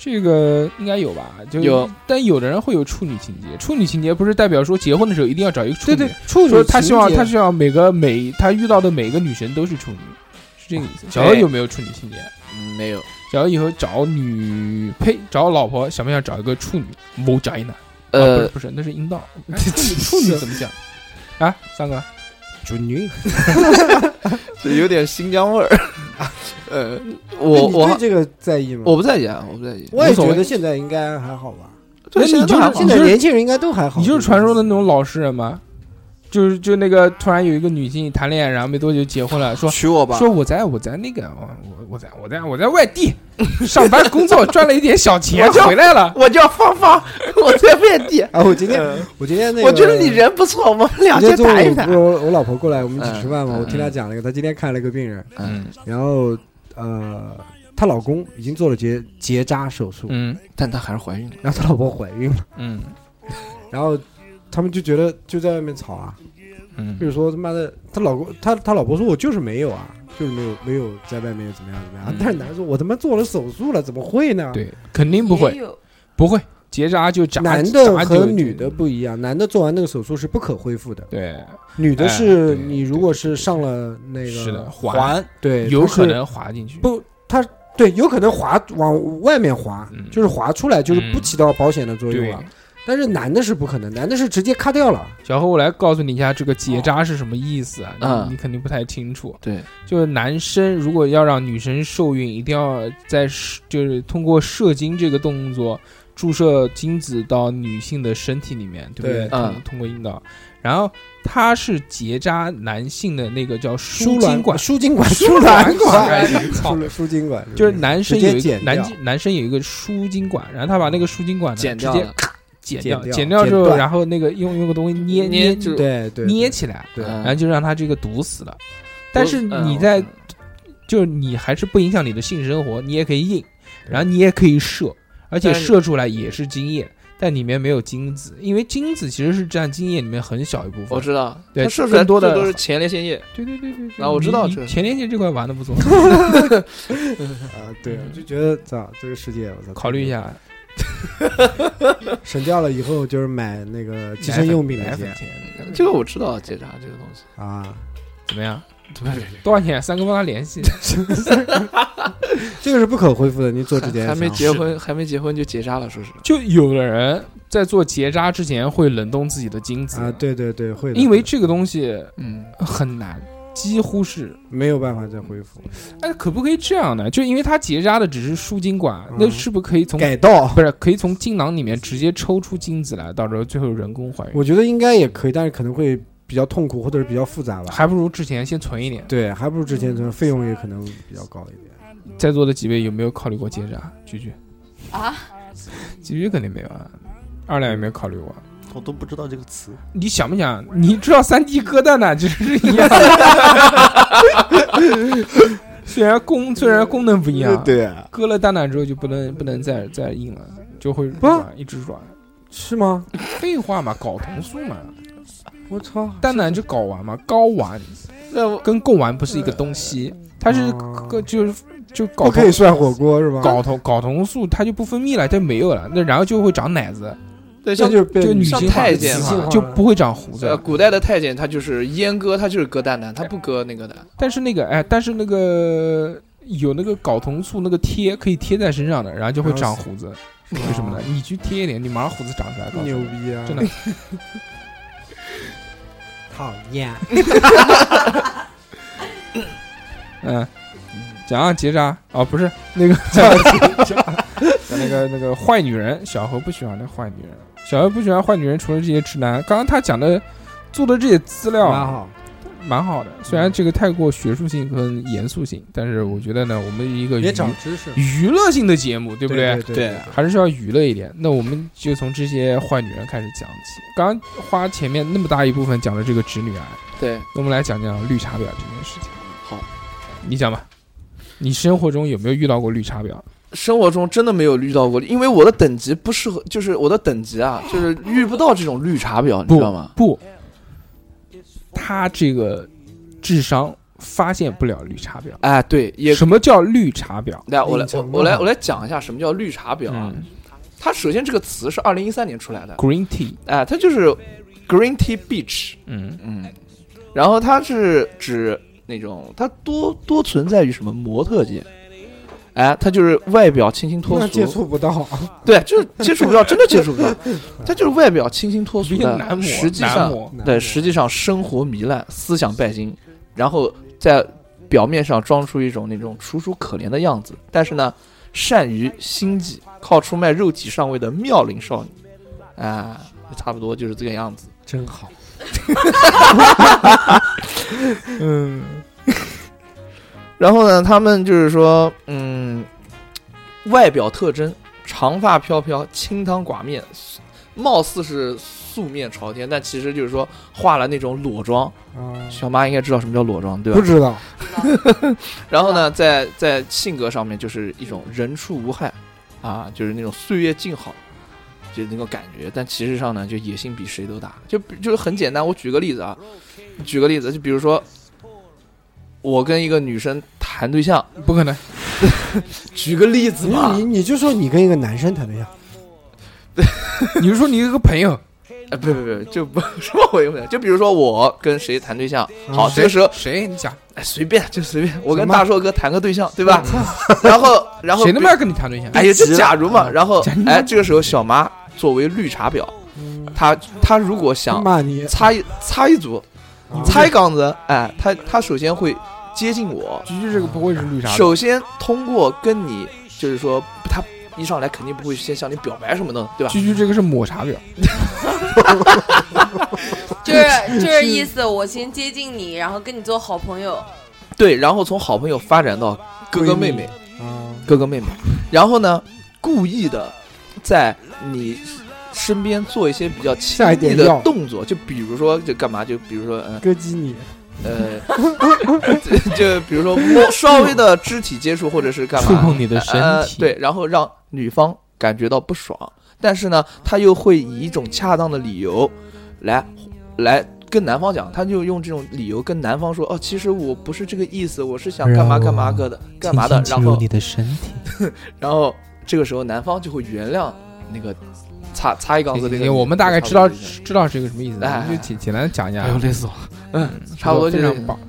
[SPEAKER 4] 这个应该有吧？就
[SPEAKER 1] 有，
[SPEAKER 4] 但有的人会有处女情节。处女情节不是代表说结婚的时候一定要找一个处
[SPEAKER 7] 对
[SPEAKER 4] 女，
[SPEAKER 7] 对，处
[SPEAKER 4] 说
[SPEAKER 7] 女
[SPEAKER 4] 他希望
[SPEAKER 7] 情节
[SPEAKER 4] 他希望每个每他遇到的每个女神都是处女，是这个意思。小何有没有处女情节？
[SPEAKER 1] 嗯没有，
[SPEAKER 4] 假如以后找女配，找老婆，想不想找一个处女？某宅男？啊不是
[SPEAKER 1] 呃，
[SPEAKER 4] 不是，那是阴道。哎处女怎么讲？啊，三哥，
[SPEAKER 7] 处女，
[SPEAKER 1] 这有点新疆味儿。呃，我
[SPEAKER 7] 那哎你
[SPEAKER 1] 我
[SPEAKER 7] 对这个在意吗？
[SPEAKER 1] 我不在意啊，我不在意。
[SPEAKER 7] 我也
[SPEAKER 4] 无所
[SPEAKER 7] 觉
[SPEAKER 4] 谓
[SPEAKER 7] 得现在应该还好吧。
[SPEAKER 4] 那你就是
[SPEAKER 7] 现在年轻人应该都还好。
[SPEAKER 4] 你就是传说的那种老实人吗？就是就那个突然有一个女性谈恋爱，然后没多久结婚了，说
[SPEAKER 6] 娶我吧，
[SPEAKER 4] 说我在我在那个我我我在我在我在外地上班工作，赚了一点小钱
[SPEAKER 1] 我就
[SPEAKER 4] 回来了。
[SPEAKER 1] 我叫芳芳，我在外地。
[SPEAKER 7] 啊，我今天
[SPEAKER 4] 呃
[SPEAKER 7] 我今天那个，
[SPEAKER 1] 我觉得你人不错，我们俩
[SPEAKER 7] 今
[SPEAKER 1] 去
[SPEAKER 7] 天中午
[SPEAKER 1] 谈一
[SPEAKER 7] 不
[SPEAKER 1] 谈
[SPEAKER 7] 是。我我老婆过来，我们一起吃饭嘛，
[SPEAKER 1] 嗯
[SPEAKER 7] 我听她讲了一个，她今天看了一个病人，
[SPEAKER 4] 嗯
[SPEAKER 7] 然后呃，她老公已经做了结结扎手术，
[SPEAKER 4] 嗯
[SPEAKER 1] 但她还是怀孕了。
[SPEAKER 7] 然后她老婆怀孕了，
[SPEAKER 4] 嗯
[SPEAKER 7] 然后他们就觉得就在外面吵啊，比
[SPEAKER 4] 嗯
[SPEAKER 7] 如说他妈的，她老公她她老婆说我就是没有啊，就是没有没有在外面怎么样怎么样，
[SPEAKER 4] 嗯
[SPEAKER 7] 但是男人说我他妈做了手术了，怎么会呢？
[SPEAKER 4] 对，肯定不
[SPEAKER 3] 也
[SPEAKER 4] 会，
[SPEAKER 3] 有
[SPEAKER 4] 不会结扎就扎，
[SPEAKER 7] 男的
[SPEAKER 4] 扎就
[SPEAKER 7] 和女的不一样，男的做完那个手术是不可恢复的，
[SPEAKER 4] 对，
[SPEAKER 7] 女的
[SPEAKER 4] 哎
[SPEAKER 7] 是
[SPEAKER 4] 对
[SPEAKER 7] 你
[SPEAKER 4] 对
[SPEAKER 7] 如
[SPEAKER 4] 对
[SPEAKER 7] 果
[SPEAKER 4] 对
[SPEAKER 7] 是上了那个，
[SPEAKER 4] 是的，滑，
[SPEAKER 6] 还
[SPEAKER 7] 对，
[SPEAKER 4] 有
[SPEAKER 7] 它是
[SPEAKER 4] 可能滑进去。
[SPEAKER 7] 不，它对有可能滑往外面滑，
[SPEAKER 4] 嗯
[SPEAKER 7] 就是滑出来，就是不起到保险的作用
[SPEAKER 4] 对
[SPEAKER 7] 了。，但是男的是不可能，男的是直接咔掉了。
[SPEAKER 4] 小何，我来告诉你一下这个结扎是什么意思啊？
[SPEAKER 1] 哦
[SPEAKER 4] 你你肯定不太清楚。
[SPEAKER 1] 对，
[SPEAKER 4] 就是男生如果要让女生受孕，一定要在射就是通过射精这个动作注射精子到女性的身体里面，对不对？
[SPEAKER 7] 对
[SPEAKER 4] 通
[SPEAKER 1] 嗯
[SPEAKER 4] 通过阴道，然后它是结扎男性的那个叫输
[SPEAKER 7] 输
[SPEAKER 4] 精管，
[SPEAKER 7] 输精管，
[SPEAKER 4] 输卵
[SPEAKER 7] 卵
[SPEAKER 4] 管，操
[SPEAKER 7] 输输精管，
[SPEAKER 4] 就是男生有
[SPEAKER 7] 直
[SPEAKER 4] 一个
[SPEAKER 7] 接剪掉
[SPEAKER 4] 男男生有一个输精管，然后他把那个输精管呢
[SPEAKER 1] 剪
[SPEAKER 4] 直
[SPEAKER 1] 掉
[SPEAKER 4] 接
[SPEAKER 1] 了
[SPEAKER 4] 剪
[SPEAKER 7] 剪
[SPEAKER 4] 掉，
[SPEAKER 7] 掉
[SPEAKER 4] 剪掉之
[SPEAKER 7] 剪
[SPEAKER 4] 后，
[SPEAKER 7] 断
[SPEAKER 4] 然后那个用用个东西捏
[SPEAKER 1] 捏
[SPEAKER 4] 捏
[SPEAKER 1] 就
[SPEAKER 7] 对对
[SPEAKER 4] 捏起来，啊
[SPEAKER 7] 对
[SPEAKER 4] 然后
[SPEAKER 1] 嗯
[SPEAKER 4] 就让他这个堵死了。但是
[SPEAKER 1] 嗯
[SPEAKER 4] 你在就是你还是不影响你的性生活，你也可以硬，然后你也可以射，而且
[SPEAKER 1] 但是
[SPEAKER 4] 射出来也是精液，但里面没有精子，因为精子其实是占精液里面很小一部
[SPEAKER 1] 我
[SPEAKER 4] 分。
[SPEAKER 1] 知道，
[SPEAKER 4] 对
[SPEAKER 1] 她射出来
[SPEAKER 4] 更多的
[SPEAKER 1] 这都是前列腺液。
[SPEAKER 4] 对对对对对，
[SPEAKER 1] 啊我知道
[SPEAKER 4] 你
[SPEAKER 1] 这
[SPEAKER 4] 你前列腺这块玩的不错，
[SPEAKER 7] 啊，对，我就觉得操，这个世界，我操，
[SPEAKER 4] 嗯考虑一，下
[SPEAKER 7] 省掉了以后就是买那个计生用品
[SPEAKER 4] 奶
[SPEAKER 7] 那
[SPEAKER 4] 粉
[SPEAKER 7] 些
[SPEAKER 4] 钱
[SPEAKER 1] 这个我知道，结扎这个东西。
[SPEAKER 7] 啊。
[SPEAKER 4] 怎么样？
[SPEAKER 1] 对，
[SPEAKER 4] 多少钱？三哥帮他联 系。
[SPEAKER 7] 这个是不可恢复的，你做之前
[SPEAKER 1] 还没
[SPEAKER 7] 想
[SPEAKER 1] 结婚，还没结婚就结扎了，说是
[SPEAKER 4] 就有的人在做结扎之前会冷冻自己的精子
[SPEAKER 7] 啊，，对对对，会的，
[SPEAKER 4] 因为
[SPEAKER 7] 会的
[SPEAKER 4] 这个东西
[SPEAKER 1] 嗯，
[SPEAKER 4] 很难，几乎是
[SPEAKER 7] 没有办法再恢复，
[SPEAKER 4] 哎，可不可以这样呢？就因为它结扎的只是输精管，
[SPEAKER 7] 嗯
[SPEAKER 4] 那是不是可以从
[SPEAKER 7] 改道
[SPEAKER 4] 不是可以从精囊里面直接抽出精子来，到时候最后人工怀孕，
[SPEAKER 7] 我觉得应该也可以，但是可能会比较痛苦，或者是比较复杂吧。
[SPEAKER 4] 还不如之前先存一点。
[SPEAKER 7] 对，还不如之前这费用也可能比较高一点。
[SPEAKER 4] 在座的几位有没有考虑过结扎？菊菊，
[SPEAKER 3] 啊，
[SPEAKER 4] 菊菊肯定没有啊。二两有没有考虑过？
[SPEAKER 6] 我都不知道这个词。
[SPEAKER 4] 你想不想？你知道三 D 疙瘩呢，只是一样。 虽然功虽然功能不一样，
[SPEAKER 8] 对啊，
[SPEAKER 4] 割了蛋蛋之后就不能不能再再硬了，就会
[SPEAKER 7] 不
[SPEAKER 4] 软一直软。
[SPEAKER 7] 是吗？
[SPEAKER 4] 废话嘛，睾酮素嘛。
[SPEAKER 7] 我操！
[SPEAKER 4] 蛋蛋就睾丸嘛，睾丸
[SPEAKER 1] 那我
[SPEAKER 4] 跟贡丸不是一个东西，它是
[SPEAKER 7] 哦
[SPEAKER 4] 个就是就睾
[SPEAKER 7] 不可以涮火锅是吧？
[SPEAKER 4] 睾酮睾酮素它就不分泌了，它没有了，那然后就会长奶子，
[SPEAKER 1] 对
[SPEAKER 7] 这
[SPEAKER 1] 像
[SPEAKER 7] 就是变
[SPEAKER 4] 就女
[SPEAKER 1] 像
[SPEAKER 4] 性化
[SPEAKER 1] 太
[SPEAKER 4] 女
[SPEAKER 1] 监
[SPEAKER 4] 性
[SPEAKER 1] 嘛
[SPEAKER 4] 化就不会长胡子。
[SPEAKER 1] 呃古代的太监，他就是阉割，他就是割蛋蛋，他不割那个的。
[SPEAKER 4] 但是那个哎，但是那个有那个睾酮素那个贴可以贴在身上的，然后就会长胡子，为什么呢？你去贴一点，你马上胡子长出来。告诉
[SPEAKER 7] 哦嗯牛
[SPEAKER 4] 你，
[SPEAKER 7] 逼啊！
[SPEAKER 4] 真的，
[SPEAKER 5] 讨厌，
[SPEAKER 4] 嗯，讲啊，结扎哦，不是那 个那个那个坏女人，小何不喜欢那坏女人，小何不喜欢坏女人，除了这些直男，刚刚他讲的做的这些资料
[SPEAKER 7] 蛮
[SPEAKER 4] 啊
[SPEAKER 7] 好。嗯
[SPEAKER 4] 蛮好的，虽然这个太过学术性和严肃性，但是我觉得呢，我们一个娱
[SPEAKER 6] 别长知识，
[SPEAKER 4] 娱乐性的节目，对不
[SPEAKER 7] 对？
[SPEAKER 6] 对
[SPEAKER 7] 对，
[SPEAKER 4] 还是要娱乐一点。那我们就从这些坏女人开始讲起。刚刚花前面那么大一部分讲了这个直女癌，啊
[SPEAKER 1] 对，
[SPEAKER 4] 那我们来讲讲绿茶婊这件事情。
[SPEAKER 1] 好，
[SPEAKER 4] 你讲吧。你生活中有没有遇到过绿茶婊？
[SPEAKER 1] 生活中真的没有遇到过，因为我的等级不适合，就是我的等级啊，就是遇不到这种绿茶婊，你知道吗？
[SPEAKER 4] 不，他这个智商发现不了绿茶婊。
[SPEAKER 1] 哎，对，也
[SPEAKER 4] 什么叫绿茶婊？
[SPEAKER 1] 来，我来
[SPEAKER 7] 隐，藏
[SPEAKER 1] 我
[SPEAKER 7] 不
[SPEAKER 1] 我来，
[SPEAKER 7] 好
[SPEAKER 1] 我来讲一下什么叫绿茶婊啊。
[SPEAKER 4] 嗯
[SPEAKER 1] 它首先这个词是二零一三年出来的，
[SPEAKER 4] ，green tea。
[SPEAKER 1] 哎，它就是 green tea beach，
[SPEAKER 4] 嗯
[SPEAKER 1] 嗯，然后它是指那种它多多存在于什么模特界，哎，他就是外表清新脱
[SPEAKER 7] 那接
[SPEAKER 1] 俗，
[SPEAKER 7] 触不到，
[SPEAKER 1] 对，就是接触不到，真的接触不到，他就是外表清新脱 俗
[SPEAKER 4] 比男
[SPEAKER 1] 的，
[SPEAKER 4] 模，
[SPEAKER 1] 实际
[SPEAKER 4] 男
[SPEAKER 1] 上
[SPEAKER 4] 模
[SPEAKER 1] 对，实际上生活糜烂，思想拜金，然后在表面上装出一种那种楚楚可怜的样子，但是呢，善于心计，靠出卖肉体上位的妙龄少女，啊，差不多就是这个样子。
[SPEAKER 7] 真好。
[SPEAKER 1] 然后呢，他们就是说，嗯，外表特征，长发飘飘，清汤寡面，貌似是素面朝天，但其实就是说化了那种裸妆。
[SPEAKER 7] 啊，
[SPEAKER 1] 小妈应该知道什么叫裸妆，对吧
[SPEAKER 7] 不？知道，
[SPEAKER 1] 然后呢，在在性格上面就是一
[SPEAKER 4] 嗯
[SPEAKER 1] 种人畜无害，啊，就是那种岁月静好，就那种感觉。但其实上呢，就野心比谁都大，就比就是很简单。我举个例子啊，举个例子，就比如说，我跟一个女生谈对象，
[SPEAKER 4] 不可能，
[SPEAKER 1] 举个例子
[SPEAKER 7] 你
[SPEAKER 1] 嘛
[SPEAKER 4] 嗯
[SPEAKER 7] 你，你就说你跟一个男生谈对象，
[SPEAKER 4] 你是说你有个朋友，
[SPEAKER 1] 哎，不不不，就不 什么回事？就比如说我跟谁谈对象，好，
[SPEAKER 7] 啊
[SPEAKER 1] 这个时候
[SPEAKER 4] 嗯谁？你讲，
[SPEAKER 1] 哎随便就随便，我跟
[SPEAKER 7] 什么
[SPEAKER 1] 大硕哥谈个对象，对吧？ 然后然后
[SPEAKER 4] 谁他妈要跟你谈对象？
[SPEAKER 1] 哎呀，这假如
[SPEAKER 7] 啊
[SPEAKER 1] 嘛，然后
[SPEAKER 4] 假如
[SPEAKER 1] 哎，这个时候小麻作为绿茶婊，她她如果想
[SPEAKER 7] 骂你，
[SPEAKER 1] 擦一擦一组，
[SPEAKER 7] 啊
[SPEAKER 1] 擦一杠子，哎，她她首先会接近我，
[SPEAKER 4] 菊菊这个不会是绿茶的，
[SPEAKER 1] 首先通过跟你，就是说她一上来肯定不会先向你表白什么的，对吧？
[SPEAKER 4] 菊菊这个是抹茶婊，
[SPEAKER 3] 就是就是意思，我先接近你，然后跟你做好朋友，
[SPEAKER 1] 对，然后从好朋友发展到哥哥妹妹，
[SPEAKER 7] 啊，
[SPEAKER 1] 哥哥 妹妹，然后呢，故意的在你身边做一些比较亲
[SPEAKER 7] 下一
[SPEAKER 1] 密
[SPEAKER 7] 点
[SPEAKER 1] 的
[SPEAKER 7] 药
[SPEAKER 1] 动作，就比如说就干嘛，就比如说嗯。
[SPEAKER 7] 歌姬你，
[SPEAKER 1] 呃， 就就比如说摸稍微的肢体接触，或者是干嘛
[SPEAKER 4] 触碰你的身体
[SPEAKER 1] 呃，对，然后让女方感觉到不爽，但是呢，他又会以一种恰当的理由来来跟男方讲，他就用这种理由跟男方说，哦，其实我不是这个意思，我是想干嘛干嘛个的干嘛的，然后
[SPEAKER 4] 的身体，
[SPEAKER 1] 然后这个时候男方就会原谅那个擦擦一杠子那
[SPEAKER 4] 嗯
[SPEAKER 1] 个，
[SPEAKER 4] 哎我们大概知道
[SPEAKER 1] 差不多
[SPEAKER 4] 知道这个什么意思，
[SPEAKER 1] 哎
[SPEAKER 4] 我们就简简单地讲一下
[SPEAKER 1] 哎呦，累死我了，嗯，差不多就
[SPEAKER 4] 非
[SPEAKER 1] 这
[SPEAKER 4] 常
[SPEAKER 1] 样。
[SPEAKER 4] 棒。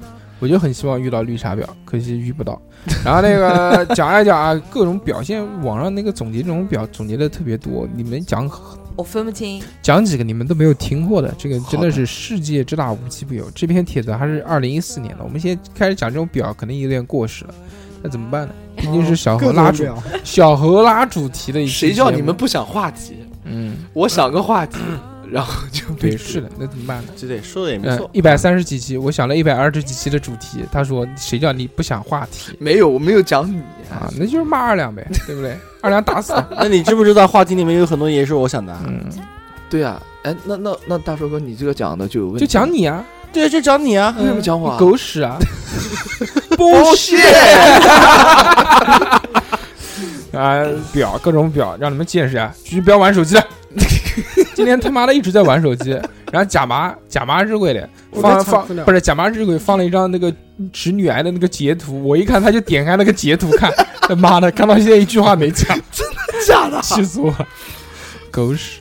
[SPEAKER 4] 我就很希望遇到绿茶婊，可惜遇不到。然后那 个讲啊讲啊，各种表现，网上那个总结这种表总结的特别多，你们讲
[SPEAKER 3] 我分不清。
[SPEAKER 4] 讲几个你们都没有听过的，这个真
[SPEAKER 1] 好的
[SPEAKER 4] 的是世界之大无奇不有。这篇帖子还是二零一四年的，我们现在开始讲这种表，可能有点过时了。那怎么办呢？毕竟
[SPEAKER 1] 哦
[SPEAKER 4] 是小何
[SPEAKER 7] 各
[SPEAKER 4] 拉
[SPEAKER 7] 种
[SPEAKER 4] 主
[SPEAKER 7] 表，
[SPEAKER 4] 小何拉主题的一期
[SPEAKER 1] 谁叫
[SPEAKER 4] 节
[SPEAKER 1] 你
[SPEAKER 4] 目
[SPEAKER 1] 们不想话题？
[SPEAKER 4] 嗯，
[SPEAKER 1] 我想个 话题，然后就被
[SPEAKER 4] 对，是的，那怎么办呢？
[SPEAKER 6] 这得说的也没
[SPEAKER 4] 嗯
[SPEAKER 6] 错，，
[SPEAKER 4] 一百三十几期，我想了一百二十几期的主题，他说谁叫你不想话题
[SPEAKER 1] 没有，我没有讲你
[SPEAKER 4] 啊？那就是骂二两呗，对不对？二两打死他。
[SPEAKER 6] 那你知不知道话题里面有很多也是我想的啊？
[SPEAKER 4] 嗯，
[SPEAKER 1] 对啊，哎，那那那大硕哥，你这个讲的就有问题，
[SPEAKER 4] 就讲你啊，
[SPEAKER 6] 对，就找你啊
[SPEAKER 1] 为什么讲我啊？
[SPEAKER 4] 狗屎 啊！
[SPEAKER 1] 狗血！
[SPEAKER 4] 啊，表各种表，让你们见识啊！必须不要玩手机了。 今天他妈的一直在玩手机，然后假麻假麻日晷的
[SPEAKER 7] 我
[SPEAKER 4] 放
[SPEAKER 7] 在查
[SPEAKER 4] 放
[SPEAKER 7] 资料
[SPEAKER 4] 不是假麻日晷放了一张那个直女癌的那个截图，我一看他就点开那个截图看，他妈的看到现在一句话没讲，
[SPEAKER 1] 假的？
[SPEAKER 4] 气死我了，狗屎！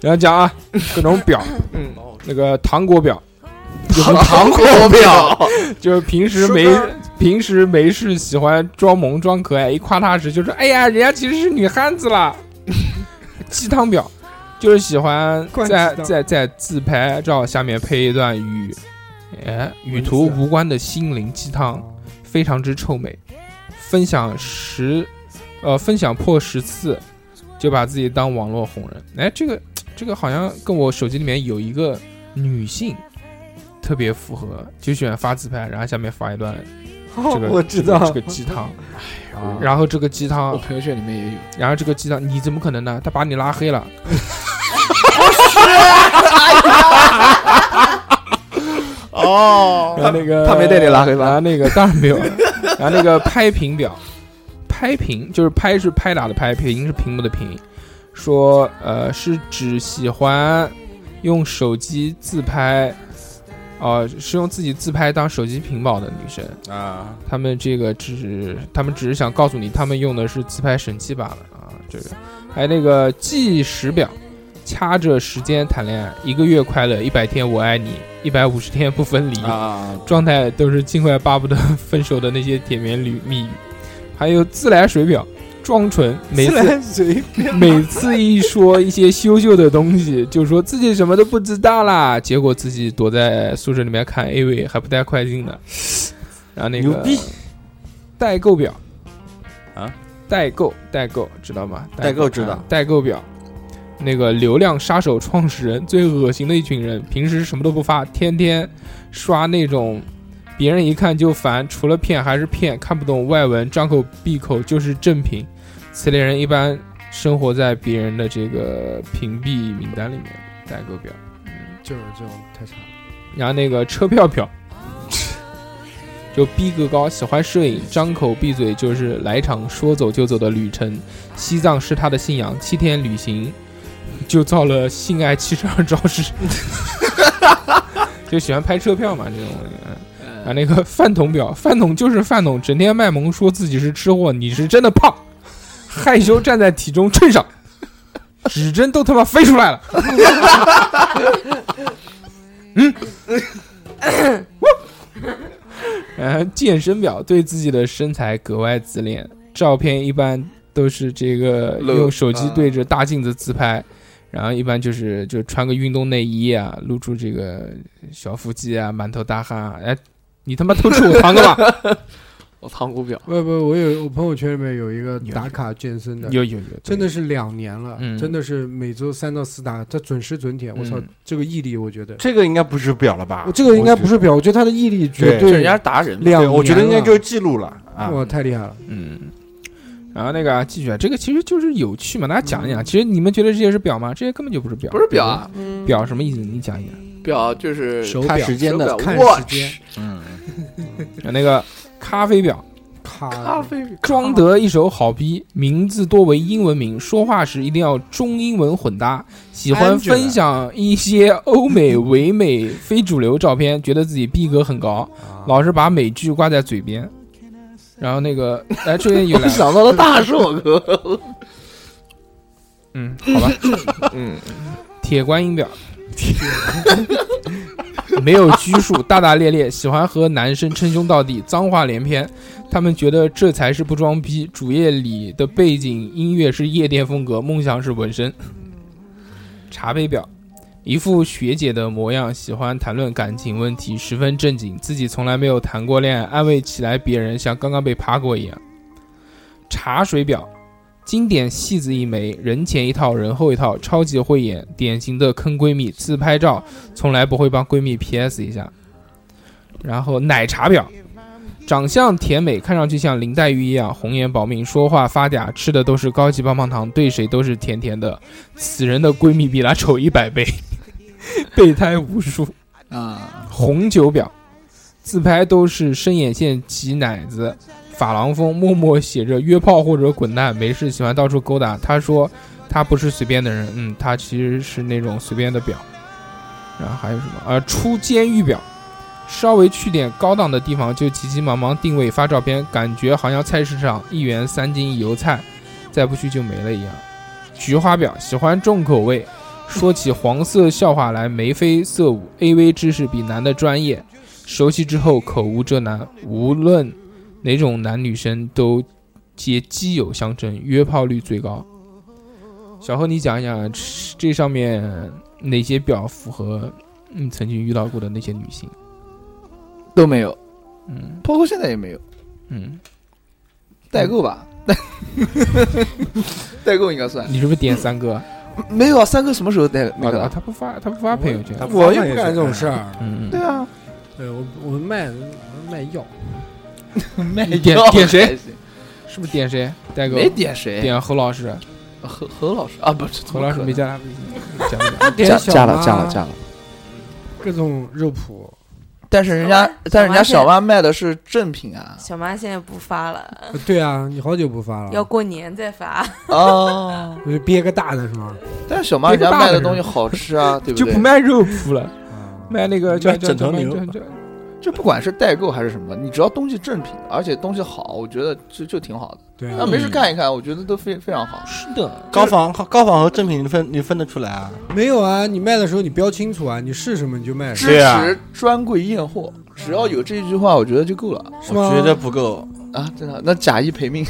[SPEAKER 4] 然后讲啊，各种表，
[SPEAKER 1] 嗯，
[SPEAKER 4] 那个糖果表，哦
[SPEAKER 1] 糖果表，
[SPEAKER 4] 就是平时没平时没事喜欢装萌装可爱，一夸他时就说：“哎呀，人家其实是女汉子啦。”鸡汤婊就是喜欢
[SPEAKER 7] 灌鸡
[SPEAKER 4] 在
[SPEAKER 7] 汤
[SPEAKER 4] 在在自拍照下面配一段与哎与图
[SPEAKER 7] 啊
[SPEAKER 4] 无关的心灵鸡汤，非常之臭美。分享十呃分享破十次，就把自己当网络红人。哎，这个这个好像跟我手机里面有一个女性特别符合，就喜欢发自拍，然后下面发一段 这个、
[SPEAKER 7] 我知道哎
[SPEAKER 4] 这个这个鸡 汤，然后这个鸡
[SPEAKER 1] 我
[SPEAKER 4] 汤，
[SPEAKER 1] 朋友圈里面也有。
[SPEAKER 4] 然后这个鸡汤，你怎么可能呢？他把你拉黑了。
[SPEAKER 6] 哦，
[SPEAKER 4] 然后那个
[SPEAKER 1] 他哦没带你拉黑吧
[SPEAKER 4] 然后那个当然没有了。然后那个拍屏表，拍屏就是拍是拍打的拍，屏是屏幕的屏。说呃是指喜欢用手机自拍，哦、是用自己自拍当手机屏保的女生。
[SPEAKER 6] 啊，
[SPEAKER 4] 他们这个只，他们只是想告诉你，他们用的是自拍神器罢了啊。这个，还有那个计时表，掐着时间谈恋爱，一个月快乐，一百天我爱你，一百五十天不分离
[SPEAKER 6] 啊，
[SPEAKER 4] 状态都是尽快巴不得分手的那些甜言蜜语。还有自来水表、装纯，每
[SPEAKER 7] 自
[SPEAKER 4] 次
[SPEAKER 7] 来水
[SPEAKER 4] 每次一说一些羞羞的东西，就说自己什么都不知道啦，结果自己躲在宿舍里面看 AV 还不带快进的。然后那个
[SPEAKER 6] 牛逼
[SPEAKER 4] 代购表
[SPEAKER 6] 啊，
[SPEAKER 4] 代购代购知道吗？
[SPEAKER 6] 代购知道
[SPEAKER 4] 啊代购表。那个流量杀手创始人最恶心的一群人，平时什么都不发，天天刷那种别人一看就烦，除了骗还是骗，看不懂外文，张口闭口就是正品。此类人一般生活在别人的这个屏蔽名单里面，代购表。
[SPEAKER 7] 就是这种太傻了。
[SPEAKER 4] 然后那个车票票， 就逼格高，喜欢摄影，张口闭嘴就是来场说走就走的旅程。西藏是他的信仰，七天旅行就造了性爱七十二招式， 就喜欢拍车票嘛这种。嗯啊，那个饭桶表，饭桶就是饭桶，整天卖萌，说自己是吃货，你是真的胖，害羞站在体重秤上，指针都他妈飞出来了。嗯然后呃健身表对自己的身材格外自恋，照片一般都是这个
[SPEAKER 1] 露
[SPEAKER 4] 用手机
[SPEAKER 1] 啊
[SPEAKER 4] 对着大镜子自拍，然后一般就是就穿个运动内衣啊，露出这个小腹肌啊，满头大汗啊，哎，你他妈偷吃我糖干嘛？
[SPEAKER 1] 我糖果表，
[SPEAKER 7] 不不，我有我朋友圈里面有一个
[SPEAKER 4] 有
[SPEAKER 7] 打卡健身的，
[SPEAKER 4] 有有有，
[SPEAKER 7] 真的是两年了，
[SPEAKER 4] 嗯
[SPEAKER 7] 真的是每周三到四打，他准时准点。我操
[SPEAKER 4] 嗯，
[SPEAKER 7] 这个毅力，我觉得，
[SPEAKER 6] 这个啊应该不是表了吧？
[SPEAKER 7] 我这个应该不是表，我觉得他的毅力绝
[SPEAKER 1] 这
[SPEAKER 7] 对
[SPEAKER 1] 人家是达人嘛，
[SPEAKER 7] 两
[SPEAKER 6] 对，
[SPEAKER 7] 年了，
[SPEAKER 6] 我觉得应该就是记录了啊。
[SPEAKER 7] 哇，太厉害了。
[SPEAKER 4] 嗯，然后那个啊，继续啊，这个其实就是有趣嘛，大家讲一讲。其实你们觉得这些是表吗？这些根本就不是表，
[SPEAKER 1] 嗯不是表啊，
[SPEAKER 4] 对不对，表什么意思？你讲一讲。
[SPEAKER 1] 表就是
[SPEAKER 7] 手
[SPEAKER 6] 看
[SPEAKER 7] 表
[SPEAKER 6] 时间的
[SPEAKER 1] 嗯手，
[SPEAKER 7] 看
[SPEAKER 1] 表
[SPEAKER 7] 时间
[SPEAKER 1] watch
[SPEAKER 6] 嗯，
[SPEAKER 4] 然后那个咖啡表，
[SPEAKER 7] 咖
[SPEAKER 1] 咖啡表
[SPEAKER 4] 装得一手好逼，名字多为英文名，说话时一定要中英文混搭，喜欢
[SPEAKER 7] Angela
[SPEAKER 4] 分享一些欧美、唯美、非主流照片，觉得自己逼格很高，
[SPEAKER 1] 啊
[SPEAKER 4] 老是把美剧挂在嘴边。然后那个，哎，这边有来
[SPEAKER 1] 我
[SPEAKER 4] 了，
[SPEAKER 1] 想到了大寿哥，
[SPEAKER 4] 嗯，好吧，
[SPEAKER 1] 嗯，
[SPEAKER 4] 铁观音表，没有拘束，大大咧咧，喜欢和男生称兄道弟，脏话连篇。他们觉得这才是不装逼。主页里的背景音乐是夜店风格，梦想是纹身。茶杯表，一副学姐的模样，喜欢谈论感情问题，十分正经，自己从来没有谈过恋爱，安慰起来别人像刚刚被趴过一样。茶水表，经典戏子一枚，人前一套，人后一套，超级会演，典型的坑闺蜜，自拍照从来不会帮闺蜜 PS 一下。然后奶茶婊，长相甜美，看上去像林黛玉一样红颜薄命，说话发嗲，吃的都是高级棒棒糖，对谁都是甜甜的。此人的闺蜜比她丑一百倍， 备胎无数。
[SPEAKER 8] 啊，
[SPEAKER 4] 红酒婊，自拍都是深眼线、挤奶子、法郎风，默默写着约炮或者滚蛋，没事喜欢到处勾搭。他说他不是随便的人，嗯，他其实是那种随便的婊。然后还有什么？呃，出监狱婊，稍微去点高档的地方就急急忙忙定位发照片，感觉好像菜市场一元三斤油菜，再不去就没了一样。菊花婊喜欢重口味，说起黄色笑话来眉飞色舞，AV 知识比男的专业，熟悉之后口无遮拦，无论哪种男女生都皆基友相称，约炮率最高。小何，你讲一讲这上面哪些表符合你曾经遇到过的那些女性？
[SPEAKER 1] 都没有，
[SPEAKER 4] 嗯
[SPEAKER 1] 包括现在也没有
[SPEAKER 4] 嗯，
[SPEAKER 1] 代购 吧，代购应该算
[SPEAKER 4] 你是不是点三哥？
[SPEAKER 1] 没有啊，三哥什么时候代那
[SPEAKER 4] 啊
[SPEAKER 1] 个
[SPEAKER 4] 啊，
[SPEAKER 1] 了？
[SPEAKER 4] 他不发，他不发朋友圈。
[SPEAKER 7] 我也不干这种事儿。
[SPEAKER 4] 嗯，
[SPEAKER 1] 对啊，
[SPEAKER 7] 对我，我们卖我们卖药，
[SPEAKER 4] 嗯你点点谁？？是不是点谁？代购
[SPEAKER 1] 没点谁，
[SPEAKER 4] 点何老师，
[SPEAKER 1] 何何老师啊，不是
[SPEAKER 4] 何老师没
[SPEAKER 1] 加，
[SPEAKER 4] 加他微 信，加不加？
[SPEAKER 1] 加
[SPEAKER 7] 点小
[SPEAKER 1] 加了
[SPEAKER 7] 妈
[SPEAKER 1] 加了加了，
[SPEAKER 7] 各种肉脯，
[SPEAKER 1] 但是人家
[SPEAKER 3] 小妈
[SPEAKER 1] 但是人家
[SPEAKER 3] 小
[SPEAKER 1] 小
[SPEAKER 3] 妈
[SPEAKER 1] 万卖的是正品 啊
[SPEAKER 3] 小妈现在不发了，
[SPEAKER 7] 呃对啊，你好久不发了，
[SPEAKER 3] 要过年再发。
[SPEAKER 1] 哦，
[SPEAKER 7] 我就憋个大的是吗？
[SPEAKER 1] 但是小妈人家卖的东西好 吃啊，对
[SPEAKER 4] 就
[SPEAKER 1] 对
[SPEAKER 4] 不？卖肉脯了，
[SPEAKER 7] 啊
[SPEAKER 4] 卖那个叫
[SPEAKER 6] 卖
[SPEAKER 4] 叫
[SPEAKER 6] 枕头
[SPEAKER 4] 叫
[SPEAKER 6] 牛
[SPEAKER 4] 叫叫
[SPEAKER 1] 就不管是代购还是什么，你只要东西正品，而且东西好，我觉得就就挺好的。
[SPEAKER 7] 对
[SPEAKER 4] 嗯
[SPEAKER 1] 那
[SPEAKER 7] 啊，
[SPEAKER 1] 没事干一看，我觉得都非非常好。
[SPEAKER 4] 是的，
[SPEAKER 6] 高仿高仿和正品你分你分得出来啊？
[SPEAKER 7] 没有啊，你卖的时候你标清楚啊，你是什么你就卖什么，
[SPEAKER 1] 支
[SPEAKER 6] 对啊
[SPEAKER 1] 持专柜验货，只要有这一句话，我觉得就够了。
[SPEAKER 7] 是
[SPEAKER 6] 我
[SPEAKER 7] 吗？
[SPEAKER 6] 觉得不够，
[SPEAKER 1] 啊，真的？那假一赔命，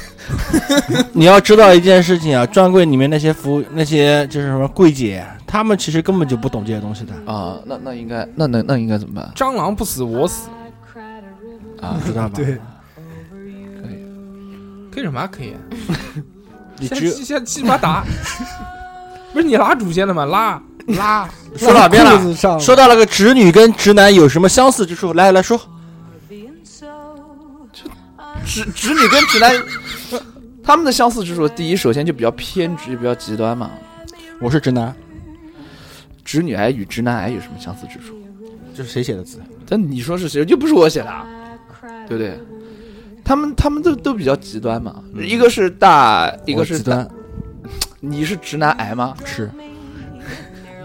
[SPEAKER 6] 你要知道一件事情啊，专柜里面那些服务那些就是什么柜姐，他们其实根本就不懂这些东西 的，
[SPEAKER 1] 啊，那那应该，那那那应该怎么办
[SPEAKER 4] 蟑螂不死我死，
[SPEAKER 1] 啊？
[SPEAKER 6] 知道吧？
[SPEAKER 7] 对，
[SPEAKER 4] 可以什么可以？啊
[SPEAKER 6] 你
[SPEAKER 4] 先
[SPEAKER 6] 只有
[SPEAKER 4] 先鸡巴打，不是你拉主线了吗？拉拉，
[SPEAKER 6] 说哪边
[SPEAKER 7] 裤
[SPEAKER 6] 了？
[SPEAKER 7] 子上
[SPEAKER 6] 说到了个直女跟直男有什么相似之处？来来说，
[SPEAKER 1] 直直女跟直男，他们的相似之处，第一，首先就比较偏执，比较极端嘛。
[SPEAKER 6] 我是直男，
[SPEAKER 1] 直女癌与直男癌有什么相似之处？
[SPEAKER 6] 这是谁写的字？
[SPEAKER 1] 但你说是谁？又不是我写的啊，对不对？他们他们都都比较极端嘛，
[SPEAKER 7] 嗯
[SPEAKER 1] 一个是大，一个
[SPEAKER 6] 我
[SPEAKER 1] 是
[SPEAKER 6] 极
[SPEAKER 1] 大。
[SPEAKER 6] 端，
[SPEAKER 1] 你是直男癌吗？
[SPEAKER 6] 是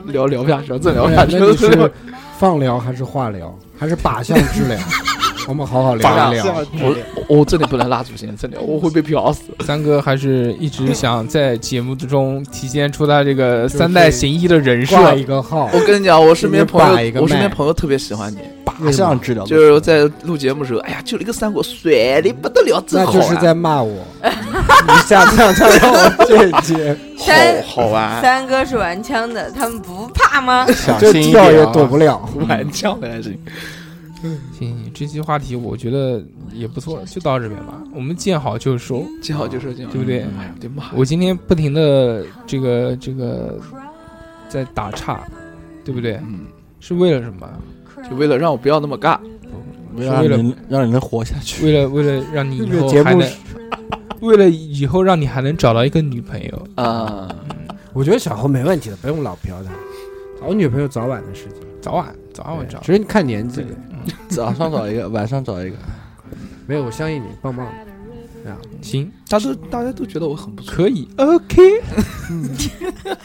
[SPEAKER 1] 聊聊不下去了，再聊不
[SPEAKER 7] 哎
[SPEAKER 1] 下
[SPEAKER 7] 那
[SPEAKER 1] 去
[SPEAKER 7] 你
[SPEAKER 1] 了
[SPEAKER 7] 是。放疗还是化疗还是靶向治疗？ 我们好好聊
[SPEAKER 1] 靶
[SPEAKER 7] 一聊。
[SPEAKER 1] 我我我真的不能拉主线，真的我会被嫖死。
[SPEAKER 4] 三哥还是一直想在节目之中体现出他这个三代行医的人设。
[SPEAKER 7] 挂一个号，
[SPEAKER 1] 我跟你讲，我身边朋
[SPEAKER 7] 你把一个
[SPEAKER 1] 友，
[SPEAKER 7] 脉
[SPEAKER 1] 我身边朋友特别喜欢你，
[SPEAKER 6] 靶向治疗，
[SPEAKER 1] 就是在录节目的时候，哎呀，就一个三国，帅的不得了，啊真
[SPEAKER 7] 那
[SPEAKER 1] 好
[SPEAKER 7] 就是在
[SPEAKER 1] 玩，
[SPEAKER 7] 骂我。你下次让他让我这节
[SPEAKER 3] 三
[SPEAKER 1] 好好啊
[SPEAKER 4] 啊
[SPEAKER 1] 玩，
[SPEAKER 3] 三哥是玩枪的，他们不怕吗？
[SPEAKER 6] 小
[SPEAKER 7] 这
[SPEAKER 6] 心一
[SPEAKER 7] 跳也
[SPEAKER 6] 点啊
[SPEAKER 7] 躲不了。
[SPEAKER 1] 玩枪的还是
[SPEAKER 4] 行，这期话题我觉得也不错，就到这边吧。我们见好就收。
[SPEAKER 1] 见好就收，见好
[SPEAKER 4] 对不对
[SPEAKER 1] 哎嗯呀，我的妈呀！
[SPEAKER 4] 我今天不停的这个这个在打岔，对不对？
[SPEAKER 1] 嗯，
[SPEAKER 4] 是为了什么？
[SPEAKER 1] 就为了让我不要那么尬，
[SPEAKER 4] 是
[SPEAKER 6] 让
[SPEAKER 4] 为了
[SPEAKER 6] 你让你能活下去。
[SPEAKER 4] 为了为了让你以
[SPEAKER 7] 这个
[SPEAKER 4] 后
[SPEAKER 7] 节
[SPEAKER 4] 还
[SPEAKER 7] 目
[SPEAKER 4] 能
[SPEAKER 7] 是，
[SPEAKER 4] 为了以后让你还能找到一个女朋友。
[SPEAKER 1] 啊，
[SPEAKER 7] 我觉得小侯没问题的，不用老嫖他。找女朋友早晚的事情，
[SPEAKER 4] 早晚，早晚我找
[SPEAKER 7] 只。是你看年纪。
[SPEAKER 6] 早上找一个，晚上找一个，
[SPEAKER 7] 没有，我相信你，棒棒的。
[SPEAKER 4] 行，
[SPEAKER 1] 大家都大家都觉得我很不错。
[SPEAKER 4] 可以，OK。呃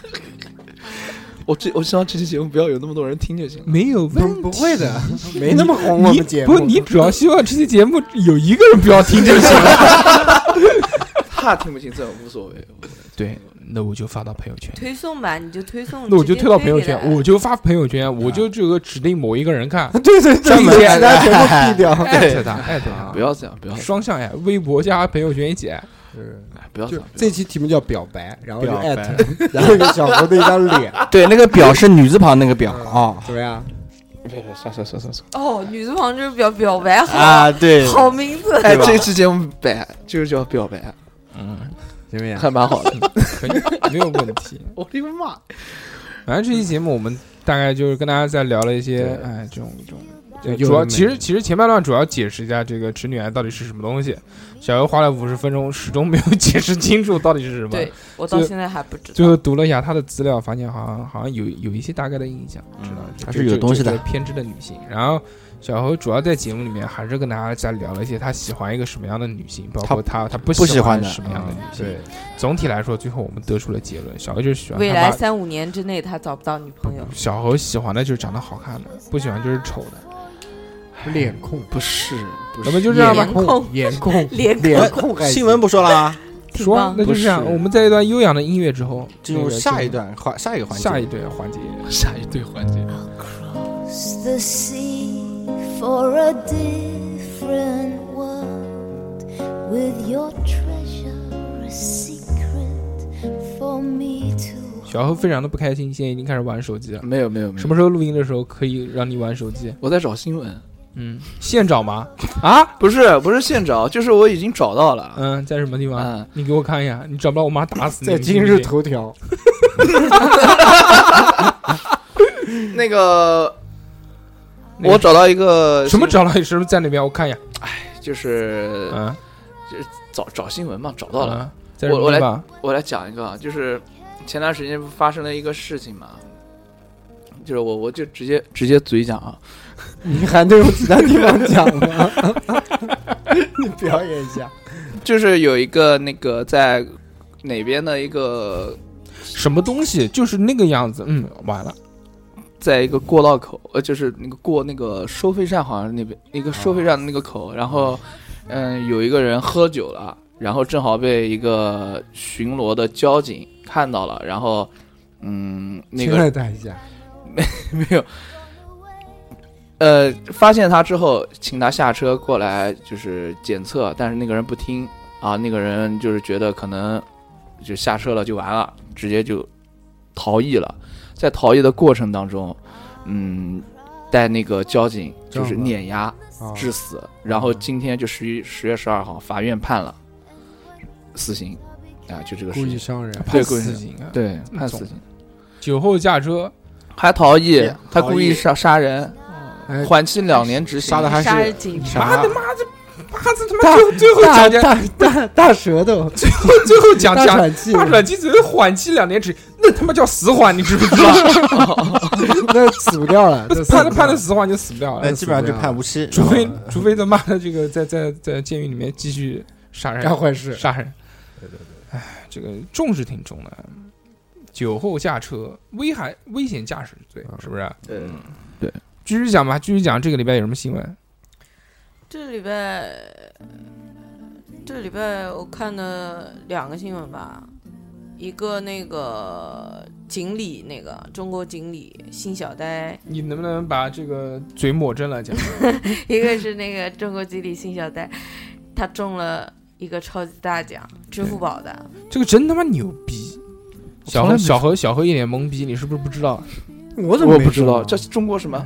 [SPEAKER 1] 我这我希望这期节目不要有那么多人听就行了。
[SPEAKER 4] 没有问题。
[SPEAKER 7] 不会的，没那么红我
[SPEAKER 4] 你
[SPEAKER 7] 们节目。
[SPEAKER 4] 不，你主要希望这期节目有一个人不要听就行 了。
[SPEAKER 1] 他听不清这无所谓，
[SPEAKER 4] 对，那我就发到朋友圈。
[SPEAKER 3] 推送吧，你就推送，
[SPEAKER 4] 那我就推到朋友圈，我
[SPEAKER 3] 我
[SPEAKER 4] 就发朋友圈，我就这个指定某一个人看， 哎
[SPEAKER 7] 对对对，
[SPEAKER 4] 专门
[SPEAKER 7] 其他 全部毙掉。
[SPEAKER 4] 艾特他，艾特他，
[SPEAKER 1] 不要这样，不要这样
[SPEAKER 4] 双向呀，微博加朋友圈一起。
[SPEAKER 1] 哎不要这
[SPEAKER 7] 就
[SPEAKER 1] 样。不要
[SPEAKER 7] 这期题目叫表白，然后就
[SPEAKER 6] 表
[SPEAKER 7] 艾
[SPEAKER 6] 白
[SPEAKER 7] 特，然后有小侯的一张脸，
[SPEAKER 6] 对，那个表是女字旁那个表啊
[SPEAKER 7] 怎么样？
[SPEAKER 1] 这样，算算算算算。
[SPEAKER 3] 哦，女字旁就是表表白好，
[SPEAKER 6] 啊，对，
[SPEAKER 3] 好名字，
[SPEAKER 1] 哎，这期节目摆就是叫表白，
[SPEAKER 7] 怎么样？
[SPEAKER 1] 还蛮好的。
[SPEAKER 4] 可以，没有问题。
[SPEAKER 1] 我的妈！
[SPEAKER 4] 反正这期节目我们大概就是跟大家在聊了一些
[SPEAKER 1] 对，
[SPEAKER 4] 哎，这种这种。
[SPEAKER 7] 对
[SPEAKER 4] 主要
[SPEAKER 7] 有人没
[SPEAKER 4] 其实其实前半段主要解释一下这个直女癌到底是什么东西，小游花了五十分钟始终没有解释清楚到底是什么。
[SPEAKER 3] 对，我到
[SPEAKER 4] 最
[SPEAKER 3] 现在还不知
[SPEAKER 4] 最
[SPEAKER 3] 道。
[SPEAKER 4] 后读了一下她的资料，发现好像好像有有一些大概的印象，知道
[SPEAKER 6] 还是有东西的
[SPEAKER 4] 这这偏执的女性。然后小侯主要在节目里面还是跟大家在聊了一些她喜欢一个什么样的女性，包括她她不
[SPEAKER 6] 不喜欢的
[SPEAKER 4] 什么样的女性。
[SPEAKER 7] 对，
[SPEAKER 4] 总体来说，最后我们得出了结论：小侯就是喜欢
[SPEAKER 3] 未
[SPEAKER 4] 她
[SPEAKER 3] 来
[SPEAKER 4] 妈
[SPEAKER 3] 三五年之内，他找不到女朋友。
[SPEAKER 4] 小侯喜欢的就是长得好看的，不喜欢就是丑的。
[SPEAKER 7] 脸控，
[SPEAKER 1] 不是，
[SPEAKER 4] 要
[SPEAKER 1] 不是，
[SPEAKER 4] 么就这样吧
[SPEAKER 3] 脸，控
[SPEAKER 7] 颜控，
[SPEAKER 3] 脸控
[SPEAKER 7] 脸控还行，
[SPEAKER 6] 新闻不说了啊，
[SPEAKER 3] 挺
[SPEAKER 4] 说
[SPEAKER 3] 棒
[SPEAKER 4] 那就这样。
[SPEAKER 1] 不是
[SPEAKER 4] 我们在一段悠扬的音乐之后，
[SPEAKER 6] 进入
[SPEAKER 4] 那个
[SPEAKER 6] 下一段环下一个环节，
[SPEAKER 4] 下一段环节。嗯
[SPEAKER 1] 下一对环节。
[SPEAKER 9] Cross the sea for a different world with your treasure, a secret for me to
[SPEAKER 4] 小侯非常的不开心，现在已经开始玩手机了。
[SPEAKER 1] 没有没有没有，
[SPEAKER 4] 什么时候录音的时候可以让你玩手机？
[SPEAKER 1] 我在找新闻，
[SPEAKER 4] 嗯，现找吗？啊，
[SPEAKER 1] 不是不是现找，就是我已经找到了。
[SPEAKER 4] 嗯，在什么地方？
[SPEAKER 1] 嗯，
[SPEAKER 4] 你给我看一下，你找不到我妈打死你。
[SPEAKER 7] 在
[SPEAKER 4] 你信
[SPEAKER 7] 今
[SPEAKER 4] 不
[SPEAKER 7] 日
[SPEAKER 4] 信
[SPEAKER 7] 头条，
[SPEAKER 1] 嗯那个
[SPEAKER 4] 那个
[SPEAKER 1] 我找到一个
[SPEAKER 4] 什么
[SPEAKER 1] 新
[SPEAKER 4] 找到你？是不是在那边？我看一下。
[SPEAKER 1] 就是
[SPEAKER 4] 嗯，
[SPEAKER 1] 找找新闻嘛，找到了。
[SPEAKER 4] 嗯，在什么地方？
[SPEAKER 1] 我来讲一个，啊，就是前段时间不发生了一个事情嘛，就是我我就直接直接嘴讲啊，
[SPEAKER 7] 你还能用其他地方讲吗？ 你表演一下，
[SPEAKER 1] 就是有一个那个在哪边的一个，
[SPEAKER 4] 什么东西？就是那个样子。嗯，完了。
[SPEAKER 1] 在一个过道口，呃，就是那个过那个收费站，好像是那边一个收费站的那个口，然后嗯，有一个人喝酒了，然后正好被一个巡逻的交警看到了，然后嗯，那
[SPEAKER 7] 亲
[SPEAKER 1] 个
[SPEAKER 7] 爱的一下，
[SPEAKER 1] 没有。呃，发现他之后，请他下车过来，就是检测，但是那个人不听啊，那个人就是觉得可能就下车了就完了，直接就逃逸了。在逃逸的过程当中，嗯，带那个交警就是
[SPEAKER 7] 撞了
[SPEAKER 1] 碾压
[SPEAKER 7] 啊
[SPEAKER 1] 致死，然后今天就十一十月十二号，法院判了死刑啊，就这个事
[SPEAKER 4] 故意
[SPEAKER 1] 情，
[SPEAKER 4] 伤人，
[SPEAKER 1] 对
[SPEAKER 4] 判
[SPEAKER 1] 故意
[SPEAKER 4] 死
[SPEAKER 1] 伤
[SPEAKER 4] 刑啊！
[SPEAKER 1] 对，
[SPEAKER 4] 嗯
[SPEAKER 1] 判
[SPEAKER 4] 总
[SPEAKER 1] 死刑，
[SPEAKER 4] 酒后驾车，
[SPEAKER 1] 还逃逸
[SPEAKER 8] 对，
[SPEAKER 1] 他
[SPEAKER 8] 逃
[SPEAKER 1] 故
[SPEAKER 8] 逸
[SPEAKER 1] 意杀杀人
[SPEAKER 4] 哎，
[SPEAKER 1] 缓期两年执
[SPEAKER 8] 杀
[SPEAKER 1] 行
[SPEAKER 8] 的。还
[SPEAKER 3] 杀人
[SPEAKER 8] 是
[SPEAKER 3] 警察，
[SPEAKER 4] 妈的妈这妈这他妈最后最后
[SPEAKER 7] 大
[SPEAKER 4] 讲讲
[SPEAKER 7] 大大大舌头，
[SPEAKER 4] 最后最后讲
[SPEAKER 7] 大
[SPEAKER 4] 讲
[SPEAKER 7] 喘气，
[SPEAKER 4] 大转机只是缓期两年止，那他妈叫死缓，你知不知道？
[SPEAKER 7] 那死不掉 了，那死
[SPEAKER 4] 判了
[SPEAKER 7] 不掉了
[SPEAKER 4] 判了死缓就死不了
[SPEAKER 8] 哎，
[SPEAKER 4] 了，
[SPEAKER 8] 基本上就判无期，
[SPEAKER 4] 除非
[SPEAKER 8] 然后
[SPEAKER 4] 除非他妈的这个在在在监狱里面继续杀人
[SPEAKER 7] 干坏事，
[SPEAKER 4] 杀人。哎，这个重是挺重的，酒后驾车危害危险驾驶罪
[SPEAKER 8] 嗯
[SPEAKER 4] 是不是？
[SPEAKER 1] 对
[SPEAKER 4] 继续讲吧，继续讲这个礼拜有什么新闻？
[SPEAKER 3] 这礼拜，呃这礼拜我看了两个新闻吧，一个那个锦鲤，那个中国锦鲤新小呆，
[SPEAKER 4] 你能不能把这个嘴抹正了讲？
[SPEAKER 3] 一个是那个中国锦鲤新小呆，他中了一个超级大奖，支付宝的，
[SPEAKER 4] 这个真他妈牛逼！小
[SPEAKER 1] 从来
[SPEAKER 4] 何
[SPEAKER 1] 没
[SPEAKER 4] 小何小何一脸懵逼，你是不是不知道？
[SPEAKER 7] 我怎么
[SPEAKER 1] 我
[SPEAKER 7] 没
[SPEAKER 1] 不知道
[SPEAKER 7] 中
[SPEAKER 1] 这
[SPEAKER 7] 啊
[SPEAKER 1] 中国什么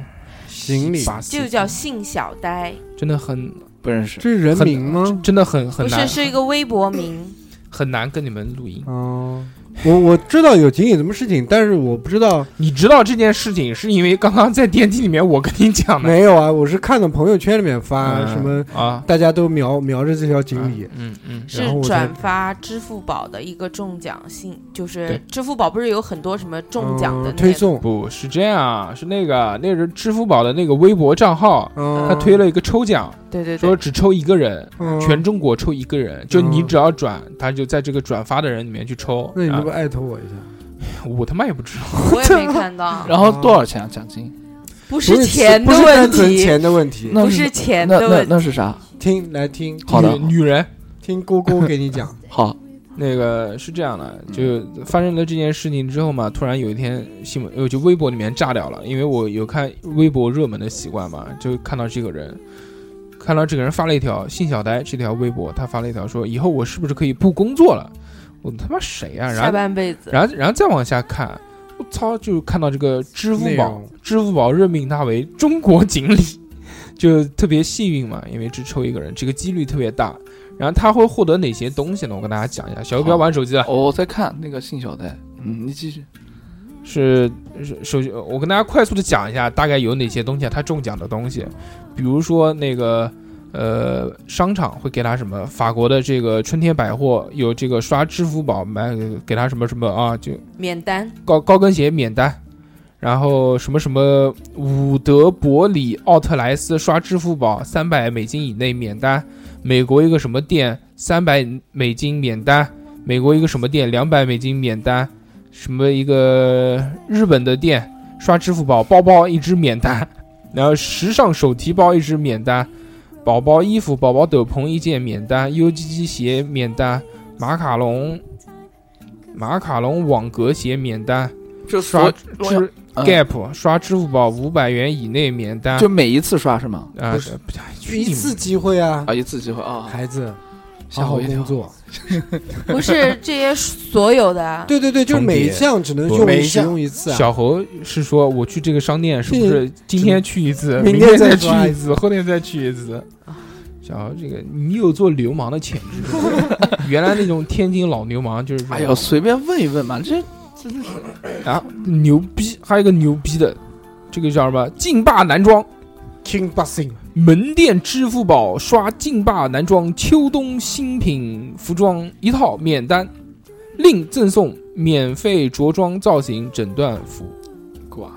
[SPEAKER 7] 行李，
[SPEAKER 4] 把
[SPEAKER 3] 就叫信小呆，
[SPEAKER 4] 真的很
[SPEAKER 1] 不认识？
[SPEAKER 7] 这是人
[SPEAKER 4] 很
[SPEAKER 7] 名吗？
[SPEAKER 4] 真的很很
[SPEAKER 3] 不是
[SPEAKER 4] 难
[SPEAKER 3] 是一个微博名，
[SPEAKER 4] 很难跟你们录音。
[SPEAKER 7] 哦，我我知道有锦鲤什么事情，但是我不知道
[SPEAKER 4] 你知道这件事情是因为刚刚在电梯里面我跟你讲的
[SPEAKER 7] 没有啊，我是看到朋友圈里面发
[SPEAKER 4] 嗯
[SPEAKER 7] 什么，
[SPEAKER 4] 啊，
[SPEAKER 7] 大家都瞄瞄着这条锦鲤，
[SPEAKER 4] 嗯嗯，
[SPEAKER 3] 是
[SPEAKER 7] 然后我才
[SPEAKER 3] 转发支付宝的一个中奖信，就是
[SPEAKER 4] 对
[SPEAKER 3] 支付宝不是有很多什么中奖的那个
[SPEAKER 7] 嗯推送，
[SPEAKER 4] 不是这样啊，是那个那是支付宝的那个微博账号，
[SPEAKER 7] 嗯，
[SPEAKER 4] 他推了一个抽奖，
[SPEAKER 3] 对对
[SPEAKER 4] 说
[SPEAKER 3] 对，
[SPEAKER 4] 只抽一个人，
[SPEAKER 7] 嗯
[SPEAKER 4] 全中国抽一个人，就你
[SPEAKER 7] 嗯
[SPEAKER 4] 只要转，他就在这个转发的人里面去抽。
[SPEAKER 7] 那你
[SPEAKER 4] 啊
[SPEAKER 7] 能不能艾特我一下？
[SPEAKER 4] 我他妈也不知道，
[SPEAKER 3] 我也没看到，
[SPEAKER 1] 然后多少钱啊奖金？
[SPEAKER 3] 不
[SPEAKER 7] 不
[SPEAKER 3] 是钱
[SPEAKER 7] 不
[SPEAKER 3] 的
[SPEAKER 7] 是
[SPEAKER 3] 问
[SPEAKER 7] 单纯
[SPEAKER 3] 题，
[SPEAKER 7] 钱的问题，
[SPEAKER 1] 那
[SPEAKER 3] 不是钱
[SPEAKER 1] 那
[SPEAKER 3] 的
[SPEAKER 1] 那
[SPEAKER 3] 问题，
[SPEAKER 1] 那是啥？
[SPEAKER 7] 听来听
[SPEAKER 1] 好的
[SPEAKER 4] 女女人。
[SPEAKER 7] 听郭郭给 你讲，
[SPEAKER 1] 好，
[SPEAKER 4] 那个是这样的，就发生了这件事情之后嘛，突然有一天新闻，呃，就微博里面炸掉了，因为我有看微博热门的习惯嘛，就看到这个人，看到这个人发了一条“信小呆”这条微博，他发了一条说：“以后我是不是可以不工作了？”我他妈谁啊？
[SPEAKER 3] 下
[SPEAKER 4] 然后，
[SPEAKER 3] 半辈子
[SPEAKER 4] 然后，然后再往下看，我操，就看到这个支付
[SPEAKER 7] 内
[SPEAKER 4] 宝
[SPEAKER 7] 容，
[SPEAKER 4] 支付宝任命他为中国锦鲤， 就特别幸运嘛，因为只抽一个人，这个几率特别大。然后他会获得哪些东西呢？我跟大家讲一下。小哥不要玩手机了，
[SPEAKER 1] 我在看那个信小呆。嗯，你继续。
[SPEAKER 4] 是是首先，我跟大家快速的讲一下，大概有哪些东西啊？他中奖的东西，比如说那个呃，商场会给他什么？法国的这个春天百货有这个刷支付宝买给他什么什么啊？就
[SPEAKER 3] 免单，
[SPEAKER 4] 高高跟鞋免单，然后什么什么伍德伯里奥特莱斯刷支付宝三百美金以内免单，美国一个什么店三百美金免单，美国一个什么店两百美金免单，什么一个日本的店刷支付宝包包一只免单，然后时尚手提包一只免单，宝宝衣服、宝宝斗篷一件免单，UGG 鞋免单，马卡龙。马卡龙网格鞋免单，
[SPEAKER 1] 就
[SPEAKER 4] 刷支
[SPEAKER 1] 我想嗯
[SPEAKER 4] Gap 刷支付宝五百元以内免单，
[SPEAKER 1] 就每一次刷是吗？
[SPEAKER 4] 啊
[SPEAKER 7] 不
[SPEAKER 4] 是
[SPEAKER 7] 一次机会 啊，
[SPEAKER 1] 啊，一次机会啊，
[SPEAKER 7] 孩子，
[SPEAKER 1] 吓
[SPEAKER 7] 好好
[SPEAKER 1] 我一跳
[SPEAKER 7] 工。作。
[SPEAKER 3] 不是这些所有的，啊
[SPEAKER 7] 对对对，就是
[SPEAKER 4] 重
[SPEAKER 7] 每一
[SPEAKER 4] 叠
[SPEAKER 7] 项只能
[SPEAKER 4] 不
[SPEAKER 7] 用
[SPEAKER 8] 每一
[SPEAKER 7] 使
[SPEAKER 8] 项
[SPEAKER 7] 用一次啊。
[SPEAKER 4] 小猴是说，我去这个商店是不是今天去一次，
[SPEAKER 7] 明
[SPEAKER 4] 明
[SPEAKER 7] 天
[SPEAKER 4] 再
[SPEAKER 7] 再
[SPEAKER 4] 去
[SPEAKER 7] 刷
[SPEAKER 4] 一次，后天再去一次？
[SPEAKER 1] 啊
[SPEAKER 4] 小猴，这个你有做流氓的潜质。 原来那种天津老流氓就是这
[SPEAKER 1] 哎
[SPEAKER 4] 样
[SPEAKER 1] 呦，随便问一问嘛，这真的是
[SPEAKER 4] 啊，牛逼！还有一个牛逼的，这个叫什么？劲霸男装
[SPEAKER 7] King Boxing
[SPEAKER 4] 门店支付宝刷劲霸男装秋冬新品服装一套免单，另赠送免费着装造型诊断服务，
[SPEAKER 1] 哇，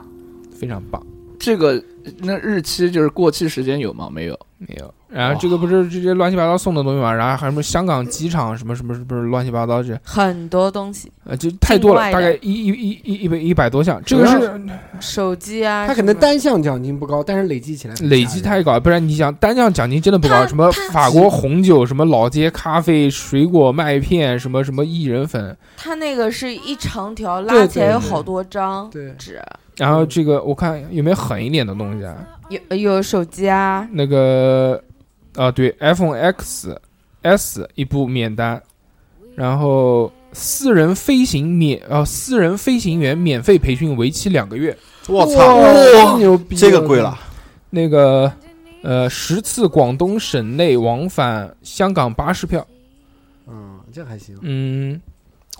[SPEAKER 4] 非常棒。
[SPEAKER 1] 这个那日期就是过期时间有吗？没有。
[SPEAKER 4] 没有，然后这个不是这些乱七八糟送的东西嘛，然后还有什么香港机场什么什么什么乱七八糟这
[SPEAKER 3] 很多东西，
[SPEAKER 4] 呃就太多了，
[SPEAKER 3] 境外
[SPEAKER 4] 大
[SPEAKER 3] 的
[SPEAKER 4] 概一一一一一百一百多项，这个是
[SPEAKER 3] 手机啊，
[SPEAKER 7] 他可能单项奖金不高，但是累计起来很
[SPEAKER 4] 累
[SPEAKER 7] 吓
[SPEAKER 4] 积
[SPEAKER 7] 人
[SPEAKER 4] 太高，不然你想单项奖金真的不高，
[SPEAKER 3] 他
[SPEAKER 4] 什么法国红酒，什么老街咖啡、水果麦片，什么什么薏仁粉，
[SPEAKER 3] 他那个是一长条
[SPEAKER 7] 对
[SPEAKER 3] 拉
[SPEAKER 7] 对
[SPEAKER 3] 起来有
[SPEAKER 7] 对
[SPEAKER 3] 好多张
[SPEAKER 7] 对
[SPEAKER 3] 纸，
[SPEAKER 4] 然后这个我看有没有狠一点的东西啊？
[SPEAKER 3] 有有手机啊，
[SPEAKER 4] 那个啊，对，iPhone X S 一部免单，然后私人飞行免啊，私人飞行员免费培训，为期两个月。
[SPEAKER 8] 我操，
[SPEAKER 7] 太牛逼！
[SPEAKER 6] 这个贵，了，
[SPEAKER 4] 那个呃，十次广东省内往返香港巴士票，
[SPEAKER 7] 嗯，这还行。
[SPEAKER 4] 嗯，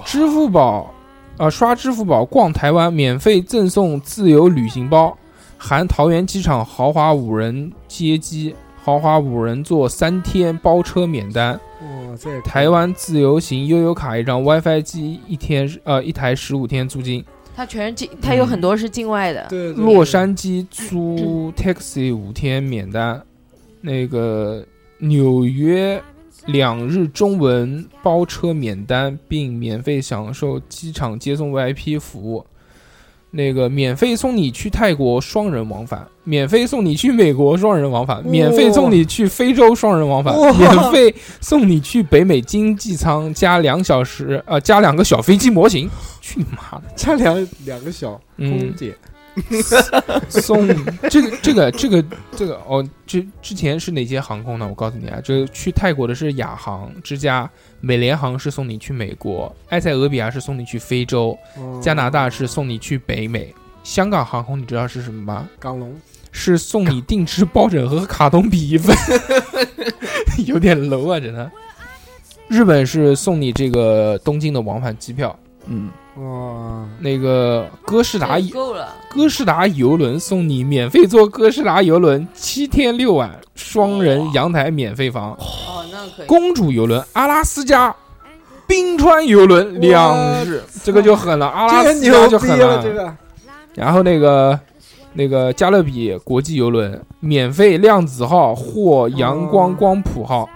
[SPEAKER 4] 支付宝啊、刷支付宝逛台湾免费赠送自由旅行包，含桃园机场豪华五人接机、豪华五人座三天包车免单，
[SPEAKER 7] 哇，这也可以
[SPEAKER 4] 嗯台湾自由行悠游卡一张，WiFi 机一天呃一台十五天租金，
[SPEAKER 3] 它全是境，它有很多是境外的。
[SPEAKER 7] 嗯对对嗯对
[SPEAKER 4] 洛杉矶租 taxi 五天免单，那个纽约两日中文包车免单，并免费享受机场接送 VIP 服务。那个免费送你去泰国双人往返，免费送你去美国双人往返，免费送你去非洲双人往返，免费送你去北美经济舱加两小时，呃，加两个小飞机模型。去你妈的！
[SPEAKER 7] 加两两个小
[SPEAKER 4] 嗯
[SPEAKER 7] 空，姐，
[SPEAKER 4] 送这个这个这个这个哦，之之前是哪些航空呢？我告诉你啊，这去泰国的是亚航、之家，美联航是送你去美国，埃塞俄比亚是送你去非洲，嗯
[SPEAKER 7] 哦
[SPEAKER 4] 加拿大是送你去北美，香港航空你知道是什么吗？
[SPEAKER 7] 港龙
[SPEAKER 4] 是送你定制抱枕和卡通笔一份， 有点 low 啊，真的。日本是送你这个东京的往返机票，
[SPEAKER 1] 嗯，
[SPEAKER 7] 哇，
[SPEAKER 4] 那个哥斯达
[SPEAKER 3] 这够了？
[SPEAKER 4] 哥斯达游轮送你免费坐哥斯达游轮七天六晚双人阳台免费房，
[SPEAKER 3] 哦，那可以。
[SPEAKER 4] 公主游轮阿拉斯加冰川游轮两日，这个就狠了，阿拉
[SPEAKER 7] 这个
[SPEAKER 4] 斯加
[SPEAKER 7] 牛
[SPEAKER 4] 就
[SPEAKER 7] 逼
[SPEAKER 4] 狠
[SPEAKER 7] 了，这个
[SPEAKER 4] 然后那个那个加勒比国际游轮免费量子号或阳光光谱号，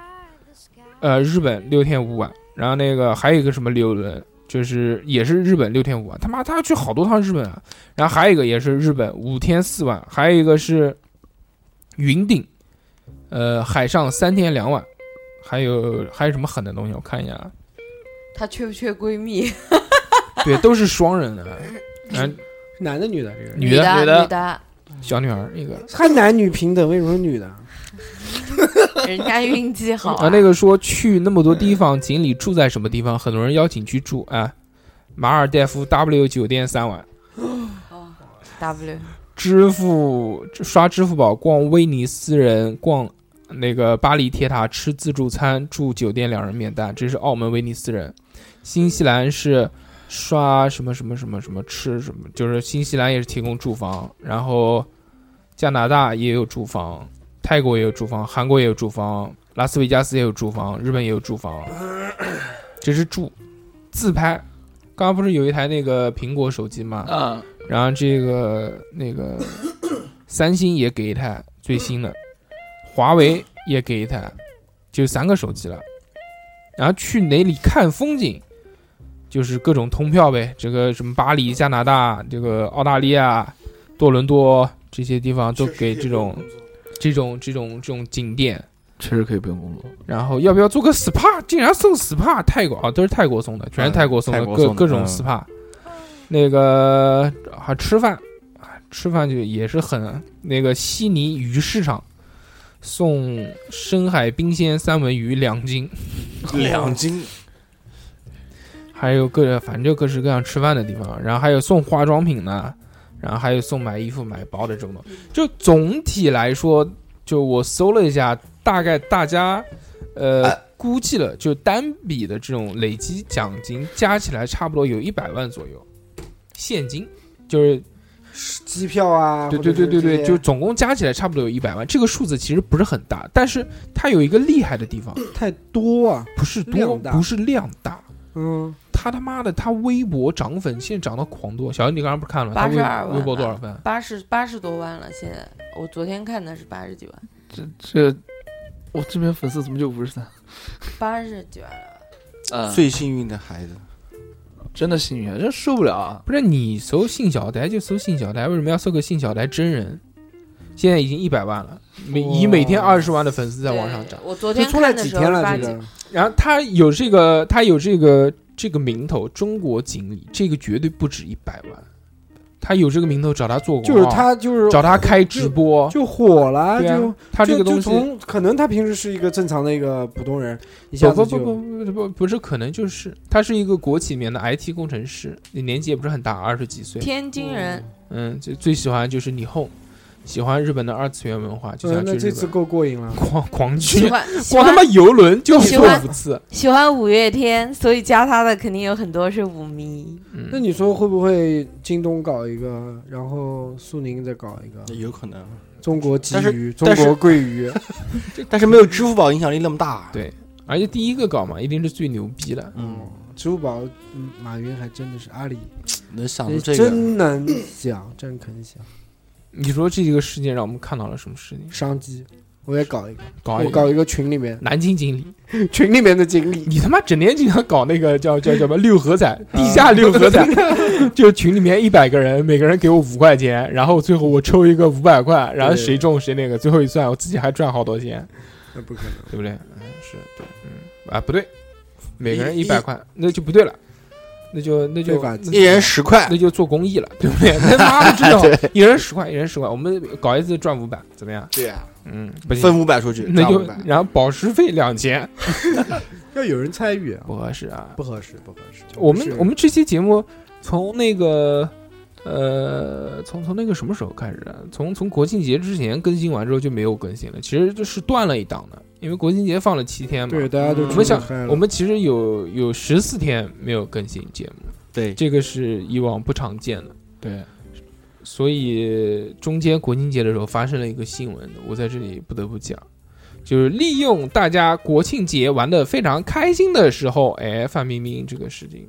[SPEAKER 4] 呃，日本六天五晚。然后那个还有一个什么游轮，就是也是日本六天五晚。他妈，他要去好多趟日本啊！然后还有一个也是日本五天四晚，还有一个是云顶，呃，海上三天两晚。还有还有什么狠的东西？我看一下，啊，
[SPEAKER 3] 她缺不缺闺蜜？
[SPEAKER 4] 对，都是双人的，嗯，
[SPEAKER 7] 男的女的这个人
[SPEAKER 4] 女的
[SPEAKER 3] 的，
[SPEAKER 1] 女
[SPEAKER 3] 女
[SPEAKER 1] 的
[SPEAKER 3] 的，
[SPEAKER 4] 小女孩一个。
[SPEAKER 7] 还男女平等，为什么是女的？
[SPEAKER 3] 人家运气好
[SPEAKER 4] 啊，那个说去那么多地方，锦鲤住在什么地方？很多人邀请去住啊，马尔代夫 W 酒店三晚，
[SPEAKER 3] 哦 W
[SPEAKER 4] 支付刷支付宝逛威尼斯人，逛那个巴黎铁塔，吃自助餐，住酒店两人免单，这是澳门威尼斯人。新西兰是刷什么什么什么什么吃什么，就是新西兰也是提供住房，然后加拿大也有住房，泰国也有住房，韩国也有住房，拉斯维加斯也有住房，日本也有住房，这是住。自拍，刚刚不是有一台那个苹果手机吗？
[SPEAKER 1] 啊，
[SPEAKER 4] 然后这个那个三星也给一台最新的，华为也给一台，就三个手机了。然后去哪里看风景，就是各种通票呗，这个什么巴黎、加拿大、这个澳大利亚、多伦多这些地方都给这种这种这种这种景点。
[SPEAKER 1] 确实可以不用工作。
[SPEAKER 4] 然后要不要做个 SPA？竟然送 SPA，泰国啊，都是泰国送的，全是泰国送的，
[SPEAKER 6] 泰国
[SPEAKER 4] 各
[SPEAKER 6] 送的
[SPEAKER 4] 各种
[SPEAKER 6] 嗯
[SPEAKER 4] SPA。那个还吃饭，啊吃饭就也是很那个悉尼鱼市场送深海冰鲜三文鱼两斤，
[SPEAKER 6] 两斤，
[SPEAKER 4] 还有各反正就各式各样吃饭的地方，然后还有送化妆品呢，然后还有送买衣服、买包的这种东西。就总体来说，就我搜了一下，大概大家呃、
[SPEAKER 7] 哎
[SPEAKER 4] 估计了，就单笔的这种累积奖金加起来差不多有一百万左右，现金就是
[SPEAKER 7] 机票啊，
[SPEAKER 4] 对
[SPEAKER 7] 或者
[SPEAKER 4] 对
[SPEAKER 7] 是
[SPEAKER 4] 对对对，
[SPEAKER 7] 这些
[SPEAKER 4] 就总共加起来差不多有一百万。这个数字其实不是很大，但是它有一个厉害的地方，
[SPEAKER 7] 太多啊，
[SPEAKER 4] 不是多，
[SPEAKER 7] 量大
[SPEAKER 4] 不是量大。
[SPEAKER 7] 嗯，
[SPEAKER 4] 他他妈的，他微博涨粉现在涨到狂多。小英，你刚刚不是看了吗？他
[SPEAKER 3] 82
[SPEAKER 4] 微
[SPEAKER 3] 万
[SPEAKER 4] 微博多少分？
[SPEAKER 3] 八十八十多万了，现在我昨天看的是八十几万，
[SPEAKER 1] 这这，我这边粉丝怎么就五十三？
[SPEAKER 3] 八十几万了。
[SPEAKER 1] 啊，
[SPEAKER 6] 最幸运的孩子，
[SPEAKER 1] 真的幸运，啊，这受不了啊！
[SPEAKER 4] 不是你搜性小呆就搜性小呆，为什么要搜个性小呆真人？现在已经一百万了，每以每天二十万的粉丝在往上
[SPEAKER 3] 对
[SPEAKER 4] 涨。
[SPEAKER 3] 我昨
[SPEAKER 7] 就
[SPEAKER 3] 天
[SPEAKER 7] 出来
[SPEAKER 3] 看的
[SPEAKER 7] 几
[SPEAKER 3] 时候
[SPEAKER 7] 天
[SPEAKER 3] 是
[SPEAKER 7] 了
[SPEAKER 3] 八
[SPEAKER 7] 这
[SPEAKER 3] 几
[SPEAKER 7] 个，
[SPEAKER 4] 然后他有这个，他有这个这个名头，中国锦鲤，这个绝对不止一百万。他有这个名头，找他做广
[SPEAKER 7] 就是
[SPEAKER 4] 告，
[SPEAKER 7] 他就是
[SPEAKER 4] 找他开直播，
[SPEAKER 7] 就火了，
[SPEAKER 4] 对
[SPEAKER 7] 就
[SPEAKER 4] 啊，他这
[SPEAKER 7] 就
[SPEAKER 4] 个东
[SPEAKER 7] 就
[SPEAKER 4] 西，
[SPEAKER 7] 从可能他平时是一个正常的一个普通人，一下
[SPEAKER 4] 不
[SPEAKER 7] 子
[SPEAKER 4] 不
[SPEAKER 7] 就
[SPEAKER 4] 不不不不不是，可能就是他是一个国企里面的 IT 工程师，年纪也不是很大，二十几岁，
[SPEAKER 3] 天津 人，
[SPEAKER 4] 嗯，就最喜欢就是李后，喜欢日本的二次元文化，就
[SPEAKER 7] 嗯，
[SPEAKER 4] 想
[SPEAKER 7] 那
[SPEAKER 4] 去
[SPEAKER 7] 这
[SPEAKER 4] 日
[SPEAKER 7] 次
[SPEAKER 4] 本嗯
[SPEAKER 7] 够过瘾了。
[SPEAKER 4] 狂狂
[SPEAKER 3] 喜
[SPEAKER 4] 去，
[SPEAKER 3] 欢喜
[SPEAKER 4] 光他
[SPEAKER 3] 欢
[SPEAKER 4] 妈游轮就
[SPEAKER 3] 喜
[SPEAKER 4] 坐
[SPEAKER 3] 欢
[SPEAKER 4] 五次，
[SPEAKER 3] 喜欢五月天，所以加他的肯定有很多是舞迷。
[SPEAKER 4] 嗯
[SPEAKER 7] 那你说会不会京东搞一个，然后苏宁再搞一个
[SPEAKER 6] 有可能，
[SPEAKER 7] 中国鲫
[SPEAKER 6] 但是
[SPEAKER 7] 鱼、中
[SPEAKER 6] 但是
[SPEAKER 7] 国桂鱼？
[SPEAKER 6] 但是没有支付宝影响力那么大。
[SPEAKER 4] 对而且第一个搞嘛，一定是最牛逼的，
[SPEAKER 6] 嗯，
[SPEAKER 7] 支付宝，嗯马云还真的是阿里，
[SPEAKER 6] 能想出这个，
[SPEAKER 7] 真能想，真肯想，
[SPEAKER 4] 你说这个事件让我们看到了什么事情？
[SPEAKER 7] 商机。我也搞一个，
[SPEAKER 4] 搞一
[SPEAKER 7] 我
[SPEAKER 4] 个
[SPEAKER 7] 搞一个群里面，
[SPEAKER 4] 南京经理，
[SPEAKER 7] 群里面的经理，
[SPEAKER 4] 你他妈整天经常搞那个叫叫叫什么六合彩，地下六合彩，就群里面一百个人，每个人给我五块钱，然后最后我抽一个五百块，然后
[SPEAKER 7] 对
[SPEAKER 4] 谁中谁那个，最后一算我自己还赚好多钱，
[SPEAKER 7] 那不可能。
[SPEAKER 4] 对不对？嗯，是对，嗯啊不对，每个人一百块，那就不对了，那就那就
[SPEAKER 7] 对吧
[SPEAKER 6] 一人十块
[SPEAKER 4] 那，就做公益了，对不对？他妈的这种一人十块，一人十块，我们搞一次赚五百，怎么样？
[SPEAKER 6] 对啊，
[SPEAKER 4] 嗯，不行，
[SPEAKER 6] 分五百出去，
[SPEAKER 4] 那就
[SPEAKER 6] 赚500
[SPEAKER 4] 然后保时费两千，
[SPEAKER 7] 要有人参与啊，
[SPEAKER 4] 不合适啊。
[SPEAKER 7] 不合适，不合适。
[SPEAKER 4] 我
[SPEAKER 7] 不
[SPEAKER 4] 们
[SPEAKER 7] 是
[SPEAKER 4] 我们这期节目从那个呃，从从那个什么时候开始啊？从从国庆节之前更新完之后就没有更新了，其实这是断了一档的，因为国庆节放了七天嘛。
[SPEAKER 7] 对大家都
[SPEAKER 6] 嗯
[SPEAKER 4] 我们想
[SPEAKER 7] 出去嗨，了
[SPEAKER 4] 我们其实有有十四天没有更新节目，
[SPEAKER 6] 对，
[SPEAKER 4] 这个是以往不常见的。
[SPEAKER 6] 对，
[SPEAKER 4] 所以中间国庆节的时候发生了一个新闻，我在这里不得不讲，就是利用大家国庆节玩的非常开心的时候，哎，范冰冰这个事情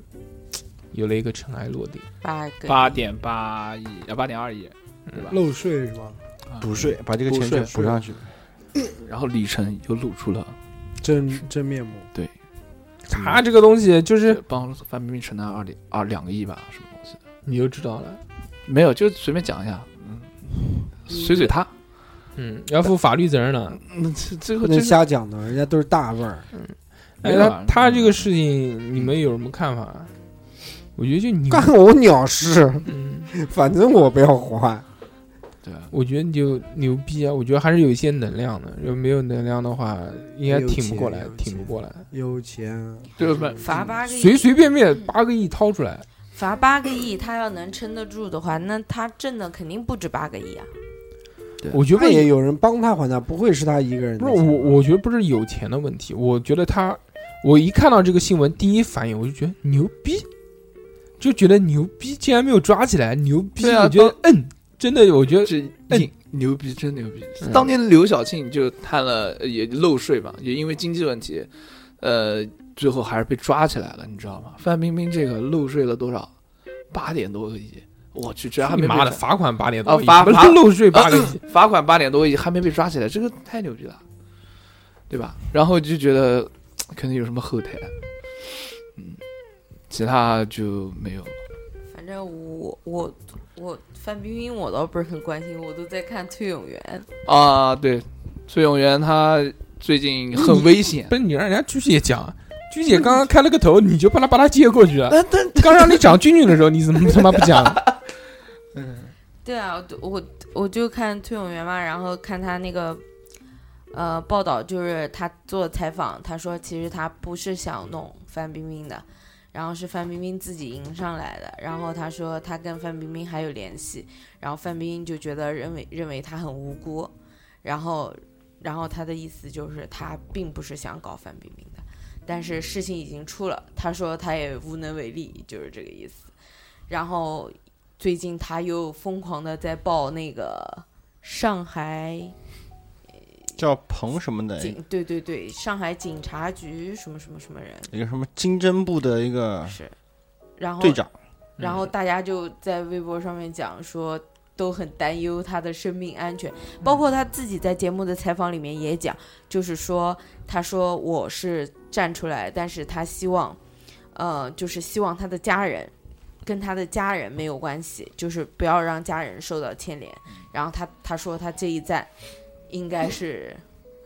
[SPEAKER 4] 嘖有了一个尘埃落定。
[SPEAKER 3] 八个
[SPEAKER 10] 八点八亿啊，八点二亿，对吧？
[SPEAKER 7] 漏税是吧？
[SPEAKER 6] 补税把这个
[SPEAKER 10] 补
[SPEAKER 6] 钱
[SPEAKER 10] 税
[SPEAKER 6] 全补上去，
[SPEAKER 10] 然后李晨又露出了
[SPEAKER 7] 真真面目，
[SPEAKER 4] 他这个东西就是
[SPEAKER 10] 帮范冰冰承担二点二两个亿吧，什么东西的？
[SPEAKER 4] 你就知道了，
[SPEAKER 10] 没有，就随便讲一下，嗯，随随他。
[SPEAKER 4] 嗯，要负法律责任了。
[SPEAKER 10] 那这这
[SPEAKER 7] 不
[SPEAKER 10] 个
[SPEAKER 7] 能
[SPEAKER 10] 这个
[SPEAKER 7] 瞎讲的，人家都是大腕儿。
[SPEAKER 4] 哎，
[SPEAKER 10] 没有啊
[SPEAKER 4] 他他这个事情你们有什么看法？我觉得就你，
[SPEAKER 7] 干我鸟事，
[SPEAKER 4] 嗯，
[SPEAKER 7] 反正我不要还。
[SPEAKER 10] 对啊，
[SPEAKER 4] 我觉得你就牛逼啊！我觉得还是有一些能量的，如果没有能量的话，应该
[SPEAKER 7] 有
[SPEAKER 4] 挺不过
[SPEAKER 7] 钱
[SPEAKER 4] 来
[SPEAKER 7] 有，
[SPEAKER 4] 挺不
[SPEAKER 7] 钱
[SPEAKER 4] 过来。
[SPEAKER 7] 有钱，啊
[SPEAKER 10] 对吧？
[SPEAKER 7] 嗯
[SPEAKER 3] 罚八个亿，
[SPEAKER 4] 随随便便八个亿掏出来，
[SPEAKER 3] 罚八个亿，他要能撑得住的话，那他挣的肯定不止八个亿啊。
[SPEAKER 4] 我觉得
[SPEAKER 7] 他
[SPEAKER 4] 不
[SPEAKER 7] 也
[SPEAKER 4] 是
[SPEAKER 7] 有人帮他还他，不会是他一个人的
[SPEAKER 4] 不
[SPEAKER 7] 钱。啊
[SPEAKER 4] 是我，我觉得不是有钱的问题，我觉得他，我一看到这个新闻，第一反应我就觉得牛逼，就觉得牛逼，竟然没有抓起来，牛逼！
[SPEAKER 10] 对啊
[SPEAKER 4] 我觉得嗯，真的，我觉得
[SPEAKER 10] 这
[SPEAKER 4] 哎嗯
[SPEAKER 10] 硬牛逼，真牛逼！当年刘晓庆就贪了，呃也漏税嘛，也因为经济问题，呃，最后还是被抓起来了，你知道吗？范冰冰这个漏税了多少？八点多个亿，我去，居然还啊
[SPEAKER 4] 你
[SPEAKER 10] 没被
[SPEAKER 4] 妈的
[SPEAKER 10] 抓
[SPEAKER 4] 罚款八点多
[SPEAKER 10] 啊
[SPEAKER 4] 亿，
[SPEAKER 10] 罚
[SPEAKER 4] 什么
[SPEAKER 10] 罚啊
[SPEAKER 4] 漏税八个 亿，
[SPEAKER 10] 罚款八点多个亿，还没被抓起来，这个太牛逼了，对吧？然后就觉得嘖肯定有什么后台，嗯，其他就没有了。
[SPEAKER 3] 反正我我我范冰冰我倒不是很关心，我都在看崔永元。
[SPEAKER 10] 啊，对，崔永元他最近很危险
[SPEAKER 4] 不，是你让人家鞠姐讲，啊鞠姐刚刚开了个头，你就把他把他接过去了。
[SPEAKER 10] 但但
[SPEAKER 4] 刚让你讲俊俊的时候，你怎么他妈不讲？啊
[SPEAKER 3] 对啊，我我我就看崔永元嘛，然后看他那个呃报道，就是他做采访，他说其实他不是想弄范冰冰的，然后是范冰冰自己迎上来的，然后他说他跟范冰冰还有联系，然后范冰冰就觉得认为认为他很无辜，然后然后他的意思就是他并不是想搞范冰冰的，但是事情已经出了，他说他也无能为力，就是这个意思，然后最近他又疯狂的在报那个上海
[SPEAKER 6] 叫彭什么的
[SPEAKER 3] 警，对对对，上海警察局什么什么什么人
[SPEAKER 6] 一个什么经侦部的一个
[SPEAKER 3] 是，然后
[SPEAKER 6] 啊队长，
[SPEAKER 3] 然后大家就在微博上面讲说。都很担忧他的生命安全，包括他自己在节目的采访里面也讲，就是说，他说我是站出来，但是他希望，呃，就是希望他的家人跟他的家人没有关系，就是不要让家人受到牵连。然后他他说他这一站应该是，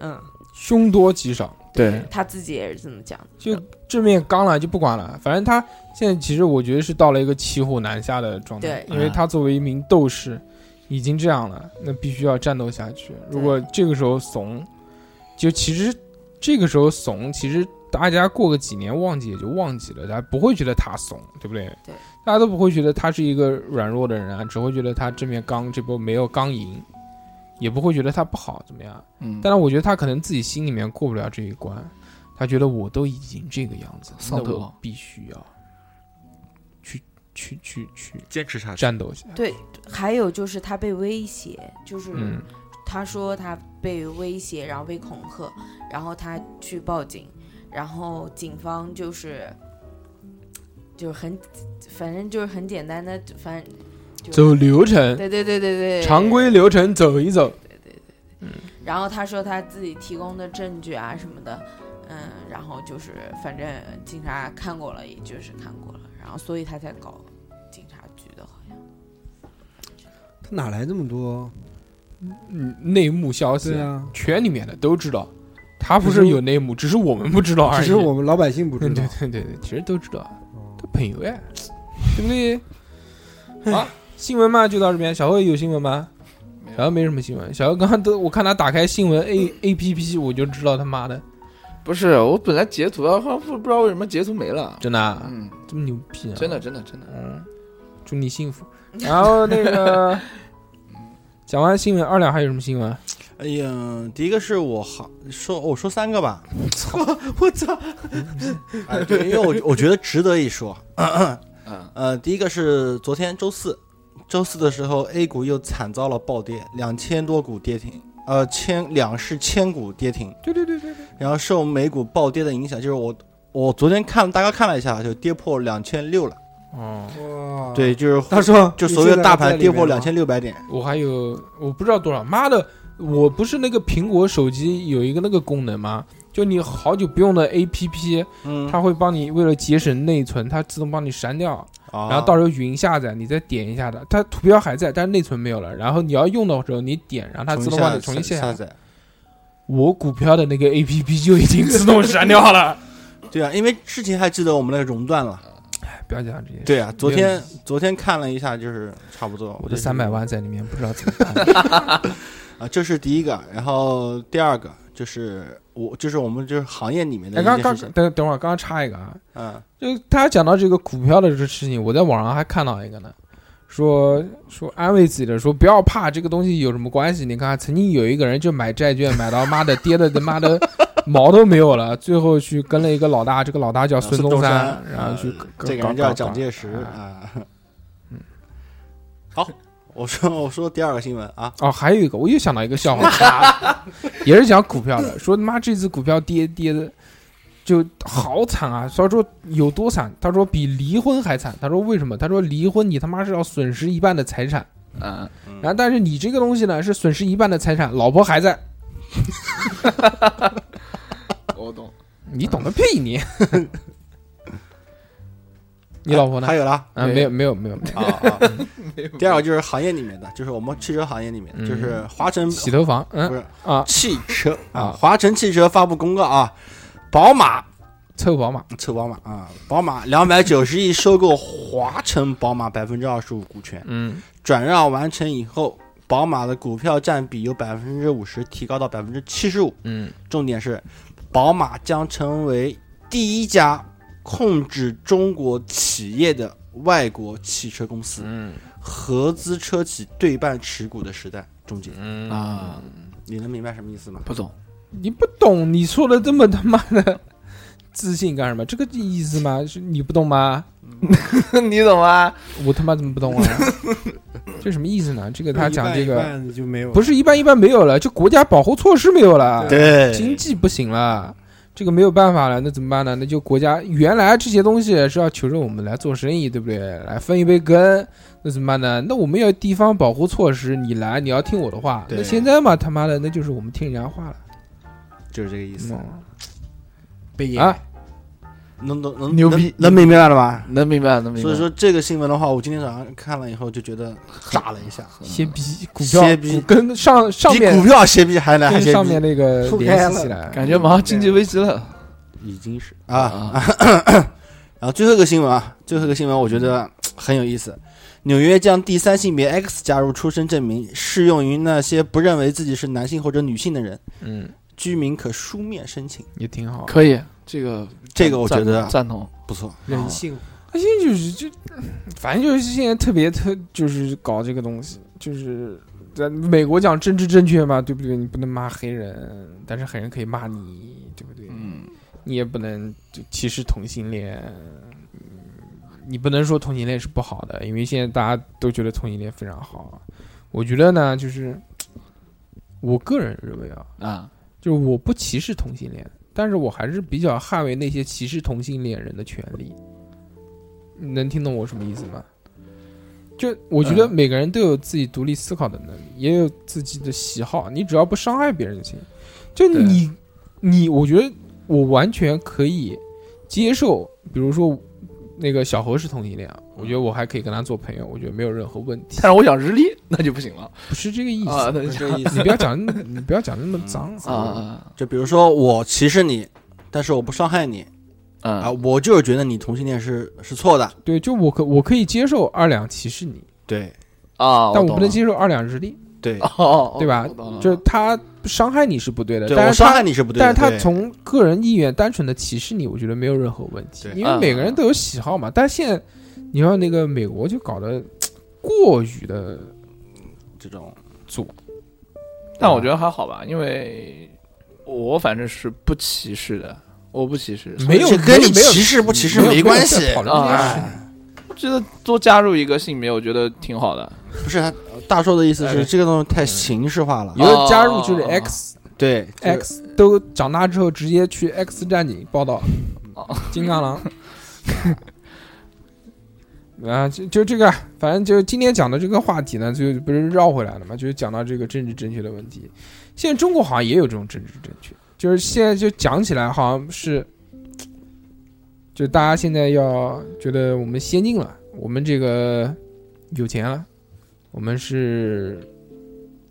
[SPEAKER 3] 嗯，
[SPEAKER 4] 凶多吉少，
[SPEAKER 1] 对，
[SPEAKER 3] 他自己也是这么讲的。
[SPEAKER 4] 就正面刚了就不管了，反正他现在其实我觉得是到了一个骑虎难下的状态，
[SPEAKER 3] 对
[SPEAKER 4] 因为他作为一名斗士，已经这样了，那必须要战斗下去。如果这个时候怂，就其实这个时候怂，其实大家过个几年忘记也就忘记了，大家不会觉得他怂，对不对？
[SPEAKER 3] 对，
[SPEAKER 4] 大家都不会觉得他是一个软弱的人啊，只会觉得他正面刚，这波没有刚赢，也不会觉得他不好怎么样。
[SPEAKER 1] 嗯，
[SPEAKER 4] 但是我觉得他可能自己心里面过不了这一关，他觉得我都已经这个样子，那
[SPEAKER 1] 丧头
[SPEAKER 4] 我必须要去去去去
[SPEAKER 6] 坚持下去。
[SPEAKER 4] 战斗一下。
[SPEAKER 3] 对，还有就是他被威胁，就是
[SPEAKER 4] 嗯，
[SPEAKER 3] 他说他被威胁，然后被恐吓，然后他去报警，然后警方就是就是很，反正就是很简单的，反正就
[SPEAKER 4] 走流程，
[SPEAKER 3] 对对对对对
[SPEAKER 4] 常。规流程走一走。
[SPEAKER 3] 然后他说他自己提供的证据啊什么的，嗯，然后就是反正警察看过了，也就是看过了，然后所以他才搞警察局的，好像
[SPEAKER 7] 他哪来这么多？
[SPEAKER 4] 嗯，内幕消息
[SPEAKER 7] 对，啊，
[SPEAKER 4] 圈里面的都知道，他不是有内幕，只是我们不知道而已。
[SPEAKER 7] 只是我们老百姓不知
[SPEAKER 4] 嗯，
[SPEAKER 7] 道
[SPEAKER 4] 对。对对对，其实都知道，都朋友哎，对不对？好，新闻嘛就到这边。小辉有新闻吗？小辉没什么新闻。小辉刚刚都我看他打开新闻 A A P P，我就知道他妈的
[SPEAKER 1] 不是我本来截图啊，后来不不知道为什么截图没了。
[SPEAKER 4] 真的啊
[SPEAKER 1] 嗯，
[SPEAKER 4] 这么牛逼啊！
[SPEAKER 1] 真的，真的，真的。
[SPEAKER 4] 嗯，祝你幸福。然后那 个讲完新闻，二两还有什么新闻？
[SPEAKER 6] 哎呀，第一个是我好说，我说三个 吧。 我操，我操！哎，对，因为我我觉得值得一说。
[SPEAKER 1] 嗯，
[SPEAKER 6] 呃，第一个是昨天周四，周四的时候，A 股又惨遭了暴跌，两千多股跌停，呃，千两市千股跌停。
[SPEAKER 4] 对对对对对，
[SPEAKER 6] 然后受美股暴跌的影响，就是我我昨天看大概看了一下，就跌破两千六了。
[SPEAKER 4] 哦，
[SPEAKER 7] 哇，
[SPEAKER 6] 对，就是
[SPEAKER 7] 他说
[SPEAKER 6] 就所有大盘跌破两
[SPEAKER 7] 2000
[SPEAKER 6] 千六百点。
[SPEAKER 4] 我还有我不知道多少，妈的，我不是那个苹果手机有一个那个功能吗？就你好久不用的 A P P，
[SPEAKER 6] 嗯，
[SPEAKER 4] 它会帮你为了节省内存，它自动帮你删掉，
[SPEAKER 6] 啊
[SPEAKER 4] 然后到时候云下载，你再点一下它，它图标还在，但是内存没有了。然后你要用的时候，你点，然后它自动帮你重新下
[SPEAKER 6] 啊下
[SPEAKER 4] 载。
[SPEAKER 6] 载。
[SPEAKER 4] 我股票的那个 A P P 就已经自动删掉 了。
[SPEAKER 6] 对啊，因为之前还记得我们那个熔断了。
[SPEAKER 4] 哎，不要讲这些。，
[SPEAKER 6] 对啊，昨
[SPEAKER 4] 没有
[SPEAKER 6] 天昨天看了一下，就是差不多。
[SPEAKER 4] 我
[SPEAKER 6] 就
[SPEAKER 4] 的
[SPEAKER 6] 是
[SPEAKER 4] 三百万在里面，不知道怎么办。
[SPEAKER 6] 啊，这是第一个，然后第二个就是我，就是我们就是行业里面 的
[SPEAKER 4] 哎，
[SPEAKER 6] 一
[SPEAKER 4] 刚
[SPEAKER 6] 件
[SPEAKER 4] 刚
[SPEAKER 6] 事情。
[SPEAKER 4] 等等会儿，刚刚插一个啊，
[SPEAKER 6] 嗯，
[SPEAKER 4] 就他讲到这个股票的这个事情，我在网上还看到一个呢，说说安慰自己的，说不要怕，这个东西有什么关系？你看，曾经有一个人就买债券，买到妈的跌的他妈 的毛都没有了，最后去跟了一个老大，这个老大叫孙中山，然后去
[SPEAKER 6] 嗯
[SPEAKER 4] 搞
[SPEAKER 6] 这个
[SPEAKER 4] 搞
[SPEAKER 6] 人叫
[SPEAKER 4] 搞
[SPEAKER 6] 蒋介石啊。好，我说我说第二个新闻啊，
[SPEAKER 4] 哦，还有一个，我又想到一个笑话， 也是讲股票的，说他妈这次股票跌跌的就好惨啊！他说有多惨？他说比离婚还惨。他说为什么？他说离婚你他妈是要损失一半的财产，
[SPEAKER 1] 嗯，
[SPEAKER 4] 然后但是你这个东西呢是损失一半的财产，老婆还在，
[SPEAKER 1] 我懂。
[SPEAKER 4] 你懂个屁 你！你老婆呢
[SPEAKER 6] 还？有啦
[SPEAKER 4] 啊，没有没有没有，没有
[SPEAKER 6] 啊啊！ 第二个就是行业里面的，就是我们汽车行业里面的，就是华晨
[SPEAKER 4] 洗头房，
[SPEAKER 6] 不
[SPEAKER 4] 嗯
[SPEAKER 6] 是
[SPEAKER 4] 啊，
[SPEAKER 6] 汽车
[SPEAKER 4] 嗯啊
[SPEAKER 6] 啊，华晨汽车发布公告啊，宝马
[SPEAKER 4] 凑宝马，
[SPEAKER 6] 凑宝马啊，宝马两百九十亿收购华晨宝马百分之二十五股权，
[SPEAKER 4] 嗯，
[SPEAKER 6] 转让完成以后，宝马的股票占比由百分之五十提高到百分之七十五。
[SPEAKER 4] 嗯，
[SPEAKER 6] 重点是，宝马将成为第一家控制中国企业的外国汽车公司，
[SPEAKER 4] 嗯
[SPEAKER 6] 合资车企对半持股的时代终结。
[SPEAKER 4] 嗯
[SPEAKER 1] 啊，
[SPEAKER 6] 你能明白什么意思吗？
[SPEAKER 1] 不懂。
[SPEAKER 4] 你不懂，你说的这么他妈的 自信干什么？这个意思吗？是你不懂吗？
[SPEAKER 1] 你懂吗？
[SPEAKER 4] 我他妈怎么不懂啊？这什么意思呢？这个他讲这
[SPEAKER 7] 一
[SPEAKER 4] 个
[SPEAKER 7] 半一半就没有了，
[SPEAKER 4] 不是一般一般没有了，就国家保护措施没有了，
[SPEAKER 6] 对
[SPEAKER 4] 经济不行了，这个没有办法了，那怎么办呢？那就国家原来这些东西是要求着我们来做生意，对不对？来分一杯羹，那怎么办呢？那我们要地方保护措施，你来，你要听我的话。
[SPEAKER 6] 对
[SPEAKER 4] 那现在嘛，他妈的，那就是我们听人家话了。
[SPEAKER 6] 就是这个意思。
[SPEAKER 4] 嗯
[SPEAKER 7] 北野
[SPEAKER 4] 啊，
[SPEAKER 6] 能能能
[SPEAKER 1] 牛逼
[SPEAKER 6] 能能明白了吧？
[SPEAKER 1] 能明白，能明白。
[SPEAKER 6] 所以说这个新闻的话，我今天早上看了以后就觉得炸了一下，
[SPEAKER 4] 先比股票
[SPEAKER 6] 歇逼
[SPEAKER 4] 股跟上上
[SPEAKER 6] 比
[SPEAKER 4] 面
[SPEAKER 6] 股票斜逼还难，还
[SPEAKER 4] 跟
[SPEAKER 6] 斜
[SPEAKER 4] 上
[SPEAKER 6] 逼
[SPEAKER 4] 面那个
[SPEAKER 7] 铺开
[SPEAKER 4] 联系
[SPEAKER 7] 了
[SPEAKER 4] 起来，
[SPEAKER 1] 感觉马上经济危机了。
[SPEAKER 6] 已经是啊啊。然后最后一个新闻啊，最后一个新闻我觉得很有意思。纽约将第三性别 X 加入出生证明，适用于那些不认为自己是男性或者女性的人。
[SPEAKER 4] 嗯，
[SPEAKER 6] 居民可书面申请，
[SPEAKER 4] 也挺好。
[SPEAKER 1] 可以，这个
[SPEAKER 6] 这个我
[SPEAKER 1] 赞
[SPEAKER 6] 觉得啊
[SPEAKER 1] 赞同。
[SPEAKER 6] 不错。
[SPEAKER 7] 人性，
[SPEAKER 4] 他现在就是就，反正就是现在特别特就是搞这个东西，就是在美国讲政治正确嘛，对不对？你不能骂黑人，但是黑人可以骂你，对不对？
[SPEAKER 1] 嗯，
[SPEAKER 4] 你也不能就歧视同性恋，嗯你不能说同性恋是不好的，因为现在大家都觉得同性恋非常好。我觉得呢，就是我个人认为啊，
[SPEAKER 1] 啊，
[SPEAKER 4] 就是我不歧视同性恋，但是我还是比较捍卫那些歧视同性恋人的权利。你能听懂我什么意思吗？就我
[SPEAKER 1] 嗯
[SPEAKER 4] 觉得每个人都有自己独立思考的能力，也有自己的喜好，你只要不伤害别人就行。就
[SPEAKER 1] 对
[SPEAKER 4] 你，你，我觉得我完全可以接受，比如说那个小何是同性恋啊，我觉得我还可以跟他做朋友，我觉得没有任何问题。
[SPEAKER 1] 但是我想日历，那就不行了
[SPEAKER 4] 不是这个意思，
[SPEAKER 1] 啊，那
[SPEAKER 6] 不
[SPEAKER 1] 就是
[SPEAKER 6] 这意
[SPEAKER 4] 你
[SPEAKER 6] 思
[SPEAKER 4] 不要讲，你不要讲那么脏
[SPEAKER 1] 啊啊
[SPEAKER 6] 就比如说我歧视你，但是我不伤害你
[SPEAKER 1] 啊
[SPEAKER 6] 啊，
[SPEAKER 1] 啊！
[SPEAKER 6] 我就是觉得你同性恋是是错的。
[SPEAKER 4] 对，就我可我可以接受二两歧视你，
[SPEAKER 6] 对
[SPEAKER 1] 啊
[SPEAKER 6] 哦
[SPEAKER 4] 但我
[SPEAKER 1] 懂
[SPEAKER 4] 不能
[SPEAKER 1] 了
[SPEAKER 4] 接受二两日历，
[SPEAKER 6] 对
[SPEAKER 1] 哦哦，哦
[SPEAKER 4] 对吧
[SPEAKER 1] 我懂了
[SPEAKER 4] 就是他伤害你是不对的，
[SPEAKER 6] 嗯对，
[SPEAKER 4] 但
[SPEAKER 6] 我
[SPEAKER 4] 是他
[SPEAKER 6] 伤害你是不对
[SPEAKER 4] 但
[SPEAKER 6] 的。
[SPEAKER 4] 是他
[SPEAKER 6] 对
[SPEAKER 4] 从个人意愿单纯的歧视你，我觉得没有任何问题
[SPEAKER 6] 对，嗯
[SPEAKER 4] 因为每个人都有喜好嘛。但是现在你看那个美国就搞得过于的，
[SPEAKER 6] 这种
[SPEAKER 1] 但我觉得还好吧，因为我反正是不歧视的，我不歧视，
[SPEAKER 4] 没有
[SPEAKER 6] 这跟你
[SPEAKER 4] 没有
[SPEAKER 6] 歧视不歧视
[SPEAKER 4] 没有
[SPEAKER 6] 没关系
[SPEAKER 4] 没有在讨论这件事
[SPEAKER 1] 啊我觉得多加入一个性别，我觉得挺好的。
[SPEAKER 6] 不是他大硕的意思
[SPEAKER 4] 哎
[SPEAKER 6] 是这个东西太形式化了
[SPEAKER 4] 有。的加入就是
[SPEAKER 1] 哦
[SPEAKER 4] X
[SPEAKER 6] 对
[SPEAKER 4] X 都长大之后直接去 X 战警报道
[SPEAKER 1] 哦
[SPEAKER 4] 金刚狼。啊，就就这个，反正就今天讲的这个话题呢，就不是绕回来了嘛，就是讲到这个政治正确的问题。现在中国好像也有这种政治正确，就是现在就讲起来好像是，就大家现在要觉得我们先进了，我们这个有钱了，我们是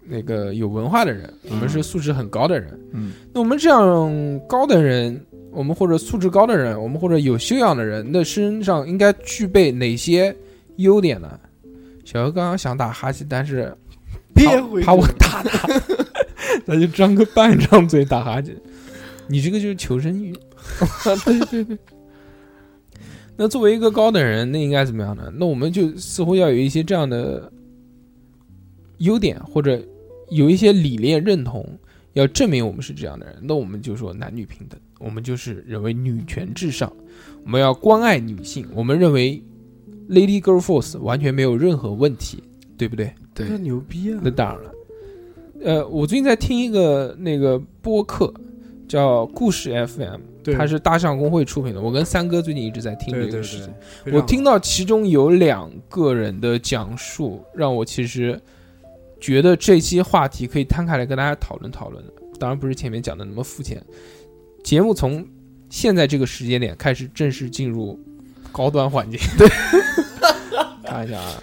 [SPEAKER 4] 那个有文化的人，我们是素质很高的人。
[SPEAKER 1] 嗯，
[SPEAKER 4] 那我们这样高的人，我们或者素质高的人，我们或者有修养的人的身上应该具备哪些优点呢？小何刚刚想打哈欠，但是
[SPEAKER 7] 别回
[SPEAKER 4] 怕我打他， 那就张个半张嘴打哈欠。你这个就是求生欲， 对对对。那作为一个高等人，那应该怎么样呢？那我们就似乎要有一些这样的优点，或者有一些理念认同，要证明我们是这样的人。那我们就说男女平等，我们就是认为女权至上，我们要关爱女性，我们认为 Lady Girl Force 完全没有任何问题，对不对？
[SPEAKER 1] 对
[SPEAKER 7] 这牛逼啊！
[SPEAKER 4] 那当然了，呃，我最近在听一个那个播客，叫故事 FM，
[SPEAKER 7] 对
[SPEAKER 4] 它是大象公会出品的。我跟三哥最近一直在听
[SPEAKER 7] 对
[SPEAKER 4] 这
[SPEAKER 7] 对
[SPEAKER 4] 个事情，
[SPEAKER 7] 对，
[SPEAKER 4] 我听到其中有两个人的讲述，让我其实觉得这期话题可以摊开来跟大家讨论讨论的。当然不是前面讲的那么肤浅，节目从现在这个时间点开始正式进入高端环节。对，看一下啊，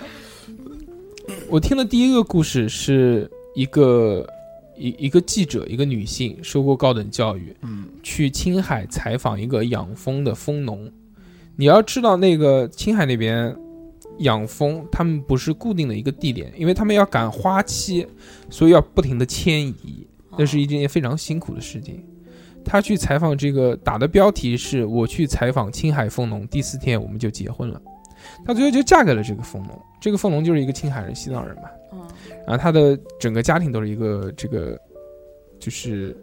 [SPEAKER 4] 我听的第一个故事是一个一一个记者，一个女性受过高等教育，
[SPEAKER 1] 嗯，
[SPEAKER 4] 去青海采访一个养蜂的蜂农。你要知道，那个青海那边养蜂，他们不是固定的一个地点，因为他们要赶花期，所以要不停的迁移，
[SPEAKER 3] 哦
[SPEAKER 4] 那是一件非常辛苦的事情。他去采访这个打的标题是“我去采访青海蜂农”，第四天我们就结婚了。她最后就嫁给了这个蜂农，这个蜂农就是一个青海人、西藏人嘛。
[SPEAKER 3] 嗯
[SPEAKER 4] 然后他的整个家庭都是一个这个，就是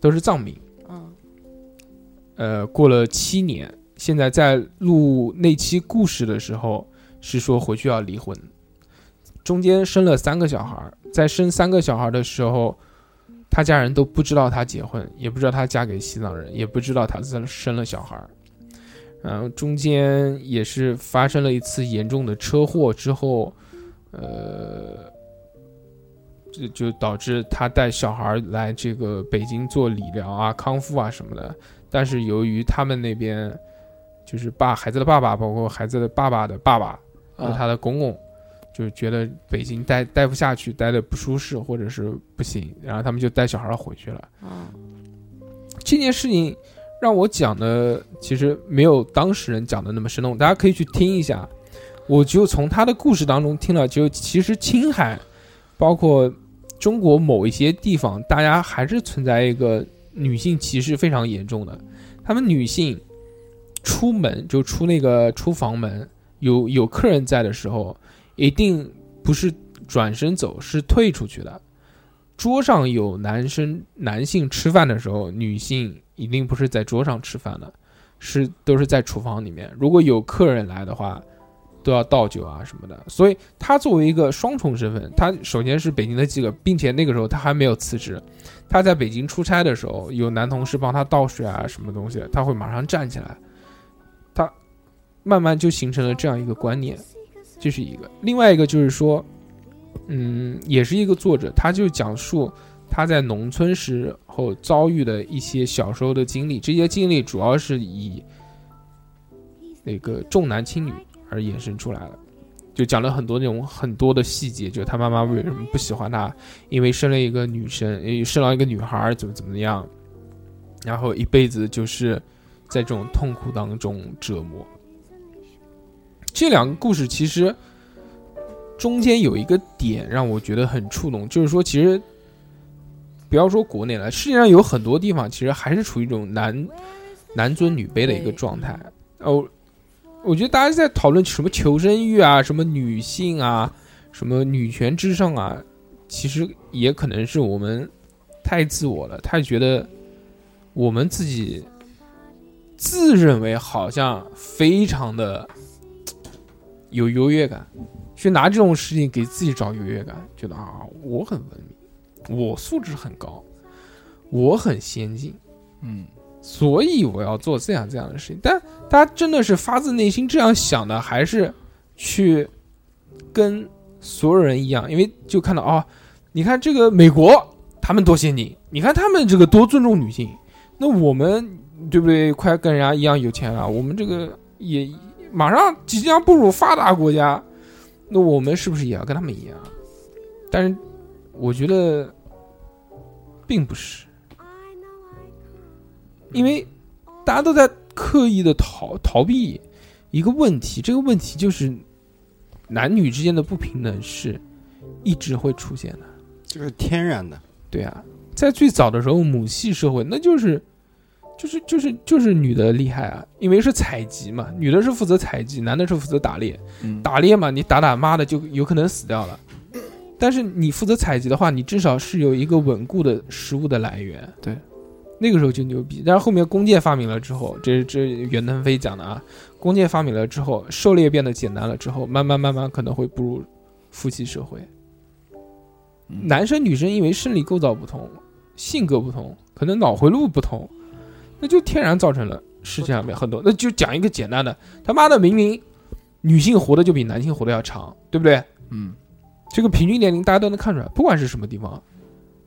[SPEAKER 4] 都是藏民。
[SPEAKER 3] 嗯
[SPEAKER 4] 呃，过了七年，现在在录那期故事的时候是说回去要离婚，中间生了三个小孩儿，在生三个小孩儿的时候，他家人都不知道他结婚，也不知道他嫁给西藏人，也不知道他生生了小孩儿。然后中间也是发生了一次严重的车祸之后，呃，这就导致他带小孩儿来这个北京做理疗啊、康复啊什么的。但是由于他们那边就是爸孩子的爸爸，包括孩子的爸爸的爸爸，
[SPEAKER 1] 啊
[SPEAKER 4] 和他的公公，就觉得北京待待不下去，待的不舒适或者是不行，然后他们就带小孩回去了。
[SPEAKER 3] 嗯
[SPEAKER 4] 这件事情让我讲的其实没有当事人讲的那么生动，大家可以去听一下。我就从他的故事当中听了，就其实青海，包括中国某一些地方，大家还是存在一个女性歧视非常严重的。他们女性出门就出那个出房门，有有客人在的时候，一定不是转身走，是退出去的。桌上有男生男性吃饭的时候，女性一定不是在桌上吃饭的，是都是在厨房里面。如果有客人来的话，都要倒酒啊什么的。所以他作为一个双重身份，他首先是北京的记者，并且那个时候他还没有辞职。他在北京出差的时候，有男同事帮他倒水啊什么东西，他会马上站起来。他慢慢就形成了这样一个观念，这、是一个。另外一个就是说，嗯，也是一个作者，他就讲述他在农村时候遭遇的一些小时候的经历，这些经历主要是以那个重男轻女而衍生出来的，就讲了很多那种很多的细节，就是他妈妈为什么不喜欢他，因为生了一个女生，呃生了一个女孩儿，怎么怎么样，然后一辈子就是在这种痛苦当中折磨。这两个故事其实中间有一个点让我觉得很触动，就是说，其实不要说国内了，世界上有很多地方其实还是处于一种男男尊女卑的一个状态。哦，我觉得大家在讨论什么求生欲啊，什么女性啊，什么女权至上啊，其实也可能是我们太自我了，太觉得我们自己自认为好像非常的有优越感，去拿这种事情给自己找优越感，觉得啊我很文明，我素质很高，我很先进，
[SPEAKER 10] 嗯，
[SPEAKER 4] 所以我要做这样这样的事情。但他真的是发自内心这样想的，还是去跟所有人一样？因为就看到啊、你看这个美国，他们多先进，你看他们这个多尊重女性，那我们对不对？快跟人家一样有钱了，我们这个也马上即将步入发达国家，那我们是不是也要跟他们一样？但是我觉得并不是，因为大家都在刻意的逃逃避一个问题，这个问题就是男女之间的不平等是一直会出现的。
[SPEAKER 6] 这是天然的。
[SPEAKER 4] 对啊，在最早的时候，母系社会那就是，就是就是就是女的厉害啊，因为是采集嘛，女的是负责采集，男的是负责打猎。
[SPEAKER 10] 嗯
[SPEAKER 4] 打猎嘛，你打打妈的就有可能死掉了。但是你负责采集的话，你至少是有一个稳固的食物的来源。
[SPEAKER 10] 对，
[SPEAKER 4] 那个时候就牛逼。但是后面弓箭发明了之后，这这袁腾飞讲的啊，弓箭发明了之后，狩猎变得简单了之后，慢慢慢慢可能会步入夫妻社会。
[SPEAKER 1] 嗯
[SPEAKER 4] 男生女生因为生理构造不同，性格不同，可能脑回路不同，那就天然造成了世界上面很多。那就讲一个简单的，他妈的明明女性活的就比男性活的要长，对不对？
[SPEAKER 10] 嗯，
[SPEAKER 4] 这个平均年龄大家都能看出来，不管是什么地方，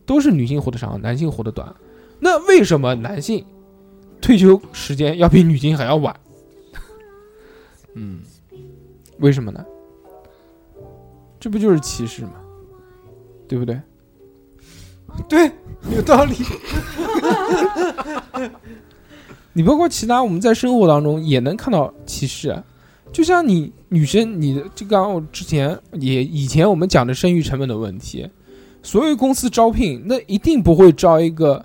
[SPEAKER 4] 都是女性活得长，男性活得短。那为什么男性退休时间要比女性还要晚？
[SPEAKER 10] 嗯，
[SPEAKER 4] 为什么呢？这不就是歧视吗？对不对？
[SPEAKER 7] 对，有道理。
[SPEAKER 4] 你包括其他我们在生活当中也能看到歧视啊，就像你女生，你的就刚刚我之前也以前我们讲的生育成本的问题，所有公司招聘那一定不会招一个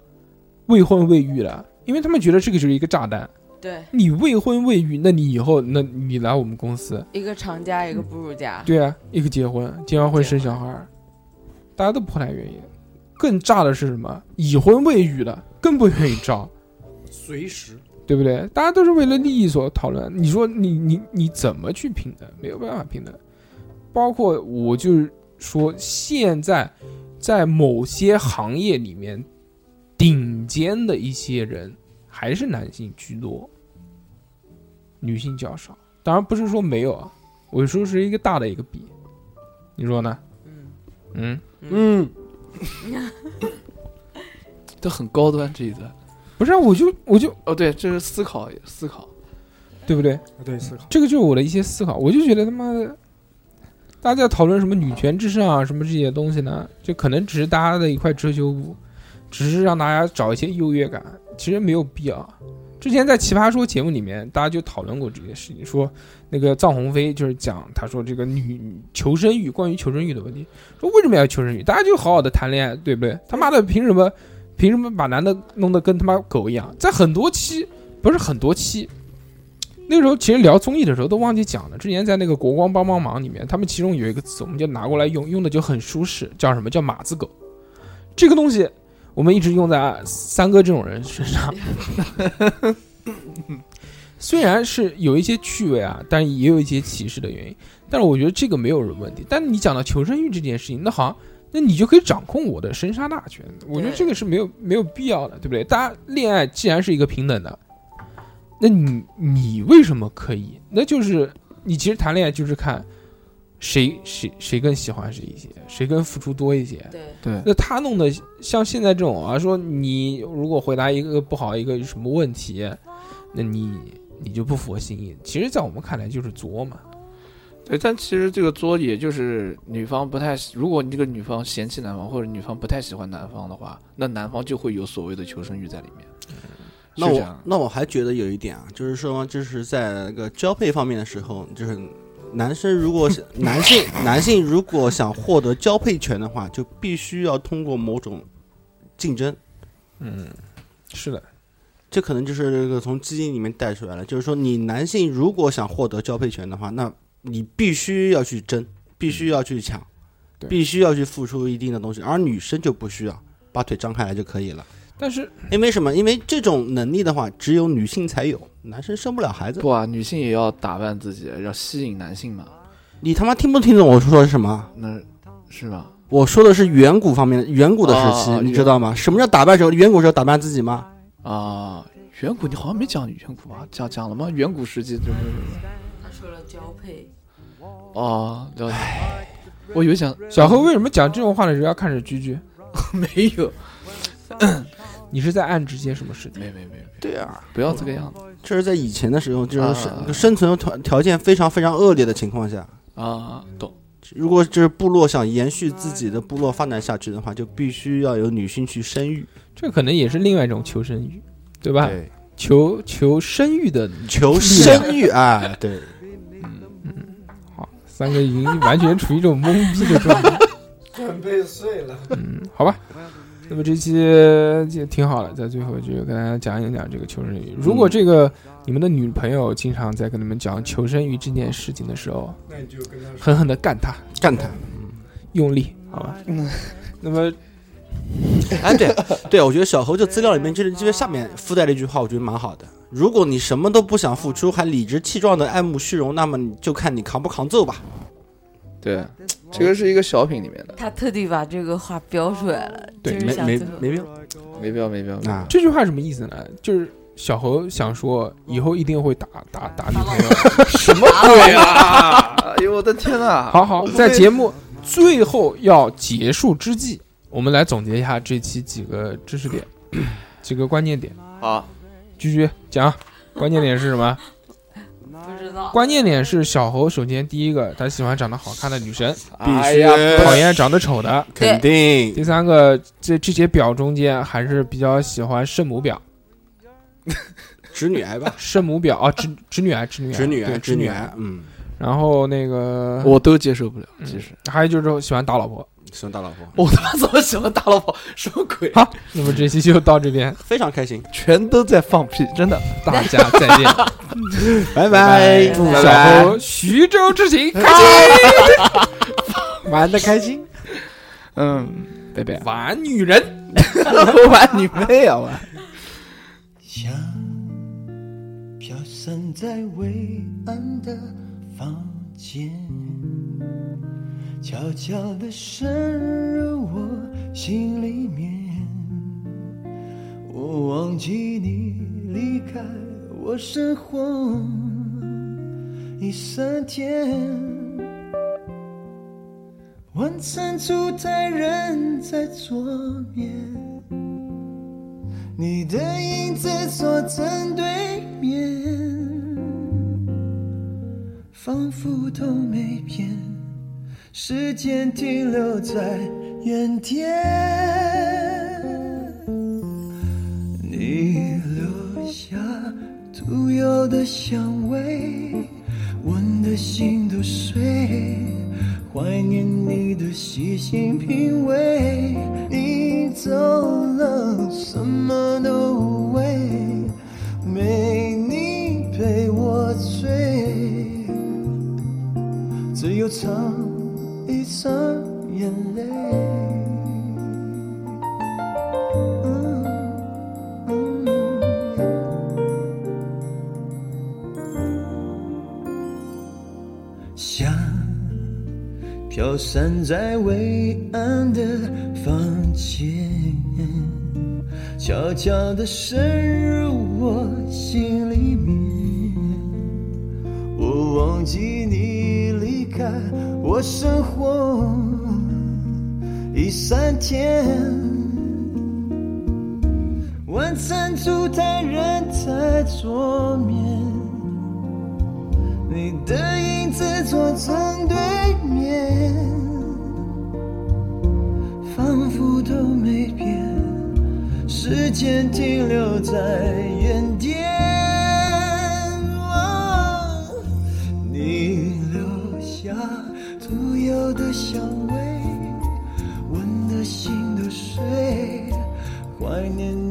[SPEAKER 4] 未婚未育的，因为他们觉得这个就是一个炸弹。
[SPEAKER 3] 对，
[SPEAKER 4] 你未婚未育，那你以后那你来我们公司，
[SPEAKER 3] 一个长假，一个哺乳假，
[SPEAKER 4] 对啊，一个结婚，结完婚生小孩儿，大家都不太愿意。更炸的是什么？已婚未育的更不愿意招。
[SPEAKER 2] 随时
[SPEAKER 4] 对不对？大家都是为了利益所讨论。你说你你你怎么去平等？没有办法平等。包括我就是说，现在在某些行业里面，顶尖的一些人还是男性居多，女性较少。当然不是说没有啊，我说是一个大的一个比。你说呢？嗯
[SPEAKER 7] 嗯，
[SPEAKER 10] 都很高端这一段。
[SPEAKER 4] 不是啊，我就我就
[SPEAKER 10] 哦，对，这是思考思考。
[SPEAKER 4] 对不对？
[SPEAKER 7] 啊对，思考
[SPEAKER 4] 这个就是我的一些思考，我就觉得他妈的，大家讨论什么女权至上啊，什么这些东西呢，就可能只是大家的一块遮羞布，只是让大家找一些优越感，其实没有必要。之前在《奇葩说》节目里面，大家就讨论过这件事情，说那个臧鸿飞就是讲，他说这个女求生欲，关于求生欲的问题，说为什么要求生欲？大家就好好的谈恋爱，对不对？他妈的，凭什么？凭什么把男的弄得跟他妈狗一样？在很多期，不是很多期，那个时候其实聊综艺的时候都忘记讲了。之前在那个《国光帮帮忙》里面，他们其中有一个词，我们就拿过来用，用的就很舒适，叫什么叫马子狗？这个东西我们一直用在三哥这种人身上。虽然是有一些趣味啊，但也有一些歧视的原因。但是我觉得这个没有什么问题。但你讲到求生欲这件事情，那好像那你就可以掌控我的生杀大权。我觉得这个是没有没有必要的，对不对？大家恋爱既然是一个平等的，那你你为什么可以？那就是你其实谈恋爱就是看谁谁谁更喜欢谁一些，谁更付出多一些。
[SPEAKER 3] 对
[SPEAKER 10] 对
[SPEAKER 4] 那他弄的像现在这种啊，说你如果回答一个不好一个什么问题，那你你就不符合心意。其实，在我们看来就是作嘛。
[SPEAKER 10] 对，但其实这个作也就是女方不太喜，如果你这个女方嫌弃男方，或者女方不太喜欢男方的话，那男方就会有所谓的求生欲在里面。
[SPEAKER 6] 那
[SPEAKER 10] 是这
[SPEAKER 6] 我
[SPEAKER 10] 样
[SPEAKER 6] 那我还觉得有一点啊，就是说，就是在那个交配方面的时候，就是男生如果 想男性男性如果想获得交配权的话，就必须要通过某种竞争。
[SPEAKER 4] 嗯，是的，
[SPEAKER 6] 这可能就是这个从基因里面带出来了。就是说，你男性如果想获得交配权的话，那你必须要去争，必
[SPEAKER 10] 嗯
[SPEAKER 6] 须要去抢，
[SPEAKER 4] 对
[SPEAKER 6] 必须要去付出一定的东西，而女生就不需要，把腿张开来就可以了。
[SPEAKER 4] 但是
[SPEAKER 6] 因为什么？因为这种能力的话，只有女性才有，男生生不了孩子。
[SPEAKER 10] 不啊，女性也要打扮自己，要吸引男性嘛。
[SPEAKER 6] 你他妈听不听懂我说的是什么？
[SPEAKER 10] 那是吧？
[SPEAKER 6] 我说的是远古方面的远古的时期，
[SPEAKER 10] 哦
[SPEAKER 6] 你知道吗？什么叫打扮时候？远古时候打扮自己吗？
[SPEAKER 10] 啊，远古你好像没讲远古吧？讲讲了吗？远古时期就是
[SPEAKER 3] 他说了交配，
[SPEAKER 10] 哦，了解。我有想
[SPEAKER 4] 小何为什么讲这种话的时候要看着居 居？
[SPEAKER 10] 没有，
[SPEAKER 4] 你是在暗指些什么事情？
[SPEAKER 10] 没没没，
[SPEAKER 6] 对啊，
[SPEAKER 10] 不要这个样子
[SPEAKER 6] 这是在以前的时候，就是生、
[SPEAKER 10] 啊
[SPEAKER 6] 生存条条件非常非常恶劣的情况下，
[SPEAKER 10] 啊！懂
[SPEAKER 6] 如果就是部落想延续自己的部落发展下去的话，就必须要有女性去生育，
[SPEAKER 4] 这可能也是另外一种求生欲，对吧？
[SPEAKER 6] 对
[SPEAKER 4] 求求生育的
[SPEAKER 6] 求生育啊，对，
[SPEAKER 4] 啊三个已经完全处于一种懵逼的状态。
[SPEAKER 5] 准备睡了。
[SPEAKER 4] 嗯，好吧。那么这期也挺好了，在最后就跟大家讲一讲这个求生欲。如果这个你们的女朋友经常在跟你们讲求生欲这件事情的时候，
[SPEAKER 5] 那你就跟他
[SPEAKER 4] 狠狠的干她，
[SPEAKER 6] 干他！
[SPEAKER 4] 用力，好吧？
[SPEAKER 5] 嗯
[SPEAKER 4] 那么
[SPEAKER 6] 哎，对对，我觉得小侯这资料里面就是这个下面附带了一句话，我觉得蛮好的。如果你什么都不想付出，还理直气壮的爱慕虚荣，那么你就看你扛不扛揍吧。
[SPEAKER 10] 对，这个是一个小品里面的，
[SPEAKER 3] 他特地把这个话标出来了，
[SPEAKER 4] 对
[SPEAKER 3] 就是想最后
[SPEAKER 6] 没病
[SPEAKER 10] 没必要，没必要。
[SPEAKER 6] 啊！
[SPEAKER 4] 这句话什么意思呢？就是小侯想说以后一定会打打打女朋友。
[SPEAKER 10] 对啊！哎呦我的天
[SPEAKER 1] 啊
[SPEAKER 10] 呐！
[SPEAKER 4] 好好，在节目最后要结束之际，我们来总结一下这期几个知识点， 几个关键点。
[SPEAKER 10] 好，
[SPEAKER 4] 居居讲，关键点是什么？
[SPEAKER 3] 不知道。
[SPEAKER 4] 关键点是小侯，首先第一个，他喜欢长得好看的女生，
[SPEAKER 10] 哎呀，
[SPEAKER 4] 讨厌长得丑的。
[SPEAKER 3] 对
[SPEAKER 6] 肯定
[SPEAKER 4] 第三个，这这些表中间还是比较喜欢圣母表，
[SPEAKER 6] 直女癌吧，
[SPEAKER 4] 圣母表啊， 直直女癌，直女癌，
[SPEAKER 6] 直女
[SPEAKER 4] 对
[SPEAKER 6] 癌，
[SPEAKER 4] 直
[SPEAKER 6] 直女
[SPEAKER 4] 癌
[SPEAKER 6] 癌。，嗯，
[SPEAKER 4] 然后那个，
[SPEAKER 10] 我都接受不了，
[SPEAKER 4] 嗯
[SPEAKER 10] 其实。
[SPEAKER 4] 还有就是喜欢打老婆。
[SPEAKER 6] 喜欢大老婆，
[SPEAKER 10] 我他妈怎么喜欢大老婆？什么鬼？
[SPEAKER 4] 好，那么这期就到这边，
[SPEAKER 6] 非常开心，
[SPEAKER 10] 全都在放屁，真的。
[SPEAKER 4] 大家再见。
[SPEAKER 6] 拜
[SPEAKER 4] 拜
[SPEAKER 6] 祝
[SPEAKER 3] 拜
[SPEAKER 4] 小
[SPEAKER 6] 拜
[SPEAKER 4] 侯徐州之行，开
[SPEAKER 5] 玩的开心。
[SPEAKER 10] 嗯，
[SPEAKER 4] 拜拜。玩女人。
[SPEAKER 10] 我玩你妹啊！我。
[SPEAKER 11] 像飘散在微暗的房间，悄悄地渗入我心里面。我忘记你离开我生活已三天，晚餐出餐人在桌面。你的影子坐正对面，仿佛都没变，时间停留在原点。你留下独有的香味，闻的心都碎，怀念你的细心品味。你走了，什么都无味，没你陪我醉，只有尝一尝眼泪。嗯像飘散在微暗的房间，悄悄地深入我心里面。我忘记你离开我生活已三天，晚餐烛台仍在桌面。你的影子坐成对面，仿佛都没变，时间停留在原点。哦你留下独有的香味，闻的心都碎，怀念。